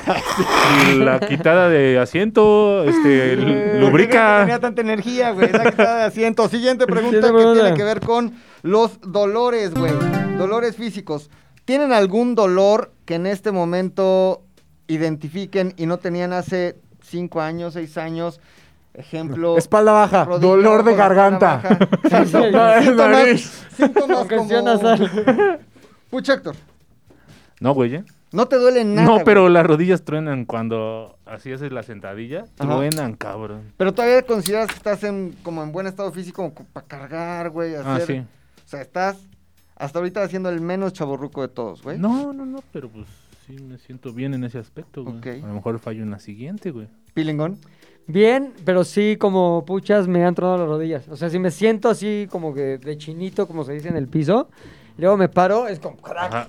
[SPEAKER 3] Y la quitada de asiento, este,
[SPEAKER 2] Eh,
[SPEAKER 3] l-
[SPEAKER 2] ¿por qué
[SPEAKER 3] lubrica.
[SPEAKER 2] Tenía tanta energía, güey. Esa que estaba de asiento. Siguiente pregunta
[SPEAKER 6] Siguiente
[SPEAKER 2] que
[SPEAKER 6] pregunta.
[SPEAKER 2] tiene que ver con los dolores, güey. Dolores físicos. ¿Tienen algún dolor que en este momento identifiquen y no tenían hace cinco años, seis años? Ejemplo.
[SPEAKER 4] Espalda baja,
[SPEAKER 2] rodilla,
[SPEAKER 4] dolor de
[SPEAKER 2] con la espalda
[SPEAKER 4] garganta.
[SPEAKER 2] baja. Sí, sí,
[SPEAKER 4] No, es nariz.
[SPEAKER 2] Síntomas, síntomas
[SPEAKER 6] Congestión
[SPEAKER 2] como...
[SPEAKER 6] nasal.
[SPEAKER 2] Pucha, Héctor,
[SPEAKER 3] No, güey, ¿eh?
[SPEAKER 2] no te duele nada.
[SPEAKER 3] No,
[SPEAKER 2] güey.
[SPEAKER 3] pero las rodillas truenan cuando así haces la sentadilla.
[SPEAKER 2] Ajá.
[SPEAKER 3] Truenan, cabrón.
[SPEAKER 2] Pero todavía consideras que estás en, como en buen estado físico como co- para cargar, güey,
[SPEAKER 3] Ah,
[SPEAKER 2] hacer...
[SPEAKER 3] sí.
[SPEAKER 2] O sea, estás hasta ahorita haciendo el menos chaborruco de todos, güey.
[SPEAKER 3] No, no, no, pero pues sí me siento bien en ese aspecto, güey.
[SPEAKER 2] Ok.
[SPEAKER 3] A lo mejor fallo en la siguiente, güey.
[SPEAKER 2] Pilingón.
[SPEAKER 6] Bien, pero sí, como puchas, me han tronado las rodillas. O sea, si me siento así, como que de chinito, como se dice en el piso, y luego me paro, es como
[SPEAKER 2] Ah,
[SPEAKER 6] crack.
[SPEAKER 3] Ajá.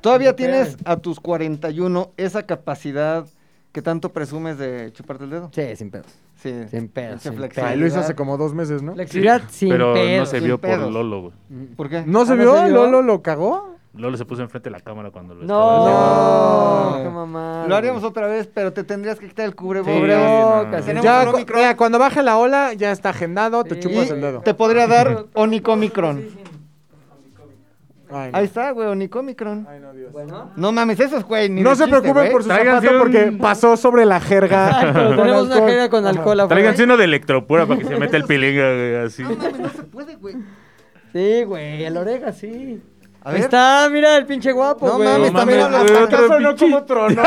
[SPEAKER 2] Todavía
[SPEAKER 6] Espérame.
[SPEAKER 2] tienes a tus 41 esa capacidad que tanto presumes de chuparte el dedo.
[SPEAKER 6] Sí, sin pedos.
[SPEAKER 2] Sí.
[SPEAKER 6] Sin pedos,
[SPEAKER 2] Pinche
[SPEAKER 6] sin
[SPEAKER 2] flexibilidad.
[SPEAKER 6] pedos.
[SPEAKER 4] Ahí lo hizo hace como dos meses, ¿no?
[SPEAKER 6] Flexibilidad sin
[SPEAKER 3] pero no
[SPEAKER 6] pedos.
[SPEAKER 3] se
[SPEAKER 2] sin
[SPEAKER 3] vio por
[SPEAKER 2] pedos.
[SPEAKER 3] Lolo, güey.
[SPEAKER 2] ¿Por qué?
[SPEAKER 4] ¿No se
[SPEAKER 6] Ah, ¿no
[SPEAKER 4] vio?
[SPEAKER 6] se vio?
[SPEAKER 4] ¿Lolo lo cagó?
[SPEAKER 3] Lolo se puso enfrente de la cámara cuando lo estaba haciendo.
[SPEAKER 6] No,
[SPEAKER 2] No.
[SPEAKER 6] qué mamada.
[SPEAKER 2] Lo haríamos otra vez, pero te tendrías que quitar el cubrebocas.
[SPEAKER 3] Sí,
[SPEAKER 6] Cubrebocas.
[SPEAKER 3] no, no, no.
[SPEAKER 2] Tenemos
[SPEAKER 4] Ya,
[SPEAKER 2] al
[SPEAKER 4] cu-
[SPEAKER 2] Omicron.
[SPEAKER 4] mira, cuando baje la ola, ya está agendado, te
[SPEAKER 6] Sí.
[SPEAKER 4] chupas
[SPEAKER 2] Y
[SPEAKER 4] el dedo.
[SPEAKER 2] te podría dar onicomicron.
[SPEAKER 4] Ay, no.
[SPEAKER 2] Ahí está, güey, onicomicron.
[SPEAKER 6] Bueno.
[SPEAKER 2] No mames, esos, güey. ni
[SPEAKER 4] No
[SPEAKER 2] de
[SPEAKER 4] se
[SPEAKER 2] chiste,
[SPEAKER 4] preocupen
[SPEAKER 2] güey.
[SPEAKER 4] por su
[SPEAKER 3] Tráiganse
[SPEAKER 4] zapato porque
[SPEAKER 3] un-
[SPEAKER 4] pasó sobre la jerga. con
[SPEAKER 6] Tenemos una
[SPEAKER 4] alcohol.
[SPEAKER 6] jerga con
[SPEAKER 4] Ajá.
[SPEAKER 6] alcohol afuera. ¿eh?
[SPEAKER 3] Tráiganse uno de electropura para que se meta el pilinga, güey, así.
[SPEAKER 2] No mames, no se puede, güey.
[SPEAKER 6] Sí, güey, a la oreja, sí.
[SPEAKER 2] A
[SPEAKER 6] Ahí
[SPEAKER 2] ver.
[SPEAKER 6] está, mira el pinche guapo,
[SPEAKER 2] No
[SPEAKER 6] güey.
[SPEAKER 2] mames,
[SPEAKER 3] No
[SPEAKER 2] también
[SPEAKER 3] mames,
[SPEAKER 2] hablas
[SPEAKER 3] güey,
[SPEAKER 2] tan-
[SPEAKER 3] otro
[SPEAKER 2] ¿Acaso no como trono?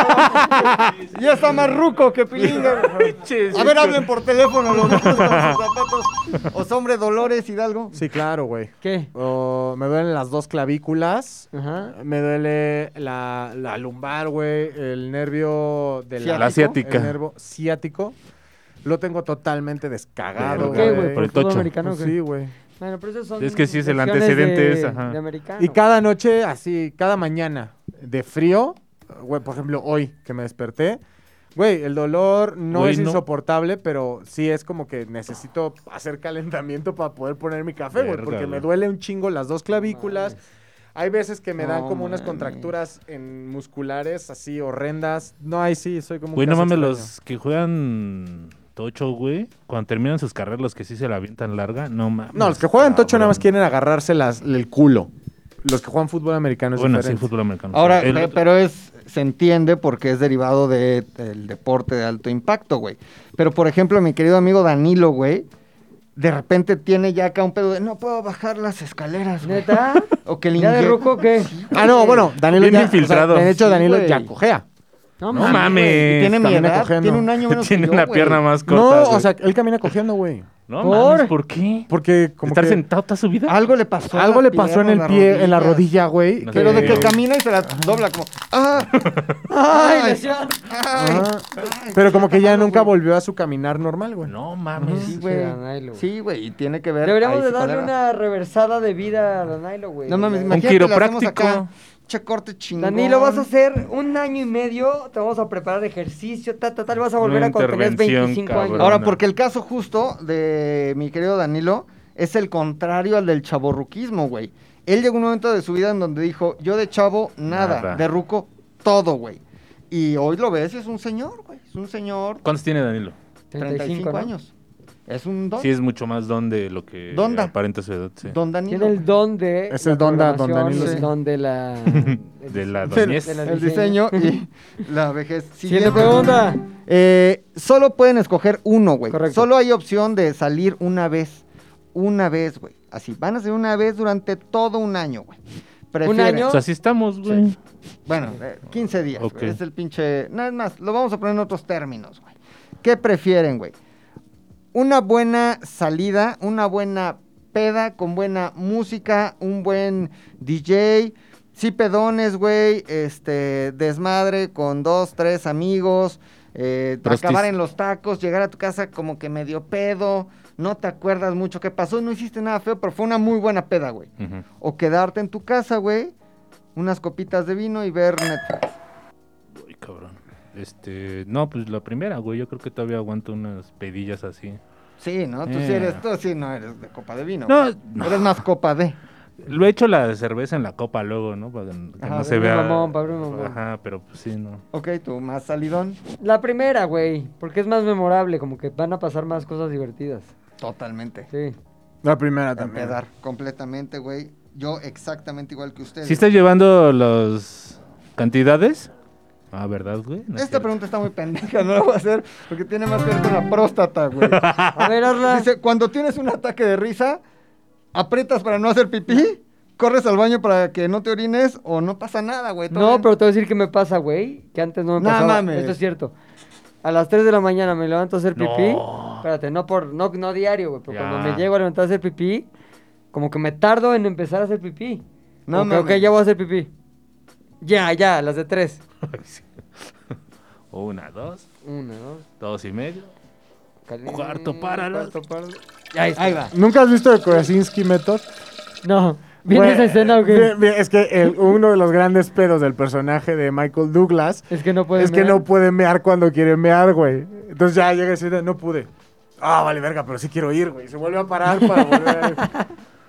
[SPEAKER 2] ya está más ruco que pilinga. A ver, hablen por teléfono los dos con sus zapatos. O hombre Dolores Hidalgo.
[SPEAKER 4] Sí, claro, güey.
[SPEAKER 6] ¿Qué?
[SPEAKER 4] Oh, me duelen las dos clavículas.
[SPEAKER 6] Ajá.
[SPEAKER 4] Me duele la, la lumbar, güey. El nervio de la,
[SPEAKER 3] La ciática.
[SPEAKER 4] El nervio ciático. Lo tengo totalmente
[SPEAKER 3] Pero,
[SPEAKER 4] descagado,
[SPEAKER 6] ¿Qué,
[SPEAKER 4] güey.
[SPEAKER 6] güey?
[SPEAKER 3] Por
[SPEAKER 6] ¿Por
[SPEAKER 3] el
[SPEAKER 6] fútbol
[SPEAKER 3] tocho.
[SPEAKER 6] americano o
[SPEAKER 4] Pues
[SPEAKER 6] qué?
[SPEAKER 4] sí, güey.
[SPEAKER 6] Bueno, pero esos son
[SPEAKER 3] Es que sí es el
[SPEAKER 6] lesiones
[SPEAKER 3] antecedente
[SPEAKER 6] de-
[SPEAKER 3] ese, ajá.
[SPEAKER 6] de americano.
[SPEAKER 4] Y cada noche, así, cada mañana de frío, güey, por ejemplo, hoy que me desperté, güey, el dolor no
[SPEAKER 3] Güey,
[SPEAKER 4] es
[SPEAKER 3] no.
[SPEAKER 4] insoportable, pero sí es como que necesito hacer calentamiento para poder poner mi café, güey,
[SPEAKER 3] Verga,
[SPEAKER 4] porque me
[SPEAKER 3] güey.
[SPEAKER 4] duele un chingo las dos clavículas. Hay veces que me dan
[SPEAKER 2] No
[SPEAKER 4] como unas
[SPEAKER 2] mames.
[SPEAKER 4] contracturas en musculares así horrendas. No, ahí sí, soy como un
[SPEAKER 3] Güey, no
[SPEAKER 4] caso
[SPEAKER 3] mames,
[SPEAKER 4] extraño.
[SPEAKER 3] los que juegan tocho, güey, cuando terminan sus carreras, los que sí se la avientan larga, no mames.
[SPEAKER 4] No, los que juegan tocho nada más
[SPEAKER 3] cabrón.
[SPEAKER 4] quieren agarrarse las, el culo. Los que juegan fútbol americano es
[SPEAKER 3] Bueno, sí,
[SPEAKER 4] diferente.
[SPEAKER 3] fútbol americano.
[SPEAKER 2] Ahora,
[SPEAKER 3] El-
[SPEAKER 2] pe- pero es, se entiende porque es derivado de- del deporte de alto impacto, güey. Pero, por ejemplo, mi querido amigo Danilo, güey, de repente tiene ya acá un pedo de no puedo bajar las escaleras, güey.
[SPEAKER 6] ¿Neta?
[SPEAKER 2] O que le
[SPEAKER 6] ¿Ya de
[SPEAKER 2] inye-
[SPEAKER 6] ruco o qué?
[SPEAKER 4] Ah, no, bueno, Danilo
[SPEAKER 3] Bien
[SPEAKER 4] ya,
[SPEAKER 3] infiltrado.
[SPEAKER 4] de hecho,
[SPEAKER 2] Sí,
[SPEAKER 4] Danilo
[SPEAKER 2] güey.
[SPEAKER 4] ya cojea.
[SPEAKER 3] No
[SPEAKER 2] Y
[SPEAKER 3] mames.
[SPEAKER 2] tiene mi
[SPEAKER 4] También
[SPEAKER 2] edad,
[SPEAKER 4] acogiendo.
[SPEAKER 2] tiene un año menos que
[SPEAKER 3] Tiene
[SPEAKER 2] yo,
[SPEAKER 3] la
[SPEAKER 2] güey.
[SPEAKER 3] pierna más corta.
[SPEAKER 4] No, o
[SPEAKER 3] güey.
[SPEAKER 4] sea, él camina cojeando, güey.
[SPEAKER 3] No
[SPEAKER 6] ¿por?
[SPEAKER 3] mames, ¿por qué?
[SPEAKER 4] Porque como
[SPEAKER 3] ¿Estar
[SPEAKER 4] que
[SPEAKER 3] sentado toda su vida?
[SPEAKER 2] Algo le pasó. a
[SPEAKER 4] algo
[SPEAKER 2] la
[SPEAKER 4] le pasó en
[SPEAKER 2] pierna,
[SPEAKER 4] el
[SPEAKER 2] las
[SPEAKER 4] pie, en la
[SPEAKER 2] rodillas.
[SPEAKER 4] rodilla, güey.
[SPEAKER 3] No
[SPEAKER 4] que-
[SPEAKER 2] Pero de que
[SPEAKER 3] Sí.
[SPEAKER 2] camina y se la dobla como. ¡Ah!
[SPEAKER 6] ¡Ay,
[SPEAKER 2] ¡Ay!
[SPEAKER 6] lesión!
[SPEAKER 2] ¡Ay!
[SPEAKER 4] Ajá. Pero como que ya
[SPEAKER 2] Ay,
[SPEAKER 4] nunca
[SPEAKER 2] güey.
[SPEAKER 4] volvió a su caminar normal, güey.
[SPEAKER 3] No mames.
[SPEAKER 2] Sí,
[SPEAKER 6] Sí,
[SPEAKER 2] güey.
[SPEAKER 6] Danilo, güey.
[SPEAKER 2] Sí, güey. Y tiene que ver.
[SPEAKER 6] Deberíamos
[SPEAKER 2] ahí
[SPEAKER 6] de
[SPEAKER 2] sí
[SPEAKER 6] darle
[SPEAKER 2] con la edad.
[SPEAKER 6] una reversada de vida a Danilo, güey.
[SPEAKER 2] No mames,
[SPEAKER 6] Ya-
[SPEAKER 3] imagínate.
[SPEAKER 2] imagínate. le hacemos
[SPEAKER 3] quiropráctico.
[SPEAKER 2] acá. Che corte chingón.
[SPEAKER 6] Danilo, vas a hacer un año y medio, te vamos a preparar ejercicio, tal, tal, tal, vas a volver
[SPEAKER 3] Una
[SPEAKER 6] a cuando tenías
[SPEAKER 3] intervención,
[SPEAKER 6] 25
[SPEAKER 3] cabrón.
[SPEAKER 6] años.
[SPEAKER 2] Ahora,
[SPEAKER 3] Perdona.
[SPEAKER 2] porque el caso justo de mi querido Danilo es el contrario al del chaborruquismo, güey. Él llegó a un momento de su vida en donde dijo, yo de chavo, nada,
[SPEAKER 3] Nada.
[SPEAKER 2] de ruco, todo, güey. Y hoy lo ves y es un señor, güey. Es un señor,
[SPEAKER 3] ¿Cuántos tiene Danilo?
[SPEAKER 2] 35,
[SPEAKER 6] ¿no?
[SPEAKER 2] años. Es un don.
[SPEAKER 3] Sí, es mucho más don de lo que
[SPEAKER 2] Donda.
[SPEAKER 3] aparenta su edad, sí.
[SPEAKER 2] Don Danilo.
[SPEAKER 6] Tiene el don de.
[SPEAKER 4] Es
[SPEAKER 6] la
[SPEAKER 4] el don da- don
[SPEAKER 6] programación,
[SPEAKER 4] Danilo,
[SPEAKER 6] El
[SPEAKER 4] sí.
[SPEAKER 6] don de la.
[SPEAKER 3] De la
[SPEAKER 2] Sí,
[SPEAKER 3] doñez.
[SPEAKER 6] de la-
[SPEAKER 2] el diseño y la vejez.
[SPEAKER 6] Siguiente pregunta.
[SPEAKER 2] Eh, solo pueden escoger uno, güey.
[SPEAKER 6] Correcto.
[SPEAKER 2] Solo hay opción de salir una vez. Una vez, güey. Así, van a ser una vez durante todo un año, güey. Prefieren-
[SPEAKER 6] año?
[SPEAKER 3] O sea, así estamos, güey.
[SPEAKER 2] Bueno, eh, 15 días, güey.
[SPEAKER 3] Ok.
[SPEAKER 2] Es el pinche... Nada más, lo vamos a poner en otros términos, güey. ¿Qué prefieren, güey? Una buena salida, una buena peda con buena música, un buen DJ, sí pedones, güey, este, desmadre con dos, tres amigos, eh,
[SPEAKER 3] Prostis.
[SPEAKER 2] acabar en los tacos, llegar a tu casa como que medio pedo, no te acuerdas mucho qué pasó, no hiciste nada feo, pero fue una muy buena peda, güey. O quedarte en tu casa, güey, unas copitas de vino y ver Netflix.
[SPEAKER 3] Ay, cabrón. Este, no, pues la primera, güey. Yo creo que todavía aguanto unas pedillas así.
[SPEAKER 2] Sí, ¿no? Tú sí
[SPEAKER 3] Eh.
[SPEAKER 2] eres, tú sí no eres de copa de vino.
[SPEAKER 3] No,
[SPEAKER 2] güey. Eres más copa de.
[SPEAKER 3] Lo he hecho la cerveza en la copa luego, ¿no? Para que que
[SPEAKER 2] Ajá,
[SPEAKER 3] no se
[SPEAKER 6] Pablo
[SPEAKER 3] vea.
[SPEAKER 6] Mamón, Pablo Mamón.
[SPEAKER 3] Ajá, pero pues sí, no.
[SPEAKER 2] Ok, tú más salidón.
[SPEAKER 6] La primera, güey, porque es más memorable, como que van a pasar más cosas divertidas.
[SPEAKER 2] Totalmente.
[SPEAKER 6] Sí.
[SPEAKER 4] La primera también.
[SPEAKER 2] Empedar. Completamente, güey. Yo exactamente igual que ustedes.
[SPEAKER 3] ¿Sí estás llevando las cantidades? Ah, ¿verdad, güey? No es
[SPEAKER 2] Esta
[SPEAKER 3] cierto.
[SPEAKER 2] pregunta está muy pendeja, no la voy a hacer porque tiene más que ver con la próstata, güey.
[SPEAKER 6] A ver, hazla.
[SPEAKER 2] Dice, cuando tienes un ataque de risa, aprietas para no hacer pipí, corres al baño para que no te orines o no pasa nada, güey. todo
[SPEAKER 6] No,
[SPEAKER 2] bien.
[SPEAKER 6] pero te voy a decir que me pasa, güey, que antes no me
[SPEAKER 2] No
[SPEAKER 6] pasaba.
[SPEAKER 2] mames.
[SPEAKER 6] Esto es cierto. A las 3 de la mañana me levanto a hacer pipí.
[SPEAKER 3] No.
[SPEAKER 6] Espérate, no por no, no diario, güey, pero
[SPEAKER 3] Ya.
[SPEAKER 6] cuando me llego a levantar a hacer pipí, como que me tardo en empezar a hacer pipí.
[SPEAKER 2] No
[SPEAKER 6] No, como que,
[SPEAKER 2] mames.
[SPEAKER 6] ok, ya voy a hacer pipí. Ya, ya, las de 3.
[SPEAKER 3] Una, dos,
[SPEAKER 6] Una, dos.
[SPEAKER 3] dos y medio.
[SPEAKER 6] caliente,
[SPEAKER 3] Cuarto, páralo.
[SPEAKER 6] cuarto, páralo. Ahí, está.
[SPEAKER 4] ¿Nunca has visto el Koyasinski Method?
[SPEAKER 6] No. ¿Viene
[SPEAKER 4] Güey,
[SPEAKER 6] esa escena o qué?
[SPEAKER 4] bien, bien, es que el- uno de los grandes pedos del personaje de Michael Douglas
[SPEAKER 6] Es que no puede
[SPEAKER 4] es que no puede mear cuando quiere mear, güey. Entonces ya llega y dice, no pude. Ah, vale, verga, pero sí quiero ir, güey. Se vuelve a parar para volver a ir.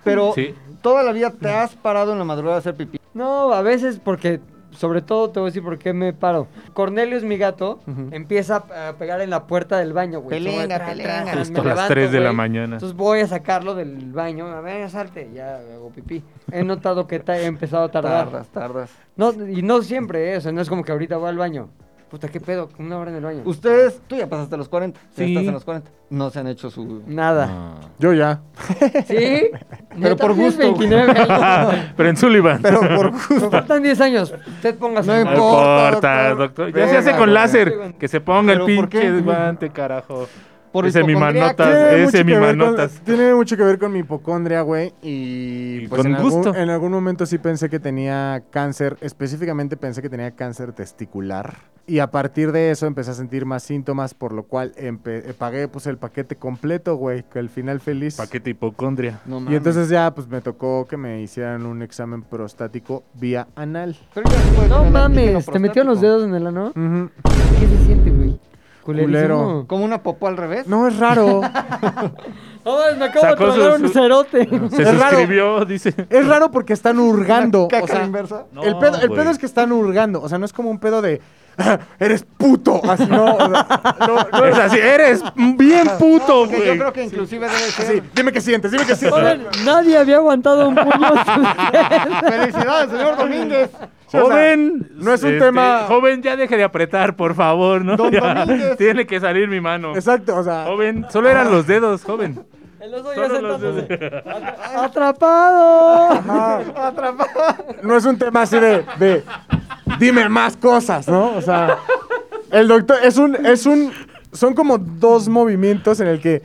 [SPEAKER 2] Pero
[SPEAKER 3] Sí.
[SPEAKER 2] toda la vida te has parado en la madrugada a hacer pipí.
[SPEAKER 6] No, a veces porque, sobre todo te voy a decir por qué me paro. Cornelio es mi gato, empieza a a pegar en la puerta del baño, güey.
[SPEAKER 2] Pelenga,
[SPEAKER 6] Sobre- tra-
[SPEAKER 2] pelenga.
[SPEAKER 6] tra- tra-
[SPEAKER 3] Justo
[SPEAKER 6] me
[SPEAKER 3] a las
[SPEAKER 6] levanto,
[SPEAKER 3] 3 de la
[SPEAKER 6] güey.
[SPEAKER 3] mañana.
[SPEAKER 6] Entonces voy a sacarlo del baño, a ver, salte, ya hago pipí. He notado que ta- he empezado a tardar.
[SPEAKER 2] Tardas, tardas.
[SPEAKER 6] No, y no siempre, ¿eh? o sea, no es como que ahorita voy al baño. Puta, qué pedo, una hora en el baño.
[SPEAKER 2] Ustedes, tú ya pasaste los 40, ya
[SPEAKER 3] Sí.
[SPEAKER 2] estás en los 40. No se han hecho su...
[SPEAKER 6] Nada.
[SPEAKER 3] Ah.
[SPEAKER 4] Yo ya.
[SPEAKER 6] ¿Sí? Neta,
[SPEAKER 2] por
[SPEAKER 6] sí es
[SPEAKER 2] gusto, güey.
[SPEAKER 6] 29 años.
[SPEAKER 3] Ah. pero en Sullivan.
[SPEAKER 2] Pero por gusto.
[SPEAKER 6] Me faltan 10 años. Usted póngase.
[SPEAKER 2] No
[SPEAKER 6] mal.
[SPEAKER 3] No
[SPEAKER 2] por-
[SPEAKER 3] importa,
[SPEAKER 2] Importa,
[SPEAKER 3] doctor.
[SPEAKER 2] doctor.
[SPEAKER 3] Ya se hace
[SPEAKER 2] Venga,
[SPEAKER 3] con
[SPEAKER 2] güey.
[SPEAKER 3] láser. Que se ponga el
[SPEAKER 2] ¿Pero por qué?
[SPEAKER 3] pinche guante, carajo.
[SPEAKER 2] Por
[SPEAKER 3] Ese mi
[SPEAKER 2] hipocondriaco.
[SPEAKER 3] manotas,
[SPEAKER 4] Tiene mucho
[SPEAKER 3] ese mi
[SPEAKER 4] que ver con-
[SPEAKER 3] manotas.
[SPEAKER 4] Tiene mucho que ver con mi hipocondria, güey. Y,
[SPEAKER 3] Y
[SPEAKER 4] pues
[SPEAKER 3] con
[SPEAKER 4] en,
[SPEAKER 3] gusto.
[SPEAKER 4] Algún, en algún momento sí pensé que tenía cáncer. Específicamente pensé que tenía cáncer testicular. Y a partir de eso empecé a sentir más síntomas, por lo cual empe- eh, pagué pues el paquete completo, güey, con el final feliz.
[SPEAKER 3] Paquete hipocondria.
[SPEAKER 2] No mames.
[SPEAKER 4] Y entonces ya pues me tocó que me hicieran un examen prostático vía anal.
[SPEAKER 2] Pero ya después
[SPEAKER 6] No
[SPEAKER 2] del
[SPEAKER 6] mames,
[SPEAKER 2] antígeno
[SPEAKER 6] te metió los
[SPEAKER 2] prostático.
[SPEAKER 6] dedos en el ano.
[SPEAKER 4] Ujú.
[SPEAKER 6] ¿Qué se siente, güey?
[SPEAKER 4] Culerísimo.
[SPEAKER 2] ¿Como una popó al revés?
[SPEAKER 4] No es raro.
[SPEAKER 6] No, me acabo
[SPEAKER 3] Sacó
[SPEAKER 6] de tragar
[SPEAKER 3] su- su-
[SPEAKER 6] un cerote.
[SPEAKER 3] Se
[SPEAKER 4] Es raro.
[SPEAKER 3] suscribió, dice.
[SPEAKER 4] es raro porque están hurgando.
[SPEAKER 2] Caca
[SPEAKER 4] o sea,
[SPEAKER 2] inversa.
[SPEAKER 3] No,
[SPEAKER 4] el pedo, el pedo
[SPEAKER 3] güey.
[SPEAKER 4] es que están hurgando. O sea, no es como un pedo de. "Ah, ¡Eres puto! Así, no, o sea, no, no
[SPEAKER 3] Es
[SPEAKER 4] es
[SPEAKER 3] así, eres bien puto,
[SPEAKER 2] Porque yo
[SPEAKER 3] güey.
[SPEAKER 2] creo que inclusive debe ser...
[SPEAKER 4] así. Dime que sientes, dime que sientes.
[SPEAKER 6] Joder, nadie había aguantado un puño.
[SPEAKER 2] ¡Felicidades, señor Domínguez!
[SPEAKER 4] o sea,
[SPEAKER 3] Joven,
[SPEAKER 4] no es un tema-
[SPEAKER 3] este, Joven, ya deje de apretar, por favor, ¿no?
[SPEAKER 2] Don
[SPEAKER 3] Ya,
[SPEAKER 2] Domínguez.
[SPEAKER 3] tiene que salir mi mano.
[SPEAKER 4] Exacto, o sea.
[SPEAKER 3] Joven, solo eran los dedos, joven.
[SPEAKER 6] El oso ya
[SPEAKER 3] Solo los dedos.
[SPEAKER 6] sentándose. ¡Atrapado!
[SPEAKER 4] ajá, No es un tema así de, de, Dime más cosas, ¿no? O sea. El doctor. Es un. Es un. Son como dos movimientos en el que.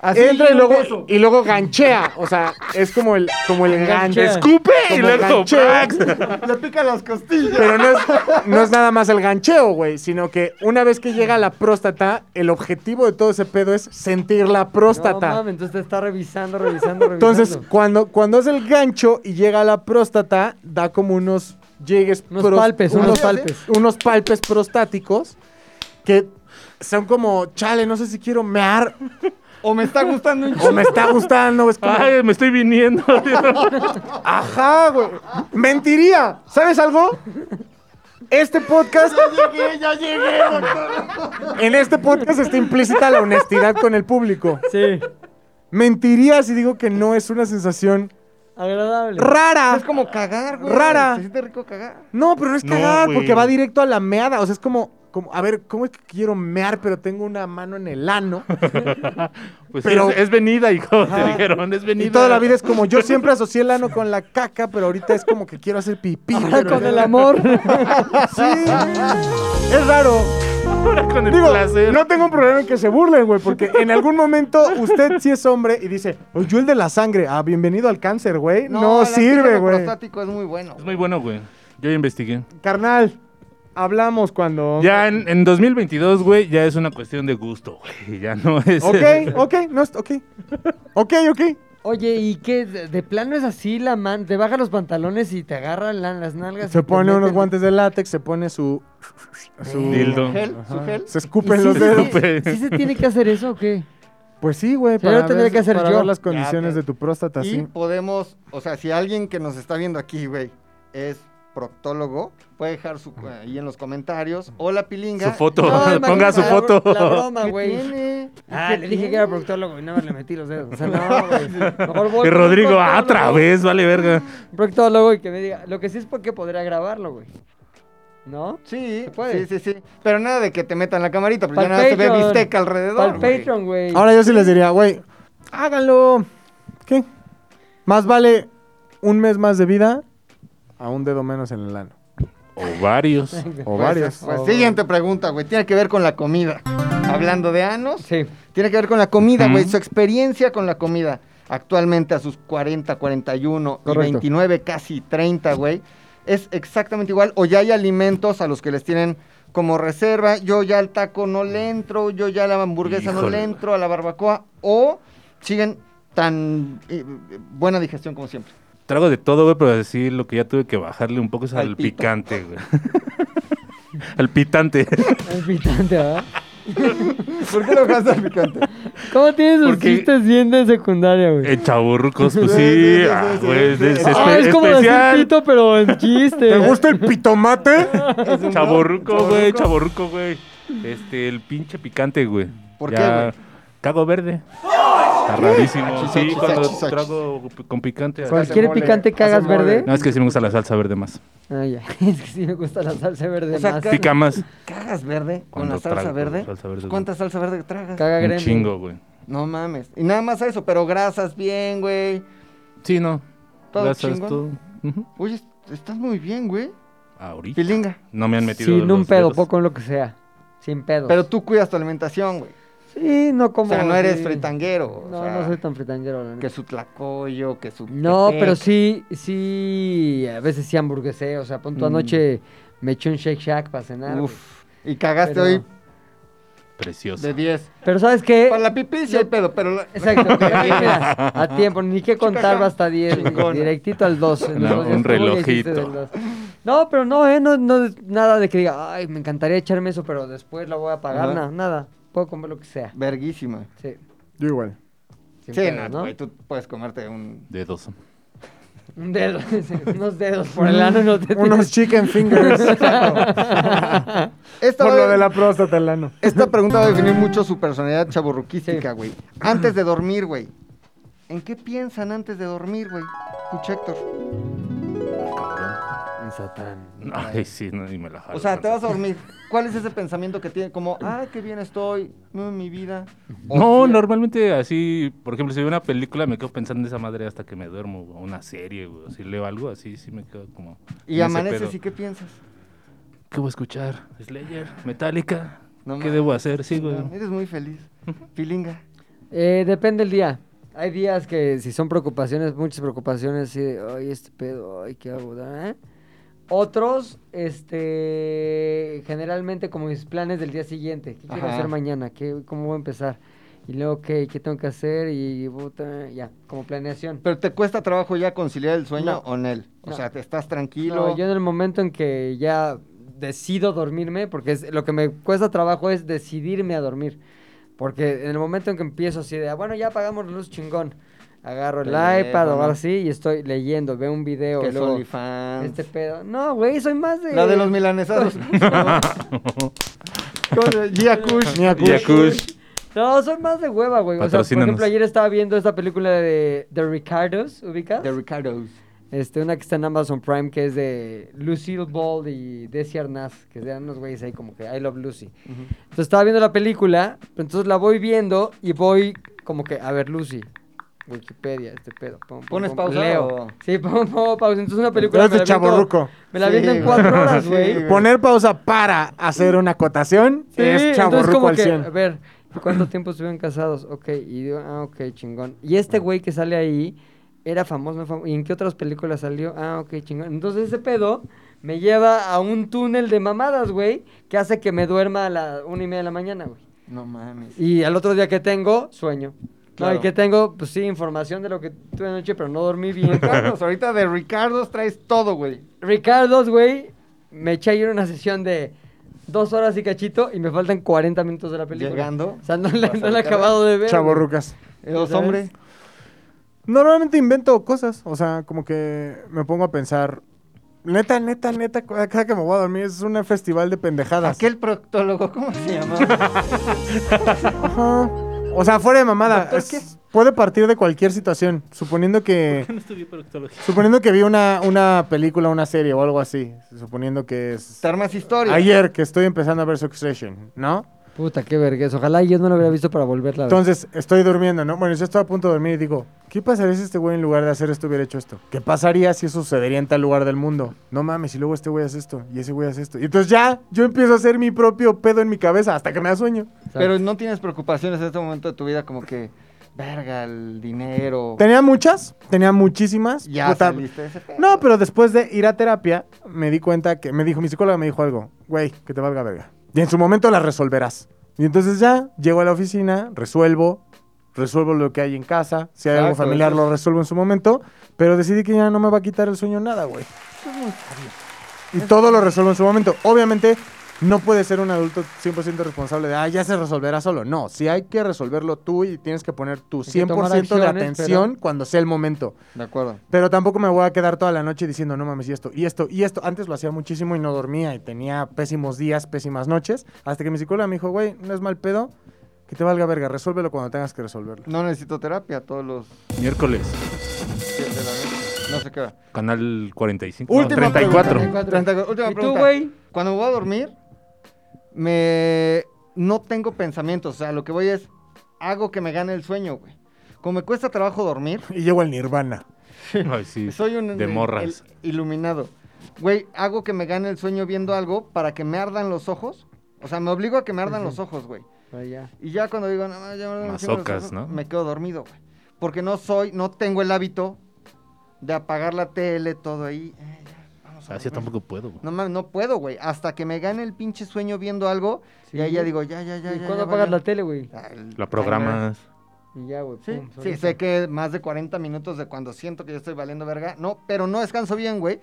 [SPEAKER 4] entra y
[SPEAKER 2] un
[SPEAKER 4] luego,
[SPEAKER 2] beso.
[SPEAKER 4] y luego ganchea. O sea, es como el, como el ganche.
[SPEAKER 6] Ganchea.
[SPEAKER 3] Escupe y
[SPEAKER 4] Como
[SPEAKER 3] luego
[SPEAKER 4] ganchea.
[SPEAKER 3] prax.
[SPEAKER 2] Le pica las costillas.
[SPEAKER 4] Pero no es, no es nada más el gancheo, güey, sino que una vez que llega la próstata, el objetivo de todo ese pedo es sentir la próstata.
[SPEAKER 6] No mames, entonces te está revisando, revisando, revisando.
[SPEAKER 4] Entonces, cuando, cuando hace el gancho y llega a la próstata, da como unos llegues...
[SPEAKER 6] Unos palpes, unos palpes.
[SPEAKER 4] Unos palpes prostáticos que son como, chale, no sé si quiero mear
[SPEAKER 2] O me está gustando un
[SPEAKER 4] o me está gustando. Es como,
[SPEAKER 3] Ay, me estoy viniendo.
[SPEAKER 4] ajá, güey. Mentiría. ¿Sabes algo? Este podcast...
[SPEAKER 2] llegué, ya llegué, doctor.
[SPEAKER 4] En este podcast está implícita la honestidad con el público.
[SPEAKER 6] Sí,
[SPEAKER 4] Mentiría si digo que no es una sensación
[SPEAKER 6] agradable.
[SPEAKER 4] rara.
[SPEAKER 2] Es como cagar, güey.
[SPEAKER 4] Rara.
[SPEAKER 2] Se siente rico cagar.
[SPEAKER 4] No, pero no es
[SPEAKER 3] No,
[SPEAKER 4] cagar
[SPEAKER 3] güey.
[SPEAKER 4] porque va directo a la meada. O sea, es como, como, a ver, ¿cómo es que quiero mear pero tengo una mano en el ano?
[SPEAKER 3] Pues
[SPEAKER 4] Pero-
[SPEAKER 3] es, es venida, hijo, te dijeron, es venida.
[SPEAKER 4] Y toda la vida es como, yo siempre asocié el ano con la caca, pero ahorita es como que quiero hacer pipí.
[SPEAKER 6] Ahora
[SPEAKER 4] pero-
[SPEAKER 6] con el amor.
[SPEAKER 4] Sí. Es raro.
[SPEAKER 3] Ahora con el
[SPEAKER 4] Digo,
[SPEAKER 3] placer.
[SPEAKER 4] no tengo un problema en que se burlen, güey, porque en algún momento usted sí es hombre y dice, oye, yo el de la sangre, ah, bienvenido al cáncer, güey. No,
[SPEAKER 2] el
[SPEAKER 4] sirve,
[SPEAKER 2] antígeno
[SPEAKER 4] güey.
[SPEAKER 2] prostático es muy bueno.
[SPEAKER 3] Es muy bueno, güey. Yo ya investigué.
[SPEAKER 4] Carnal, hablamos cuando...
[SPEAKER 3] Ya en, en 2022, güey, ya es una cuestión de gusto, güey. Ya no es.
[SPEAKER 4] Ok, ok, no, est- ok. Ok, ok.
[SPEAKER 6] Oye, ¿y qué? ¿De de plano es así la man? Te baja los pantalones y te agarran las nalgas. y
[SPEAKER 4] Se
[SPEAKER 6] te
[SPEAKER 4] pone unos
[SPEAKER 6] meten-
[SPEAKER 4] guantes de látex, se pone su... su
[SPEAKER 3] Dildo.
[SPEAKER 2] Gel, su gel.
[SPEAKER 4] Se
[SPEAKER 6] ¿Y
[SPEAKER 4] escupen
[SPEAKER 6] sí
[SPEAKER 4] los
[SPEAKER 6] se-
[SPEAKER 4] dedos.
[SPEAKER 3] Escupe.
[SPEAKER 6] ¿Sí se tiene que hacer eso o qué?
[SPEAKER 4] Pues sí, güey,
[SPEAKER 6] Ya lo
[SPEAKER 4] para,
[SPEAKER 6] tendré
[SPEAKER 4] ver,
[SPEAKER 6] que hacer
[SPEAKER 4] para
[SPEAKER 6] yo.
[SPEAKER 4] ver las
[SPEAKER 6] Ya,
[SPEAKER 4] condiciones
[SPEAKER 2] ok.
[SPEAKER 4] de tu próstata,
[SPEAKER 2] Y
[SPEAKER 4] sí.
[SPEAKER 2] podemos, o sea, si alguien que nos está viendo aquí, güey, es proctólogo, puede dejar su ahí en los comentarios. o la pilinga.
[SPEAKER 3] Su foto.
[SPEAKER 6] No, imagínate
[SPEAKER 3] Ponga su
[SPEAKER 6] la-
[SPEAKER 3] foto.
[SPEAKER 6] La broma,
[SPEAKER 2] ¿Qué
[SPEAKER 6] güey.
[SPEAKER 2] tiene?
[SPEAKER 6] Ah,
[SPEAKER 2] ¿Qué
[SPEAKER 6] le dije
[SPEAKER 2] tiene?
[SPEAKER 6] que era proctólogo y nada más le metí los dedos. O sea, no, güey. Mejor voy
[SPEAKER 3] Y
[SPEAKER 6] con un
[SPEAKER 3] Rodrigo, ah,
[SPEAKER 6] proctólogo.
[SPEAKER 3] otra vez, vale verga.
[SPEAKER 6] Un Proctólogo y que me diga. Lo que sí es porque podría grabarlo, güey. ¿No?
[SPEAKER 2] Sí,
[SPEAKER 6] Se puede.
[SPEAKER 2] sí, sí, sí. Pero nada de que te metan la camarita, porque ya
[SPEAKER 6] Pa'l
[SPEAKER 2] nada más se ve
[SPEAKER 6] Patreon.
[SPEAKER 2] bistec alrededor.
[SPEAKER 6] Para el
[SPEAKER 2] güey.
[SPEAKER 6] Patreon, güey.
[SPEAKER 4] Ahora yo sí les diría, güey, háganlo. ¿Qué? Más vale un mes más de vida a un dedo menos en el ano.
[SPEAKER 3] O varios.
[SPEAKER 4] O
[SPEAKER 2] Pues,
[SPEAKER 4] varios.
[SPEAKER 2] pues,
[SPEAKER 6] O-
[SPEAKER 2] siguiente pregunta, güey. Tiene que ver con la comida. Hablando de anos,
[SPEAKER 6] Sí.
[SPEAKER 2] tiene que ver con la comida, güey.
[SPEAKER 3] Ujú.
[SPEAKER 2] Su experiencia con la comida. Actualmente a sus 40, 41, y
[SPEAKER 4] Correcto.
[SPEAKER 2] 29, casi 30, güey. Es exactamente igual. O ya hay alimentos a los que les tienen como reserva. Yo ya al taco no le entro. Yo ya a la hamburguesa no
[SPEAKER 3] Híjole,
[SPEAKER 2] le
[SPEAKER 3] güey.
[SPEAKER 2] entro. A la barbacoa. O siguen tan eh, buena digestión como siempre.
[SPEAKER 3] Trago de todo, güey, pero decir lo que ya tuve que bajarle un poco es al
[SPEAKER 2] Al pito.
[SPEAKER 3] picante, güey. al pitante.
[SPEAKER 6] Es pitante, ¿verdad?
[SPEAKER 2] ¿Por qué lo dejaste al picante?
[SPEAKER 6] ¿Cómo tienes sus
[SPEAKER 3] Porque-
[SPEAKER 6] chistes bien de secundaria, güey?
[SPEAKER 3] El chaburrucos, pues
[SPEAKER 2] Sí, sí,
[SPEAKER 3] sí.
[SPEAKER 2] sí,
[SPEAKER 3] ah,
[SPEAKER 2] sí,
[SPEAKER 3] güey,
[SPEAKER 2] sí.
[SPEAKER 3] es
[SPEAKER 2] Ah,
[SPEAKER 6] Ah,
[SPEAKER 3] espe-
[SPEAKER 6] es como
[SPEAKER 3] especial.
[SPEAKER 6] decir pito, pero en chiste.
[SPEAKER 4] ¿Te gusta el pitomate?
[SPEAKER 3] Chaborruco, güey, chaborruco, güey. Este, el pinche picante, güey.
[SPEAKER 2] ¿Por
[SPEAKER 3] Ya
[SPEAKER 2] qué, Ah,
[SPEAKER 3] Cago verde. Está rarísimo.
[SPEAKER 2] Achis,
[SPEAKER 3] Sí,
[SPEAKER 2] achis,
[SPEAKER 3] cuando
[SPEAKER 2] achis, achis.
[SPEAKER 3] trago p- con picante.
[SPEAKER 2] Cual-
[SPEAKER 6] ¿Cualquier
[SPEAKER 2] Hace mole,
[SPEAKER 6] picante cagas
[SPEAKER 2] hace mole.
[SPEAKER 6] verde?
[SPEAKER 3] No, es que sí me gusta la salsa verde más.
[SPEAKER 6] Ah, ya. Es que sí me gusta la salsa verde
[SPEAKER 2] O sea,
[SPEAKER 6] más.
[SPEAKER 2] ca-
[SPEAKER 3] Pica más.
[SPEAKER 2] ¿Cagas verde? ¿Con
[SPEAKER 3] Cuando
[SPEAKER 2] la salsa
[SPEAKER 3] trago
[SPEAKER 2] verde? Pues,
[SPEAKER 3] salsa verde,
[SPEAKER 2] ¿Cuánta salsa verde tragas?
[SPEAKER 6] Caga
[SPEAKER 3] Un
[SPEAKER 6] gremlin.
[SPEAKER 3] chingo, güey.
[SPEAKER 2] No mames. Y nada más a eso, pero grasas bien, güey.
[SPEAKER 3] Sí, no.
[SPEAKER 2] Todo
[SPEAKER 3] Gracias,
[SPEAKER 2] chingón.
[SPEAKER 3] todo. Ujú.
[SPEAKER 2] Oye, est- estás muy bien, güey.
[SPEAKER 3] Ahorita.
[SPEAKER 2] Pilinga.
[SPEAKER 3] No me han metido.
[SPEAKER 6] Sin
[SPEAKER 3] los
[SPEAKER 6] un pedo,
[SPEAKER 3] dedos.
[SPEAKER 6] poco en lo que sea. Sin pedos.
[SPEAKER 2] Pero tú cuidas tu alimentación, güey.
[SPEAKER 6] Sí, no
[SPEAKER 2] O
[SPEAKER 6] como.
[SPEAKER 2] sea, no eres
[SPEAKER 6] sí.
[SPEAKER 2] fritanguero. o
[SPEAKER 6] No,
[SPEAKER 2] sea,
[SPEAKER 6] no soy tan fritanguero, la
[SPEAKER 2] Que
[SPEAKER 6] neta.
[SPEAKER 2] su tlacoyo, que su...
[SPEAKER 6] No,
[SPEAKER 2] tepec.
[SPEAKER 6] pero sí, sí, a veces sí hamburguesé. O sea, pon tu
[SPEAKER 2] Mm.
[SPEAKER 6] anoche me eché un Shake Shack para cenar. güey.
[SPEAKER 2] Uf. Y cagaste
[SPEAKER 6] Pero-
[SPEAKER 2] hoy
[SPEAKER 3] Precioso.
[SPEAKER 2] de 10.
[SPEAKER 6] Pero ¿sabes qué?
[SPEAKER 2] Para la pipí sí hay pedo, pero... la-
[SPEAKER 6] Eh, Exacto, pero ahí, mira, a tiempo, ni que contar
[SPEAKER 2] Chingón.
[SPEAKER 6] hasta 10, güey,
[SPEAKER 2] Chingón.
[SPEAKER 6] directito al 2.
[SPEAKER 3] No, un relojito.
[SPEAKER 6] No, pero no, eh, no, no, nada de que diga, ay, me encantaría echarme eso, pero después la voy a pagar,
[SPEAKER 2] Ajá.
[SPEAKER 6] nada, nada, puedo comer lo que sea.
[SPEAKER 2] Verguísima.
[SPEAKER 6] Sí,
[SPEAKER 4] Yo igual.
[SPEAKER 6] sin
[SPEAKER 2] Sí,
[SPEAKER 6] pedos,
[SPEAKER 2] no,
[SPEAKER 6] ¿no?
[SPEAKER 2] güey, tú puedes comerte un...
[SPEAKER 3] Dedos.
[SPEAKER 6] Un dedo, sí, unos dedos por el ano, unos dedos.
[SPEAKER 4] Unos chicken fingers.
[SPEAKER 2] Esta
[SPEAKER 4] por
[SPEAKER 2] va-
[SPEAKER 4] lo de la próstata, el ano.
[SPEAKER 2] Esta pregunta va a definir mucho su personalidad chaburruquística, güey. Antes de dormir, güey. ¿En qué piensan antes de dormir, güey? Escucha, Héctor.
[SPEAKER 6] En Satán.
[SPEAKER 3] Ay, sí, no, ni me la jalo.
[SPEAKER 2] O sea, te vas
[SPEAKER 3] tanto.
[SPEAKER 2] a dormir. ¿Cuál es ese pensamiento que tiene? Como, ah, qué bien estoy, no, mi vida. O
[SPEAKER 3] No,
[SPEAKER 2] sí,
[SPEAKER 3] normalmente así, por ejemplo, si veo una película me quedo pensando en esa madre hasta que me duermo, o una serie, o si leo algo así, sí me quedo como... en
[SPEAKER 2] Y
[SPEAKER 3] ese
[SPEAKER 2] amaneces
[SPEAKER 3] pedo.
[SPEAKER 2] y qué piensas.
[SPEAKER 3] ¿Qué voy a escuchar? ¿Slayer? ¿Metallica?
[SPEAKER 2] No
[SPEAKER 3] ¿Qué
[SPEAKER 2] mames.
[SPEAKER 3] debo hacer? Sí, güey.
[SPEAKER 2] Eres muy feliz. Pilinga.
[SPEAKER 6] Eh, depende el día. Hay días que si son preocupaciones, muchas preocupaciones, sí, de, ay, este pedo, ay, qué hago, ¿eh? Otros, este, generalmente como mis planes del día siguiente, qué quiero
[SPEAKER 2] Ajá.
[SPEAKER 6] hacer mañana, ¿Qué, cómo voy a empezar, y luego qué, qué tengo que hacer y puta, ya, como planeación.
[SPEAKER 2] Pero te cuesta trabajo ya conciliar el sueño
[SPEAKER 6] No.
[SPEAKER 2] o en él. O
[SPEAKER 6] No.
[SPEAKER 2] sea, te estás tranquilo.
[SPEAKER 6] No, yo en el momento en que ya decido dormirme, porque es, lo que me cuesta trabajo es decidirme a dormir. Porque en el momento en que empiezo así de, "Ah, bueno, ya apagamos la luz chingón, agarro el iPad o
[SPEAKER 2] Teléfono.
[SPEAKER 6] algo así y estoy leyendo, veo un video,
[SPEAKER 2] que
[SPEAKER 6] luego,
[SPEAKER 2] soy fan.
[SPEAKER 6] este pedo. No, güey, soy más de...
[SPEAKER 2] La de los milanesados. ¿Cómo se llama? Gia Kush.
[SPEAKER 3] Yakush.
[SPEAKER 6] No, soy más de hueva, güey. O sea, por
[SPEAKER 3] Patrocínanos.
[SPEAKER 6] ejemplo, ayer estaba viendo esta película de The Ricardos, ¿ubicas?
[SPEAKER 2] De Ricardo's.
[SPEAKER 6] Este, una que está en Amazon Prime que es de Lucille Ball y Desi Arnaz, que eran unos güeyes ahí como que I Love Lucy. Entonces estaba viendo la película, pero entonces la voy viendo y voy como que, a ver, Lucy, Wikipedia, este pedo. pum, pum,
[SPEAKER 2] ¿Pones
[SPEAKER 6] pum,
[SPEAKER 2] pausa
[SPEAKER 6] Leo.
[SPEAKER 2] o-
[SPEAKER 6] Sí, pongo pausa. Entonces una película...
[SPEAKER 4] Eres de
[SPEAKER 6] me la aviento-
[SPEAKER 4] chaborruco.
[SPEAKER 6] Me la
[SPEAKER 2] Sí,
[SPEAKER 6] viendo en
[SPEAKER 2] güey.
[SPEAKER 6] cuatro horas,
[SPEAKER 2] Sí,
[SPEAKER 6] güey.
[SPEAKER 2] güey.
[SPEAKER 4] Poner pausa para hacer una acotación
[SPEAKER 6] Sí,
[SPEAKER 4] es
[SPEAKER 6] entonces como
[SPEAKER 4] chaborruco al
[SPEAKER 6] que,
[SPEAKER 4] 100.
[SPEAKER 6] A ver, ¿y ¿cuánto tiempo estuvieron casados? Ok, y digo, ah, ok, chingón. Y este güey que sale ahí, ¿era famoso? no famo- ¿Y en qué otras películas salió? Ah, ok, chingón. Entonces ese pedo me lleva a un túnel de mamadas, güey, que hace que me duerma a la una y media de la mañana, güey.
[SPEAKER 2] No mames.
[SPEAKER 6] Y al otro día que tengo, sueño.
[SPEAKER 2] Claro.
[SPEAKER 6] No, y que tengo, pues sí, información de lo que tuve anoche, pero no dormí bien.
[SPEAKER 2] Carlos, ahorita de Ricardo traes todo, güey.
[SPEAKER 6] Ricardo, güey, me eché ayer una sesión de dos horas y cachito y me faltan 40 minutos de la película.
[SPEAKER 2] Llegando.
[SPEAKER 6] O sea, no la,
[SPEAKER 2] Vas a
[SPEAKER 6] no la he
[SPEAKER 2] Ricardo.
[SPEAKER 6] acabado de ver. güey.
[SPEAKER 4] Chavorrucas.
[SPEAKER 2] Los
[SPEAKER 6] ¿Sabes?
[SPEAKER 2] hombres.
[SPEAKER 4] Normalmente invento cosas, o sea, como que me pongo a pensar, neta, neta, neta, cada que me voy a dormir es un festival de pendejadas.
[SPEAKER 2] Aquel proctólogo, ¿cómo se llama?
[SPEAKER 4] Ajá. O sea, fuera de mamada,
[SPEAKER 2] ¿Doctor
[SPEAKER 4] es-
[SPEAKER 2] qué?
[SPEAKER 4] puede partir de cualquier situación, suponiendo que
[SPEAKER 8] No estudié proctología.
[SPEAKER 4] suponiendo que vi una, una película, una serie o algo así, suponiendo que es
[SPEAKER 2] Te armas historia.
[SPEAKER 4] ayer que estoy empezando a ver Succession, ¿no?
[SPEAKER 6] Puta, qué vergüenza. Ojalá yo no la hubiera visto para volverla a ver.
[SPEAKER 4] Entonces, estoy durmiendo, ¿no? Bueno, yo estoy a punto de dormir y digo, ¿qué pasaría si este güey en lugar de hacer esto hubiera hecho esto? ¿Qué pasaría si eso sucedería en tal lugar del mundo? No mames, y luego este güey hace esto, y ese güey hace esto. Y entonces ya, yo empiezo a hacer mi propio pedo en mi cabeza hasta que me da sueño.
[SPEAKER 2] Pero no tienes preocupaciones en este momento de tu vida, como que, verga, el dinero.
[SPEAKER 4] Tenía muchas, tenía muchísimas.
[SPEAKER 2] Ya
[SPEAKER 4] puta.
[SPEAKER 2] saliste de ese pedo.
[SPEAKER 4] No, pero después de ir a terapia, me di cuenta que, me dijo, mi psicóloga me dijo algo, güey, que te valga verga. Y en su momento la resolverás. Y entonces ya, llego a la oficina, resuelvo, resuelvo lo que hay en casa, si hay algo
[SPEAKER 2] Exacto,
[SPEAKER 4] familiar
[SPEAKER 2] eso es-
[SPEAKER 4] lo resuelvo en su momento, pero decidí que ya no me va a quitar el sueño nada, güey. Y todo lo resuelvo en su momento. Obviamente, no puedes ser un adulto 100% responsable de, ah, ya se resolverá solo. No, si hay que resolverlo tú y tienes que poner tu
[SPEAKER 6] Hay que
[SPEAKER 4] 100%
[SPEAKER 6] tomar
[SPEAKER 4] de
[SPEAKER 6] acciones, pero-
[SPEAKER 4] atención cuando sea el momento.
[SPEAKER 2] De acuerdo.
[SPEAKER 4] Pero tampoco me voy a quedar toda la noche diciendo, no mames, y esto, y esto, y esto. Antes lo hacía muchísimo y no dormía y tenía pésimos días, pésimas noches. Hasta que mi psicóloga me dijo, güey, no es mal pedo, que te valga verga, resuélvelo cuando tengas que resolverlo.
[SPEAKER 2] No necesito terapia, todos los
[SPEAKER 3] Miércoles,
[SPEAKER 2] siete de la noche. No sé qué hora.
[SPEAKER 3] canal 45. no,
[SPEAKER 4] Última
[SPEAKER 3] 34.
[SPEAKER 2] pregunta. 34. Última
[SPEAKER 6] ¿Y tú,
[SPEAKER 2] pregunta.
[SPEAKER 6] güey?
[SPEAKER 2] Cuando me voy a dormir, me no tengo pensamientos. O sea, lo que voy es, hago que me gane el sueño, güey. Como me cuesta trabajo dormir,
[SPEAKER 4] Y llego al nirvana.
[SPEAKER 3] Ay, sí.
[SPEAKER 2] soy un
[SPEAKER 3] De
[SPEAKER 2] el-
[SPEAKER 3] morras.
[SPEAKER 2] el iluminado. Güey, hago que me gane el sueño viendo algo para que me ardan los ojos. O sea, me obligo a que me ardan los ojos, güey.
[SPEAKER 6] Para allá.
[SPEAKER 2] Y ya cuando digo, no, mames, ya me arden un chingo los
[SPEAKER 3] Masocas,
[SPEAKER 2] ojos",
[SPEAKER 3] ¿no?
[SPEAKER 2] me quedo dormido, güey. Porque no soy, no tengo el hábito de apagar la tele, todo ahí. Eh, ya, vamos a
[SPEAKER 3] Así
[SPEAKER 2] dormir.
[SPEAKER 3] Ah, tampoco puedo. güey.
[SPEAKER 2] No mames, no puedo, güey. Hasta que me gane el pinche sueño viendo algo.
[SPEAKER 6] Sí.
[SPEAKER 2] Y ahí ya digo, ya, ya, ya.
[SPEAKER 6] ¿Y
[SPEAKER 2] ya, ya
[SPEAKER 6] cuándo apagas
[SPEAKER 2] valió.
[SPEAKER 6] la tele, güey?
[SPEAKER 2] Ah, el-
[SPEAKER 3] La programas.
[SPEAKER 6] Y ya, güey.
[SPEAKER 2] Sí,
[SPEAKER 6] pum,
[SPEAKER 2] sí,
[SPEAKER 6] solito.
[SPEAKER 2] sé que más de 40 minutos de cuando siento que yo estoy valiendo verga. No, pero no descanso bien, güey.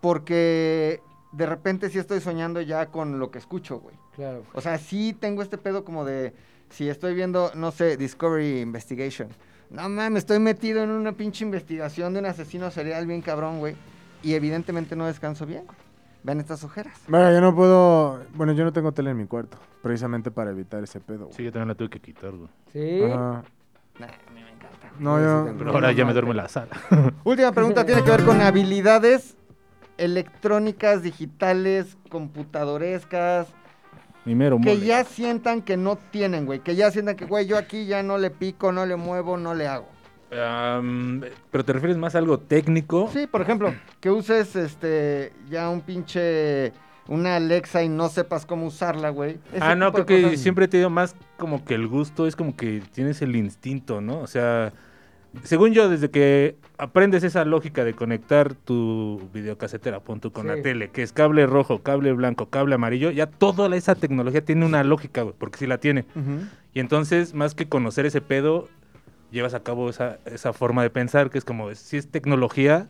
[SPEAKER 2] Porque de repente sí estoy soñando ya con lo que escucho, güey.
[SPEAKER 6] Claro.
[SPEAKER 2] O sea, sí tengo este pedo como de. Si estoy viendo, no sé, Discovery Investigation. No mames, estoy metido en una pinche investigación de un asesino serial bien cabrón, güey. Y evidentemente no descanso bien. Vean estas ojeras.
[SPEAKER 4] Verga, yo no puedo. Bueno, yo no tengo tele en mi cuarto, precisamente para evitar ese pedo. güey.
[SPEAKER 3] Sí, yo también la tuve que quitar, güey.
[SPEAKER 6] Sí.
[SPEAKER 4] Ajá.
[SPEAKER 2] Nah, a mí me encanta.
[SPEAKER 4] No, yo.
[SPEAKER 3] Pero ahora ya me duermo en la sala.
[SPEAKER 2] Última pregunta tiene que ver con habilidades electrónicas, digitales, computadorescas,
[SPEAKER 3] Mi mero
[SPEAKER 2] que
[SPEAKER 3] mole.
[SPEAKER 2] ya sientan que no tienen, güey. Que ya sientan que, güey, yo aquí ya no le pico, no le muevo, no le hago.
[SPEAKER 3] Am, pero te refieres más a algo técnico.
[SPEAKER 2] Sí, por ejemplo, que uses este ya un pinche una Alexa y no sepas cómo usarla, güey. Ese
[SPEAKER 3] ah, no,
[SPEAKER 2] tipo de
[SPEAKER 3] creo que
[SPEAKER 2] cosas.
[SPEAKER 3] siempre he tenido más como que el gusto, es como que tienes el instinto, ¿no? O sea, según yo, desde que aprendes esa lógica de conectar tu videocasetera, pon tú, con la
[SPEAKER 6] Sí.
[SPEAKER 3] tele, que es cable rojo, cable blanco, cable amarillo, ya toda la- esa tecnología tiene una lógica, güey, porque sí la tiene. Y entonces, más que conocer ese pedo, llevas a cabo esa, esa forma de pensar, que es como, si es tecnología,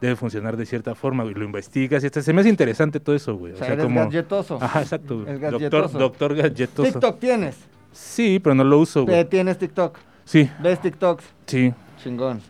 [SPEAKER 3] debe funcionar de cierta forma, güey. Lo investigas y hasta se me hace interesante todo eso, güey.
[SPEAKER 2] O sea, eres
[SPEAKER 3] como...
[SPEAKER 2] gadgetoso.
[SPEAKER 3] Ajá, exacto. güey.
[SPEAKER 2] El
[SPEAKER 3] Doctor,
[SPEAKER 2] gadgetoso.
[SPEAKER 3] doctor gadgetoso.
[SPEAKER 2] TikTok tienes.
[SPEAKER 3] Sí, pero no lo uso,
[SPEAKER 2] Te
[SPEAKER 3] güey.
[SPEAKER 2] tienes TikTok.
[SPEAKER 3] Sí,
[SPEAKER 2] Ves TikToks.
[SPEAKER 3] sí.
[SPEAKER 2] Chingón.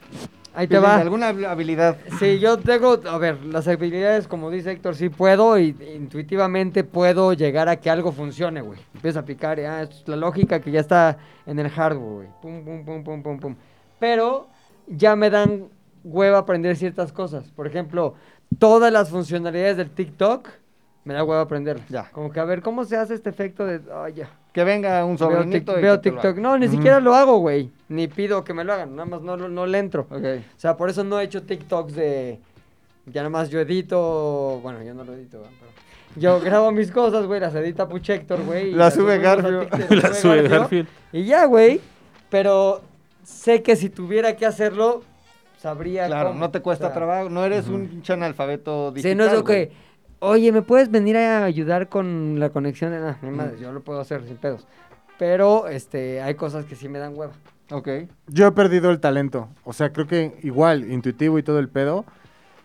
[SPEAKER 6] Ahí te
[SPEAKER 2] Pídele
[SPEAKER 6] va.
[SPEAKER 2] ¿Alguna habil- habilidad?
[SPEAKER 6] Sí, yo tengo, a ver, las habilidades, como dice Héctor, sí puedo y intuitivamente puedo llegar a que algo funcione, güey. Empiezo a picar, y, ah, esto es la lógica que ya está en el hardware, güey. Pum, pum, pum, pum, pum, pum. Pero ya me dan hueva aprender ciertas cosas. Por ejemplo, todas las funcionalidades del TikTok me da hueva aprender.
[SPEAKER 2] Ya.
[SPEAKER 6] Como que a ver, ¿cómo se hace este efecto de, ay, ya?
[SPEAKER 2] Que venga un
[SPEAKER 6] Veo,
[SPEAKER 2] sobrinito.
[SPEAKER 6] tic-
[SPEAKER 2] y
[SPEAKER 6] veo
[SPEAKER 2] que te lo
[SPEAKER 6] TikTok.
[SPEAKER 2] haga.
[SPEAKER 6] No, ni siquiera lo hago, güey. Ni pido que me lo hagan, nada más no, no, no le entro.
[SPEAKER 2] Ok.
[SPEAKER 6] O sea, por eso no he hecho TikToks de. Ya nomás yo edito. Bueno, yo no lo edito, ¿verdad? pero. Yo grabo mis cosas, güey, las edita Puchector, güey. y
[SPEAKER 2] La
[SPEAKER 6] las
[SPEAKER 2] sube
[SPEAKER 6] subimos a
[SPEAKER 2] Garfio.
[SPEAKER 6] TikTok,
[SPEAKER 3] La sube Garfield.
[SPEAKER 6] Y ya, güey. Pero sé que si tuviera que hacerlo, sabría.
[SPEAKER 2] Claro,
[SPEAKER 6] cómo,
[SPEAKER 2] no te
[SPEAKER 6] o
[SPEAKER 2] cuesta
[SPEAKER 6] sea,
[SPEAKER 2] trabajo. No eres un pinche analfabeto digital.
[SPEAKER 6] Sí, no es lo
[SPEAKER 2] güey.
[SPEAKER 6] que. oye, ¿me puedes venir a ayudar con la conexión? de nada, mi
[SPEAKER 2] Mm.
[SPEAKER 6] madre, yo lo puedo hacer sin pedos. Pero este, hay cosas que sí me dan hueva.
[SPEAKER 2] Ok.
[SPEAKER 4] Yo he perdido el talento. O sea, creo que igual, intuitivo y todo el pedo.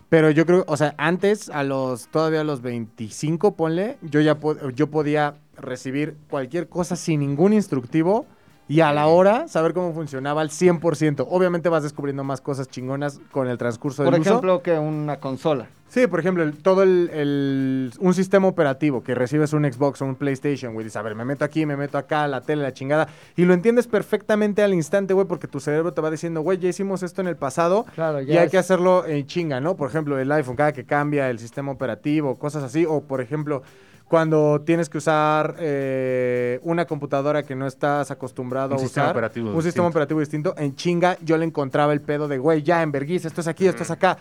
[SPEAKER 4] Pero yo creo, o sea, antes, a los, todavía a los 25, ponle, yo ya po- yo podía recibir cualquier cosa sin ningún instructivo y a la hora saber cómo funcionaba al 100%. Obviamente vas descubriendo más cosas chingonas con el transcurso del
[SPEAKER 2] Por
[SPEAKER 4] uso.
[SPEAKER 2] ejemplo, que una consola.
[SPEAKER 4] Sí, por ejemplo, el- todo el, el- un sistema operativo que recibes un Xbox o un PlayStation, güey, dices, a ver, me meto aquí, me meto acá, la tele, la chingada, y lo entiendes perfectamente al instante, güey, porque tu cerebro te va diciendo, güey, ya hicimos esto en el pasado,
[SPEAKER 6] Claro,
[SPEAKER 4] y hay
[SPEAKER 6] Pues es-
[SPEAKER 4] que hacerlo en chinga, ¿no? Por ejemplo, el iPhone, cada que cambia el sistema operativo, cosas así. O, por ejemplo, cuando tienes que usar eh, una computadora que no estás acostumbrado
[SPEAKER 3] Un
[SPEAKER 4] a
[SPEAKER 3] sistema
[SPEAKER 4] usar.
[SPEAKER 3] operativo
[SPEAKER 4] un
[SPEAKER 3] distinto.
[SPEAKER 4] sistema operativo distinto. En chinga, yo le encontraba el pedo de, güey, ya, en vergüenza, esto es aquí, esto es acá.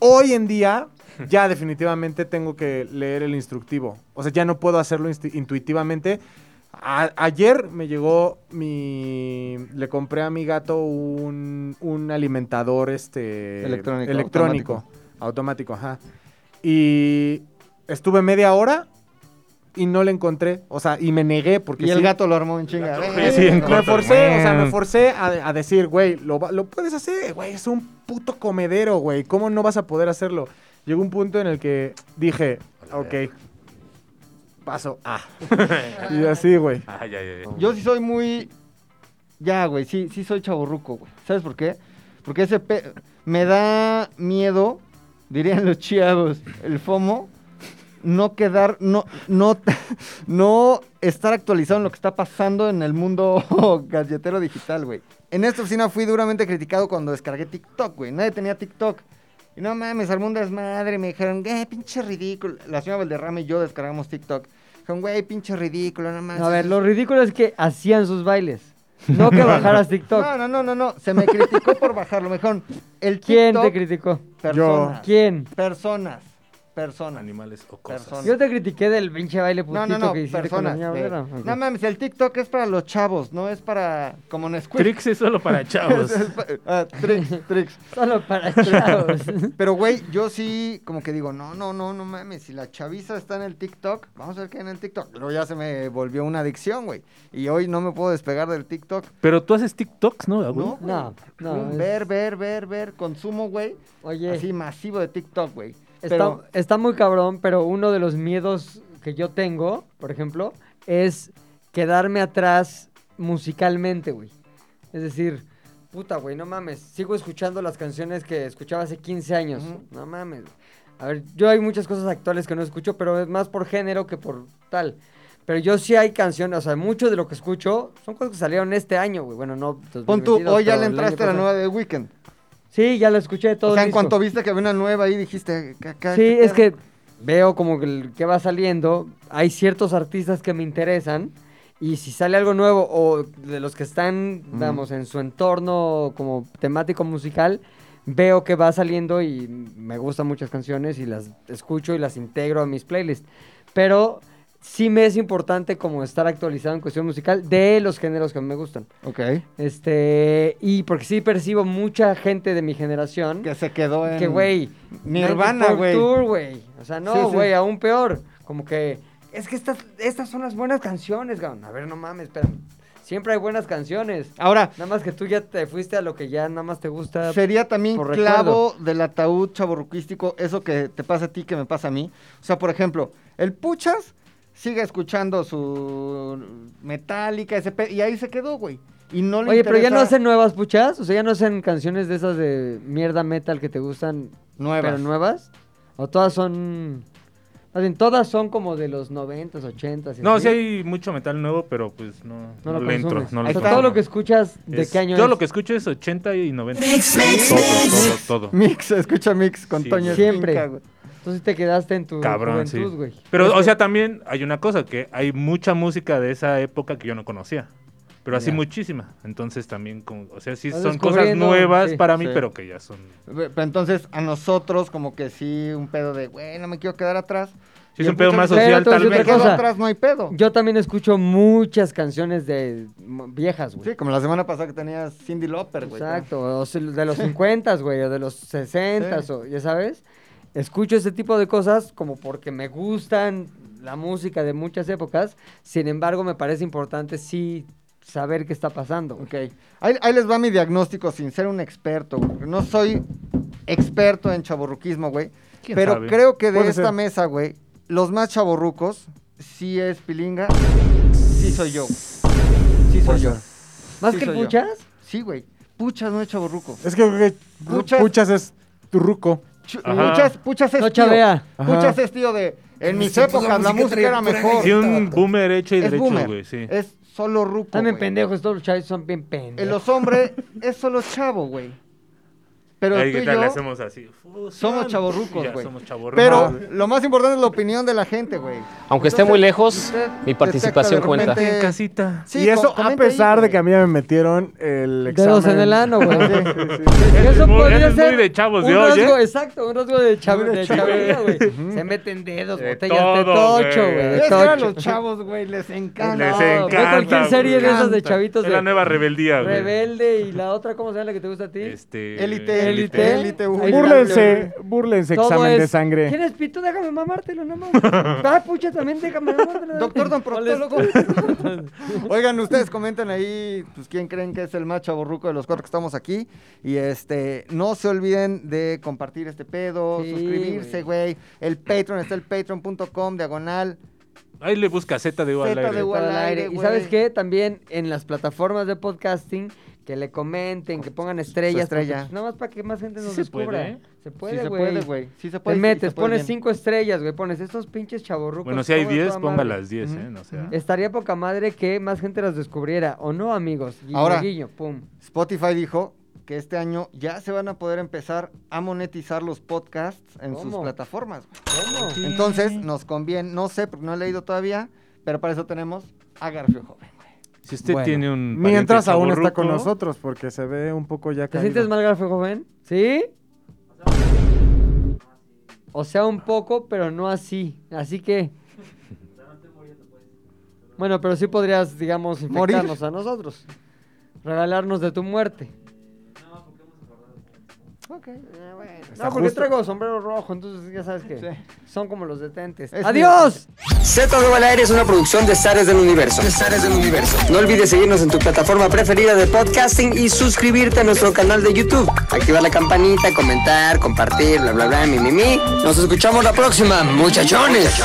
[SPEAKER 4] Hoy en día, ya definitivamente tengo que leer el instructivo. O sea, ya no puedo hacerlo insti- intuitivamente. A- ayer me llegó mi. Le compré a mi gato un, un alimentador este.
[SPEAKER 2] Electrónico,
[SPEAKER 4] Electrónico. Automático. ajá. Y estuve media hora y no le encontré. O sea, y me negué porque.
[SPEAKER 2] Y el
[SPEAKER 4] sí-
[SPEAKER 2] gato lo armó en chinga. Eh,
[SPEAKER 3] Sí, sí, en
[SPEAKER 4] me
[SPEAKER 3] corto.
[SPEAKER 4] forcé, o sea, me forcé a, a decir, güey, lo, va- lo puedes hacer, güey, es un puto comedero, güey, ¿cómo no vas a poder hacerlo? Llegó un punto en el que dije, ok, paso A. y así, güey.
[SPEAKER 3] Ay, ay, ay.
[SPEAKER 2] Yo sí soy muy. Ya, güey, sí, sí soy chaburruco, güey. ¿Sabes por qué? Porque ese pe... me da miedo, dirían los chiados, el FOMO, no quedar, no, no, no estar actualizado en lo que está pasando en el mundo galletero digital, güey. En esta oficina fui duramente criticado cuando descargué TikTok, güey. Nadie tenía TikTok. Y no mames, armó un desmadre. Me dijeron, güey, pinche ridículo. La señora Valderrama y yo descargamos TikTok. Dijeron, güey, pinche ridículo, no mames.
[SPEAKER 6] A ver,
[SPEAKER 2] eso
[SPEAKER 6] lo ridículo es que hacían sus bailes. No que bajaras TikTok.
[SPEAKER 2] no, no, no, no, no. Se me criticó por bajarlo. Mejor, el
[SPEAKER 6] ¿Quién
[SPEAKER 2] TikTok,
[SPEAKER 6] te criticó?
[SPEAKER 2] Personas.
[SPEAKER 6] ¿Quién?
[SPEAKER 2] Personas. Personas.
[SPEAKER 3] Animales o cosas.
[SPEAKER 2] Personas.
[SPEAKER 6] Yo te critiqué del pinche baile
[SPEAKER 2] No,
[SPEAKER 6] putito
[SPEAKER 2] no, no,
[SPEAKER 6] que hiciste con la
[SPEAKER 2] personas.
[SPEAKER 6] niña
[SPEAKER 2] de-
[SPEAKER 6] Valera. Ok.
[SPEAKER 2] No mames, el TikTok es para los chavos, no es para como en escuela.
[SPEAKER 3] Trix es solo para chavos.
[SPEAKER 2] ah, Tricks, tricks.
[SPEAKER 6] Solo para chavos.
[SPEAKER 2] Pero güey, yo sí como que digo, no, no, no, no mames, si la chaviza está en el TikTok, vamos a ver qué hay en el TikTok. Luego ya se me volvió una adicción, güey. Y hoy no me puedo despegar del TikTok.
[SPEAKER 3] Pero tú haces TikToks, ¿no? güey?
[SPEAKER 2] No, güey.
[SPEAKER 6] No, no. es-
[SPEAKER 2] Ver, ver, ver, ver, consumo, güey.
[SPEAKER 6] Oye,
[SPEAKER 2] Así masivo de TikTok, güey.
[SPEAKER 6] está,
[SPEAKER 2] Pero-
[SPEAKER 6] está muy cabrón, pero uno de los miedos que yo tengo, por ejemplo, es quedarme atrás musicalmente, güey. Es decir, puta, güey, no mames. Sigo escuchando las canciones que escuchaba hace 15 años.
[SPEAKER 2] Ujú.
[SPEAKER 6] No mames. güey. A ver, yo hay muchas cosas actuales que no escucho, pero es más por género que por tal. Pero yo sí hay canciones, o sea, mucho de lo que escucho son cosas que salieron este año, güey. Bueno, no.
[SPEAKER 2] Pon tú,
[SPEAKER 6] 2022,
[SPEAKER 2] hoy ya
[SPEAKER 6] pero
[SPEAKER 2] le
[SPEAKER 6] el año
[SPEAKER 2] entraste a la
[SPEAKER 6] pasado.
[SPEAKER 2] nueva de Weekend.
[SPEAKER 6] Sí, ya la escuché todo.
[SPEAKER 2] O sea,
[SPEAKER 6] el
[SPEAKER 2] en
[SPEAKER 6] disco.
[SPEAKER 2] cuanto viste que había una nueva ahí, dijiste... "Ca- ca-
[SPEAKER 6] Sí,
[SPEAKER 2] qué
[SPEAKER 6] es
[SPEAKER 2] pedo".
[SPEAKER 6] que veo como que, el que va saliendo. Hay ciertos artistas que me interesan. Y si sale algo nuevo o de los que están, vamos, en su entorno como temático musical, veo que va saliendo y me gustan muchas canciones y las escucho y las integro a mis playlists. Pero sí me es importante como estar actualizado en cuestión musical de los géneros que me gustan.
[SPEAKER 2] Ok.
[SPEAKER 6] Este, y porque sí percibo mucha gente de mi generación.
[SPEAKER 2] Que se quedó en...
[SPEAKER 6] Que, güey.
[SPEAKER 2] Nirvana,
[SPEAKER 6] Nike
[SPEAKER 2] güey.
[SPEAKER 6] Tour, güey. O sea,
[SPEAKER 2] Sí,
[SPEAKER 6] no,
[SPEAKER 2] sí.
[SPEAKER 6] güey, aún peor. Como que. Es que estas, estas son las buenas canciones, cabrón. A ver, no mames, pero siempre hay buenas canciones.
[SPEAKER 2] Ahora,
[SPEAKER 6] Nada más que tú ya te fuiste a lo que ya nada más te gusta.
[SPEAKER 2] sería también
[SPEAKER 6] uh, por
[SPEAKER 2] clavo del ataúd chaborruquístico eso que te pasa a ti, que me pasa a mí. O sea, por ejemplo, el Puchas sigue escuchando su Metallica, ese pe- y ahí se quedó, güey. Y no le
[SPEAKER 6] Oye, pero ya no
[SPEAKER 2] interesa
[SPEAKER 6] hacen nuevas puchas. O sea, ya no hacen canciones de esas de mierda metal que te gustan,
[SPEAKER 2] nuevas.
[SPEAKER 6] pero nuevas. O todas son. Más bien, todas son como de los 90s, 80s. y
[SPEAKER 3] No,
[SPEAKER 6] así.
[SPEAKER 3] sí hay mucho metal nuevo, pero pues no,
[SPEAKER 6] No lo
[SPEAKER 3] le entro.
[SPEAKER 6] consumes.
[SPEAKER 3] No
[SPEAKER 6] o
[SPEAKER 3] le
[SPEAKER 6] sea,
[SPEAKER 2] consumo.
[SPEAKER 6] todo lo que escuchas, ¿de
[SPEAKER 3] Es-
[SPEAKER 6] qué año
[SPEAKER 3] Yo
[SPEAKER 6] es?
[SPEAKER 3] lo que escucho es 80 y 90. todo, todo, todo.
[SPEAKER 2] Mix, escucha Mix con
[SPEAKER 3] Sí,
[SPEAKER 2] Toño
[SPEAKER 3] güey.
[SPEAKER 2] Esquinca,
[SPEAKER 6] Siempre.
[SPEAKER 2] güey.
[SPEAKER 6] Entonces te quedaste en tu
[SPEAKER 3] Cabrón, sí.
[SPEAKER 6] juventud, güey.
[SPEAKER 3] Pero, o sea, también hay una cosa, que hay mucha música de esa época que yo no conocía. Pero así
[SPEAKER 2] Ya.
[SPEAKER 3] muchísima. Entonces también, como- o sea, sí
[SPEAKER 6] Vas
[SPEAKER 3] son cosas
[SPEAKER 6] descubriendo,
[SPEAKER 3] nuevas
[SPEAKER 6] sí.
[SPEAKER 3] para mí,
[SPEAKER 2] Sí.
[SPEAKER 3] pero que ya son...
[SPEAKER 2] Ve- Pero entonces a nosotros como que sí un pedo de, güey, no me quiero quedar atrás.
[SPEAKER 3] Sí,
[SPEAKER 2] Y
[SPEAKER 3] es
[SPEAKER 2] el
[SPEAKER 3] un pedo
[SPEAKER 2] Puchas
[SPEAKER 3] más
[SPEAKER 2] dice,
[SPEAKER 3] social,
[SPEAKER 6] Pero
[SPEAKER 3] tal
[SPEAKER 6] entonces
[SPEAKER 2] Me
[SPEAKER 3] vez.
[SPEAKER 6] otra
[SPEAKER 2] quedo
[SPEAKER 6] cosa.
[SPEAKER 2] atrás, no hay pedo.
[SPEAKER 6] Yo también escucho muchas canciones de mm, viejas, güey.
[SPEAKER 2] Sí, como la semana pasada que tenías Cindy Lauper, güey.
[SPEAKER 6] Exacto, o sea, de los 50, güey, o de los 60,
[SPEAKER 2] Sí.
[SPEAKER 6] o ya sabes. escucho este tipo de cosas como porque me gustan la música de muchas épocas, sin embargo me parece importante sí saber qué está pasando. güey.
[SPEAKER 2] Ok. Ahí, ahí les va mi diagnóstico sin ser un experto. güey. No soy experto en chaborruquismo, güey.
[SPEAKER 3] ¿Quién
[SPEAKER 2] Pero
[SPEAKER 3] sabe?
[SPEAKER 2] creo que de
[SPEAKER 4] Puede
[SPEAKER 2] esta
[SPEAKER 4] ser.
[SPEAKER 2] mesa, güey, los más chaborrucos, sí es Pilinga, sí soy yo. güey. Sí soy yo.
[SPEAKER 6] Más
[SPEAKER 2] Sí
[SPEAKER 6] que
[SPEAKER 2] soy yo.
[SPEAKER 6] escuchas,
[SPEAKER 2] Sí, güey. Puchas no es chaborruco.
[SPEAKER 4] Es que, creo que
[SPEAKER 2] Puchas.
[SPEAKER 4] Puchas, es tu ruco.
[SPEAKER 2] Ch-
[SPEAKER 3] Ajá.
[SPEAKER 2] Puchas, puchas es
[SPEAKER 6] No
[SPEAKER 2] tío.
[SPEAKER 6] chavea.
[SPEAKER 4] Ajá.
[SPEAKER 2] Puchas es tío de... En mis
[SPEAKER 7] Sí, pues, la
[SPEAKER 2] épocas la
[SPEAKER 7] música
[SPEAKER 2] música
[SPEAKER 7] traía
[SPEAKER 2] era
[SPEAKER 7] pura
[SPEAKER 2] mejor.
[SPEAKER 3] Sí, un boomer hecho y
[SPEAKER 2] Oh, Es
[SPEAKER 3] derecho,
[SPEAKER 2] boomer. Eh,
[SPEAKER 3] güey, sí.
[SPEAKER 2] Es solo ruco,
[SPEAKER 6] también
[SPEAKER 2] güey.
[SPEAKER 6] pendejos, todos los chavos son bien pendejos.
[SPEAKER 2] En los hombres es solo chavo, güey. Pero
[SPEAKER 3] Ahí
[SPEAKER 2] tú y
[SPEAKER 3] tal, le
[SPEAKER 2] yo-
[SPEAKER 3] hacemos así. Fusión.
[SPEAKER 2] Somos chavorrucos,
[SPEAKER 3] Ya,
[SPEAKER 2] güey.
[SPEAKER 3] somos chavorrucos.
[SPEAKER 2] Pero lo más importante es la opinión de la gente, güey.
[SPEAKER 9] Aunque esté
[SPEAKER 2] Entonces,
[SPEAKER 9] muy lejos,
[SPEAKER 2] usted
[SPEAKER 9] mi
[SPEAKER 2] detecta
[SPEAKER 9] participación
[SPEAKER 2] de
[SPEAKER 9] cuenta.
[SPEAKER 2] repente-
[SPEAKER 3] en casita.
[SPEAKER 2] Sí,
[SPEAKER 4] y eso
[SPEAKER 2] co-
[SPEAKER 4] a
[SPEAKER 2] comenta ahí,
[SPEAKER 4] pesar de
[SPEAKER 2] güey.
[SPEAKER 4] que a mí me metieron el examen.
[SPEAKER 6] Dedos en el ano, güey.
[SPEAKER 3] Ese
[SPEAKER 6] Eso
[SPEAKER 3] es muy- ese
[SPEAKER 6] podría
[SPEAKER 3] es
[SPEAKER 6] ser
[SPEAKER 3] muy de chavos
[SPEAKER 6] un
[SPEAKER 3] de hoy,
[SPEAKER 6] rasgo,
[SPEAKER 3] ¿eh?
[SPEAKER 6] exacto, un rasgo de, chav de chavería, güey. Se meten dedos,
[SPEAKER 3] De
[SPEAKER 6] botellas
[SPEAKER 3] todo,
[SPEAKER 6] de tocho,
[SPEAKER 3] güey.
[SPEAKER 6] güey. de
[SPEAKER 2] Es que a
[SPEAKER 6] tocho.
[SPEAKER 2] los chavos, güey, les encanta.
[SPEAKER 3] Les
[SPEAKER 6] No, ve
[SPEAKER 3] encanta.
[SPEAKER 6] cualquier serie de
[SPEAKER 3] güey.
[SPEAKER 6] esas de chavitos
[SPEAKER 3] Es la
[SPEAKER 6] de
[SPEAKER 3] nueva rebeldía, güey.
[SPEAKER 6] Rebelde y la otra, ¿cómo se llama la que te gusta a ti?
[SPEAKER 3] Este.
[SPEAKER 2] Élite,
[SPEAKER 6] Élite.
[SPEAKER 2] élite, élite. uy.
[SPEAKER 6] Ahí está.
[SPEAKER 4] Búrlense, búrlense,
[SPEAKER 6] Todo
[SPEAKER 4] examen de
[SPEAKER 6] es,
[SPEAKER 4] sangre.
[SPEAKER 6] ¿Quieres pito? Déjame mamártelo, no mames. Ah, pucha, también déjame mamártelo.
[SPEAKER 2] Doctor Don
[SPEAKER 6] ¿Cuál es?
[SPEAKER 2] Proctólogo. Oigan, ustedes comenten ahí, pues, quién creen que es el más chaborruco de los cuatro que estamos aquí. Y este, no se olviden de compartir este pedo,
[SPEAKER 6] Sí,
[SPEAKER 2] suscribirse, güey. El Patreon está el patreon.com, diagonal.
[SPEAKER 3] Ahí le busca Z de U al
[SPEAKER 2] Zeta de
[SPEAKER 3] aire.
[SPEAKER 2] U.
[SPEAKER 6] Para el aire. Y
[SPEAKER 2] güey.
[SPEAKER 6] sabes qué, también en las plataformas de podcasting, que le comenten, que pongan estrellas.
[SPEAKER 2] estrella.
[SPEAKER 6] porque, pues, Nada más para que más gente nos
[SPEAKER 3] se
[SPEAKER 6] descubra.
[SPEAKER 3] puede, ¿eh?
[SPEAKER 6] Se
[SPEAKER 2] Sí
[SPEAKER 6] puede,
[SPEAKER 2] se
[SPEAKER 6] güey.
[SPEAKER 2] puede, güey. Sí se puede.
[SPEAKER 6] Te
[SPEAKER 2] sí se
[SPEAKER 6] metes,
[SPEAKER 2] puede
[SPEAKER 6] pones
[SPEAKER 2] bien.
[SPEAKER 6] cinco estrellas, güey. Pones estos pinches chaborrucos.
[SPEAKER 3] Bueno, si hay
[SPEAKER 6] toda su
[SPEAKER 3] 10,
[SPEAKER 6] madre.
[SPEAKER 3] ponga las 10,
[SPEAKER 2] Ujú.
[SPEAKER 3] ¿eh? No sea.
[SPEAKER 6] Estaría poca madre que más gente las descubriera, ¿o no, amigos? Guiño,
[SPEAKER 2] Ahora.
[SPEAKER 6] guiño, pum.
[SPEAKER 2] Spotify dijo que este año ya se van a poder empezar a monetizar los podcasts en sus
[SPEAKER 6] ¿Cómo?
[SPEAKER 2] plataformas. güey.
[SPEAKER 6] ¿Cómo?
[SPEAKER 2] Entonces nos conviene, no sé, porque no he leído todavía, pero para eso tenemos a Garfio Joven.
[SPEAKER 3] Si usted
[SPEAKER 4] Bueno,
[SPEAKER 3] tiene un.
[SPEAKER 4] Mientras
[SPEAKER 3] pariente
[SPEAKER 4] aún está
[SPEAKER 3] chavorruco,
[SPEAKER 4] con nosotros, porque se ve un poco ya
[SPEAKER 6] ¿Te
[SPEAKER 4] caído.
[SPEAKER 6] sientes mal, Garfio Joven? ¿Sí? O sea, un poco, pero no así. Así que... Bueno, pero sí podrías, digamos,
[SPEAKER 2] Morir.
[SPEAKER 6] infectarnos a nosotros. Regalarnos de tu muerte. eh,
[SPEAKER 2] Ok.
[SPEAKER 6] No, porque traigo sombrero rojo, entonces ya sabes que son como los detentes.
[SPEAKER 2] Es mi-
[SPEAKER 6] ¡Adiós!
[SPEAKER 1] Z2 al aire es una producción de Zares del Universo. del Universo. No olvides seguirnos en tu plataforma preferida de podcasting y suscribirte a nuestro canal de YouTube. Activar la campanita, comentar, compartir, bla, bla, bla, mi, mi, mi. Nos escuchamos la próxima, muchachones.